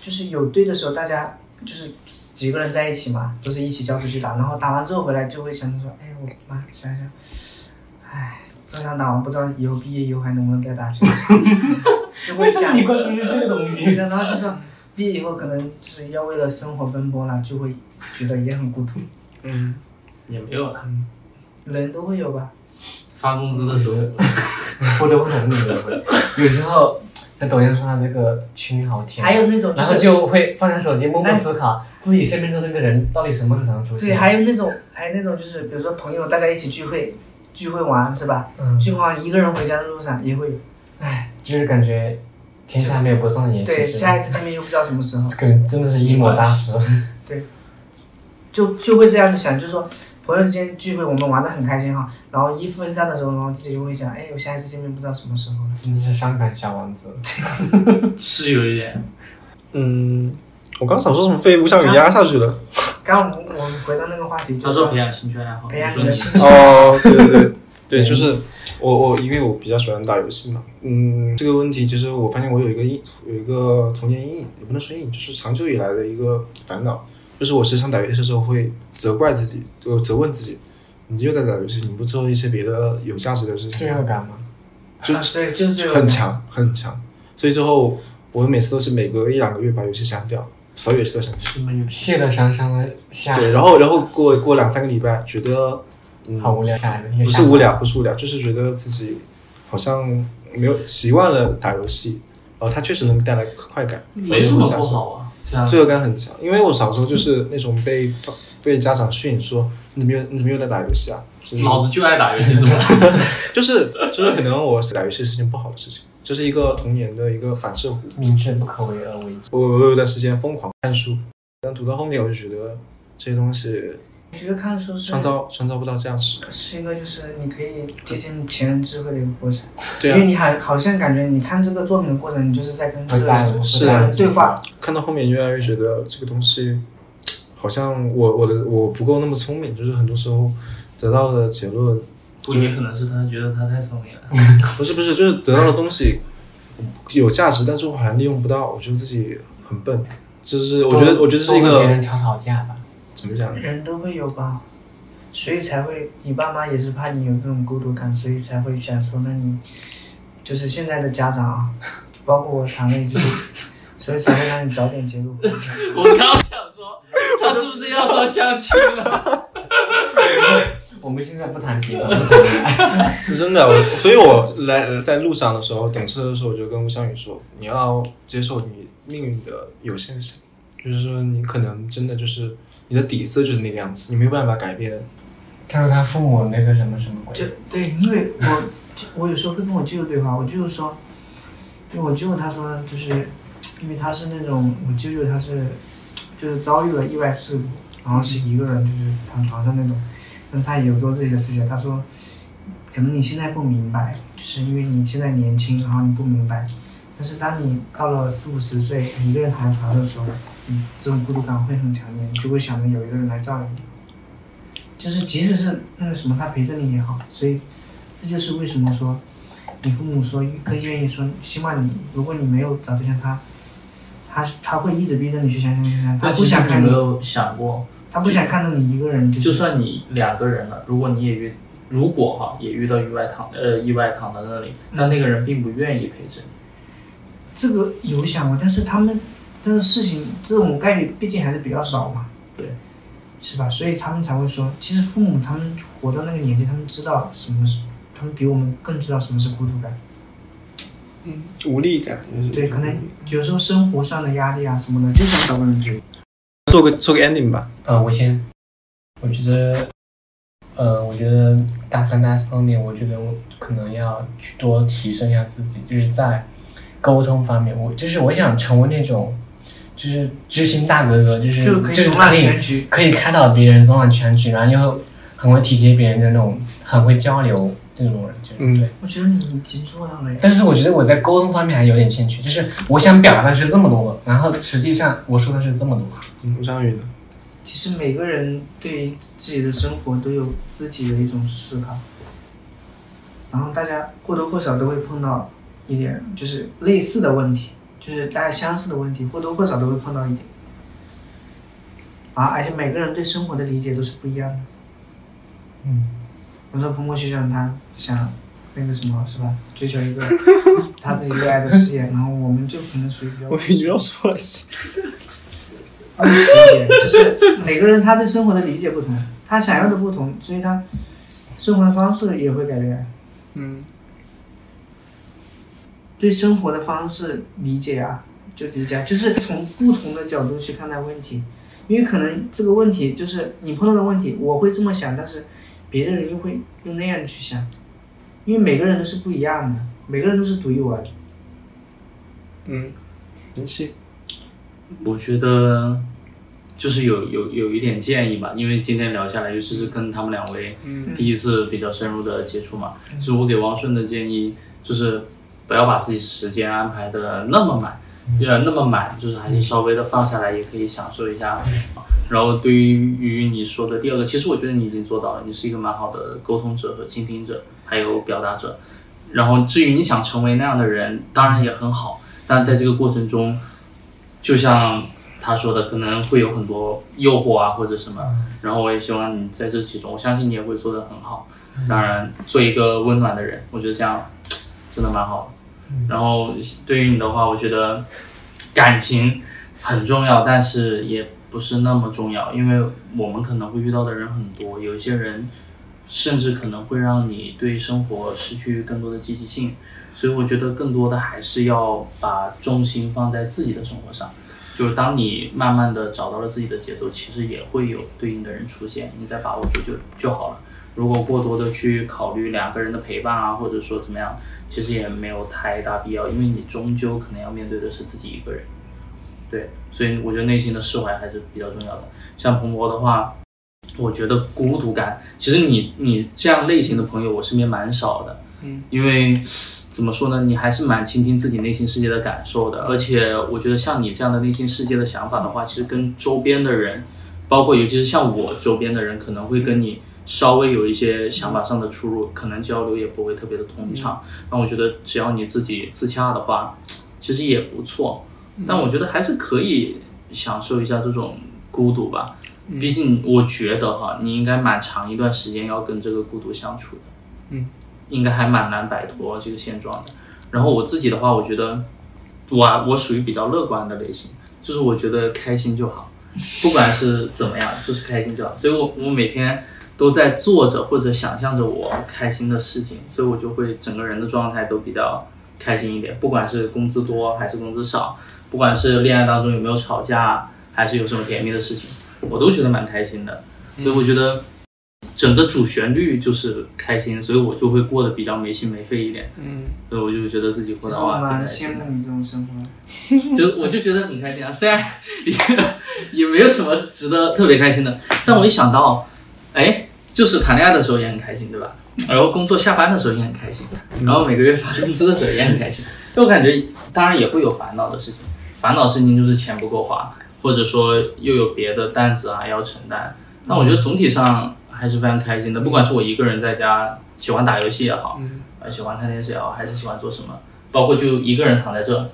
S5: 就是有队的时候，大家就是几个人在一起嘛，都是一起叫出去打，然后打完之后回来就会想着说，哎，我妈想想，哎，这场打完不知道以后毕业以后还能不能再打
S6: [LAUGHS]
S5: 球，就会想
S6: 关注是这个东
S5: 你？知道，然后就说毕业以后可能就是要为了生活奔波了，就会觉得也很孤独。
S4: 嗯，
S2: 也没有啊。
S5: 人都会有吧？
S2: 发工资的时候，
S6: 或者会很那个，有时候在抖音上看到这个群好甜，啊
S5: 还有那种就
S6: 然后
S5: 是
S6: 就会放下手机，默默思考自己身边中的那个人到底什么时候才能出现。
S5: 对，还有那种还有那种就是，比如说朋友大家一起聚会，聚会玩是吧？
S6: 嗯，
S5: 聚会玩一个人回家的路上也会有。
S6: 唉，就是感觉天下没有不散的宴席。
S5: 对，
S6: 是吧
S5: 下一次见面又不知道什么时候，
S6: 这个真的是一抹大师。
S5: 就就会这样子想，就是说朋友之间聚会我们玩的很开心哈，然后一分散的时候，然后自己就会想，哎，我下一次见面不知道什么时候了。
S6: [LAUGHS] 真的是伤感小王子。
S2: [LAUGHS] 是有一点。
S4: 嗯，我刚想说什么被吴小雨压下去了。
S5: 刚刚我们我们回到那个话题，就
S2: 他
S5: 是
S2: 说
S5: 说
S2: 培养兴趣爱好，
S5: 培养
S2: 你
S5: 你
S2: 说
S5: 的
S2: 你
S5: 兴趣，
S4: [LAUGHS] 哦，对对对，嗯对，就是我我因为我比较喜欢打游戏嘛，嗯，这个问题其实我发现我有一个阴有一个童年阴影，也不能说阴影，就是长久以来的一个烦恼，就是我时常打游戏的时候会责怪自己，就责问自己，你又在打游戏，你不做一些别的有价值的事情
S6: 罪
S4: 吗
S6: 恶感嘛，
S4: 就
S5: 啊对，就是这种
S4: 很。强很强，所以最后我每次都是每隔一两个月把游戏删掉，所有游戏都删掉。
S2: 什么游戏？
S5: 啊
S6: 卸了伤，伤了下。
S4: 对，然后然后过过两三个礼拜，觉得
S6: 好无聊下来的一个
S4: 不
S6: 下
S4: 是
S6: 午
S4: 无聊，不是无聊，就是觉得自己好像没有习惯了打游戏，然后它确实能带来快感，
S2: 没什么不好啊，这样
S5: 嗯
S4: 罪恶感很强。因为我小时候就是那种被被家长训说你没有你怎么又在打游戏啊，就是
S2: 老子就爱打游戏，怎么了？
S4: 就是就是可能我打游戏是件不好的事情，这、是一个童年的一个反射弧。
S6: 明知不可为而为之。
S4: 我我有段时间疯狂看书，但读到后面我就觉得这些东西
S5: 我觉得看书是
S4: 创造创造不到价值。
S5: 是一个，就是你可以接近前人智慧的一个过程，
S4: 对
S5: 因为
S4: 啊，
S5: 你好好像感觉你看这个作品的过程，你就是在跟这
S6: 回
S5: 个
S6: 答
S5: 人
S4: 是啊
S5: 对话，
S4: 看到后面越来越觉得这个东西好像我我的我不够那么聪明，就是很多时候得到的结论
S2: 不，也可能是他觉得他太聪明
S5: [LAUGHS]
S2: 了。
S4: 不是不是，就是得到的东西有价值，但是我好像利用不到，我觉得自己很笨。就是我觉得我觉得是一
S6: 多跟别
S4: 个
S6: 人吵吵架吧。
S4: 怎么讲？
S5: 人都会有吧，所以才会你爸妈也是怕你有这种孤独感，所以才会想说，那你就是现在的家长啊，包括我堂妹，就是，所以才会让你早点结个婚。
S2: 我刚想说，他是不是要说相亲
S5: [LAUGHS]
S2: 了？
S6: 我们现在不谈结婚，不谈恋爱
S4: 是真的，我所以我来在路上的时候，等车的时候，我就跟吴湘雨说，你要接受你命运的有限性，就是说你可能真的就是你的底色就是那个样子，你没有办法改变。
S6: [LAUGHS] 他说他父母那个什么什么
S5: 就
S6: 鬼，
S5: 对，因为我就我有时候会跟我舅舅对话，我舅舅说，因为我舅舅他说就是，因为他是那种我舅舅他是，就是遭遇了意外事故，然后是一个人就是躺床上那种，但是他也有做自己的事情，他说，可能你现在不明白，就是因为你现在年轻，然后你不明白，但是当你到了四五十岁，你一个人躺在床上的时候，你这种孤独感会很强烈，你就会想着有一个人来照应你。就是即使是那个什么，他陪着你也好，所以这就是为什么说你父母说更愿意说，希望你如果你没有找对象，他他他会一直逼着你去想想想想，他不想看
S2: 你
S5: 你
S2: 有没，有想过，
S5: 他不想看到你一个人，
S2: 就是算你两个人了，如果你也遇，如果哈、也遇到意外躺呃意外躺在那里，但那个人并不愿意陪着你，
S5: 这个有想过，但是他们但是事情这种概率毕竟还是比较少嘛，
S2: 对，
S5: 是吧？所以他们才会说，其实父母他们活到那个年纪，他们知道什么是，他们比我们更知道什么是孤独感。
S4: 嗯，无力感。就是
S5: 对，可能有时候生活上的压力啊什么的，就想找个人陪。
S4: 做个做个 ending 吧。
S6: 呃，我先，我觉得，呃，我觉得大三、大四方面，我觉得我可能要去多提升一下自己，就是在沟通方面，我就是我想成为那种，就是知心大哥哥，就是
S5: 就可以
S6: 是
S5: 容纳
S6: 可以
S5: 全局。
S6: 可以开导别人，总揽全局，然后又很会体贴别人的那种，很会交流这种人，就是、
S4: 嗯
S6: 对。
S5: 我觉得你已经做到了呀。
S6: 但是我觉得我在沟通方面还有点欠缺，就是我想表达的是这么多，然后实际上我说的是这么多。
S4: 嗯，吴湘雨呢？
S5: 其实每个人对于自己的生活都有自己的一种思考，然后大家或多或少都会碰到一点，就是类似的问题，就是大家相似的问题，或多或少都会碰到一点。啊，而且每个人对生活的理解都是不一样的。
S6: 嗯，
S5: 我说彭博学长他想那个什么是吧，追求一个 [LAUGHS] 他自己热爱的事业，然后我们就可能属于比较
S4: [LAUGHS] 我以为要说一下。
S5: 务实一点，就是每个人他对生活的理解不同，他想要的不同，所以他生活的方式也会改变。
S4: 嗯，
S5: 对生活的方式理解啊，就理解啊，就是从不同的角度去看待问题，因为可能这个问题就是你碰到的问题，我会这么想，但是别的人又会用那样去想，因为每个人都是不一样的，每个人都是独一无二的。
S4: 嗯，联系。
S2: 我觉得。就是有有有一点建议吧，因为今天聊下来，尤其是跟他们两位
S4: 嗯
S2: 第一次比较深入的接触嘛，就是我给汪顺的建议就是不要把自己时间安排的那么满，呃、那么满，就是还是稍微的放下来，也可以享受一下。然后对于你说的第二个，其实我觉得你已经做到了，你是一个蛮好的沟通者和倾听者，还有表达者。然后至于你想成为那样的人，当然也很好，但在这个过程中，就像他说的，可能会有很多诱惑啊或者什么。然后我也希望你在这其中，我相信你也会做得很好。当然，做一个温暖的人，我觉得这样真的蛮好的。然后对于你的话，我觉得感情很重要，但是也不是那么重要，因为我们可能会遇到的人很多，有一些人甚至可能会让你对生活失去更多的积极性。所以我觉得更多的还是要把重心放在自己的生活上。就是当你慢慢的找到了自己的节奏，其实也会有对应的人出现，你再把握住就就好了。如果过多的去考虑两个人的陪伴啊，或者说怎么样，其实也没有太大必要，因为你终究可能要面对的是自己一个人。对，所以我觉得内心的释怀还是比较重要的。像彭博的话，我觉得孤独感，其实你你这样类型的朋友，我身边蛮少的。嗯，因为怎么说呢，你还是蛮倾听自己内心世界的感受的。而且我觉得像你这样的内心世界的想法的话，其实跟周边的人，包括尤其是像我周边的人，可能会跟你稍微有一些想法上的出入，可能交流也不会特别的通畅。那我觉得只要你自己自洽的话，其实也不错。但我觉得还是可以享受一下这种孤独吧。毕竟我觉得哈，你应该蛮长一段时间要跟这个孤独相处的，
S4: 嗯，
S2: 应该还蛮难摆脱这个现状的。然后我自己的话，我觉得我我属于比较乐观的类型，就是我觉得开心就好，不管是怎么样，就是开心就好。所以我我每天都在做着或者想象着我开心的事情，所以我就会整个人的状态都比较开心一点，不管是工资多还是工资少，不管是恋爱当中有没有吵架，还是有什么甜蜜的事情，我都觉得蛮开心的。所以我觉得整个主旋律就是开心，所以我就会过得比较没心没肺一点。
S4: 嗯，
S2: 所以我就觉得自己
S5: 其
S2: 过
S5: 实
S2: 得
S5: 我
S2: 哇，挺
S5: 蛮
S2: 开心
S5: 羡
S2: 的
S5: 慕。你这种生活
S2: [LAUGHS]
S5: 的，
S2: 就我就觉得很开心啊，虽然也也没有什么值得特别开心的，但我一想到，哎，就是谈恋爱的时候也很开心，对吧？然后工作下班的时候也很开心，然后每个月发工资的时候也很开心。就我感觉，当然也会有烦恼的事情，烦恼事情就是钱不够花，或者说又有别的担子啊要承担。但我觉得总体上还是非常开心的，不管是我一个人在家喜欢打游戏也好，呃，喜欢看电视也好，还是喜欢做什么，包括就一个人躺在这，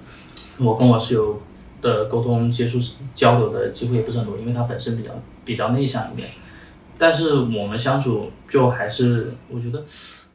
S2: 我跟我室友的沟通、接触、交流的机会也不是很多，因为他本身比较比较内向一点。但是我们相处就还是，我觉得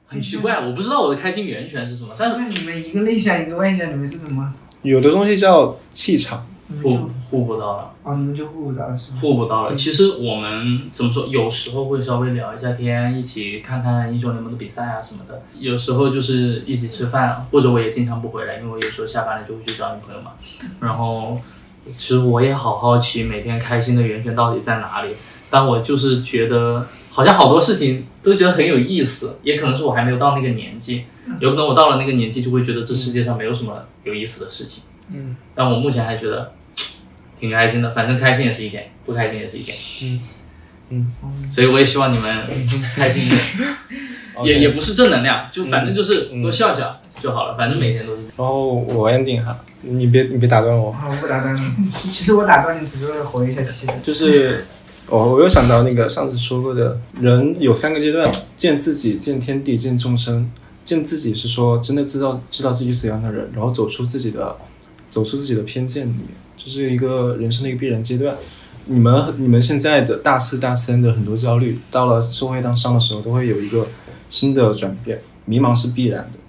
S2: 很奇怪，我不知道我的开心源泉是什么，但是
S5: 那你们一个内向一个外向，你们是怎么？
S4: 有的东西叫气场，
S5: 你们
S2: 互
S5: 就
S2: 互补到了，
S5: 哦，你们就互补到了是吗？
S2: 互补到了。其实我们怎么说，有时候会稍微聊一下天，一起看看英雄联盟的比赛啊什么的。有时候就是一起吃饭，或者我也经常不回来，因为我有时候下班了就会去找女朋友嘛。然后其实我也好好奇每天开心的源泉到底在哪里，但我就是觉得好像好多事情都觉得很有意思，也可能是我还没有到那个年纪，有可能我到了那个年纪就会觉得这世界上没有什么有意思的事情。
S4: 嗯，
S2: 但我目前还觉得挺开心的，反正开心也是一点，不开心也是一点。
S4: 嗯
S2: 嗯，所以我也希望你们开心
S4: [LAUGHS]
S2: 一点，也也不是正能量，就反正就是
S4: 嗯嗯
S2: 多笑笑就好了，反正每天都是这样。
S4: 然后我 ending 哈，你别你别打断我，
S5: 啊，我不打断你。其实我打断你只是为了活一下气氛。
S4: 就是哦，我又想到那个上次说过的，人有三个阶段：见自己、见天地、见众生。见自己是说真的知道知道自己是怎样的人，然后走出自己的走出自己的偏见里面，这、是一个人生的一个必然阶段。你们你们现在的大四大三的很多焦虑，到了社会当上的时候，都会有一个新的转变，迷茫是必然的。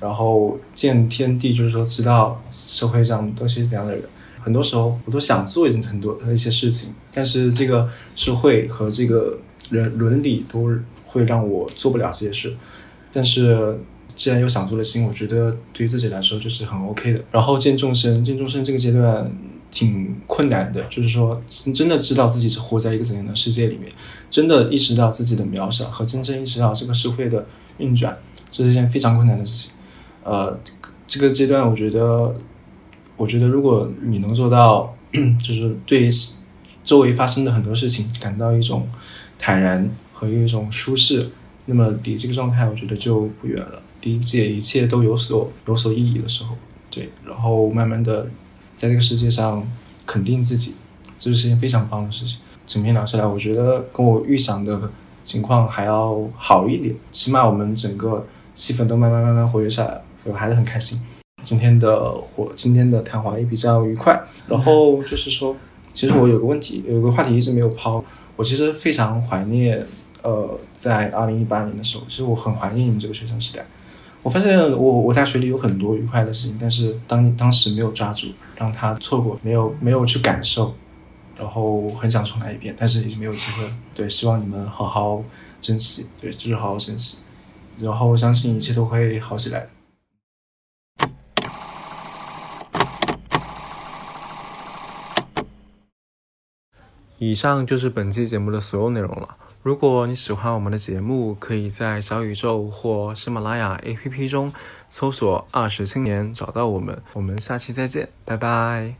S4: 然后见天地就是说知道社会上都是怎样的人。很多时候我都想做一很多一些事情，但是这个社会和这个人伦理都会让我做不了这些事。但是既然有想做的心，我觉得对于自己来说就是很 OK 的。然后见众生，见众生这个阶段挺困难的，就是说真真的知道自己是活在一个怎样的世界里面，真的意识到自己的渺小和真正意识到这个社会的运转，这是一件非常困难的事情。呃，这个阶段我觉得我觉得如果你能做到， [CLEARS THROAT] 就是对周围发生的很多事情感到一种坦然和一种舒适，那么离这个状态我觉得就不远了。理解一切都有所有所意义的时候，对，然后慢慢的在这个世界上肯定自己，这是一件非常棒的事情。整篇聊下来，啊我觉得跟我预想的情况还要好一点，起码我们整个气氛都慢慢慢慢活跃下来了，所以我还是很开心。今天的活，今天的谈话也比较愉快。然后就是说，其实我有个问题，有个话题一直没有抛。我其实非常怀念，呃，在二零一八年的时候，其实我很怀念你们这个学生时代。我发现我我大学里有很多愉快的事情，但是当当时没有抓住，让他错过，没有没有去感受，然后很想重来一遍，但是已经没有机会了。对，希望你们好好珍惜，对，就是好好珍惜，然后相信一切都会好起来的。
S1: 以上就是本期节目的所有内容了。如果你喜欢我们的节目，可以在小宇宙或喜马拉雅 APP 中搜索“二十青年”找到我们。我们下期再见，拜拜。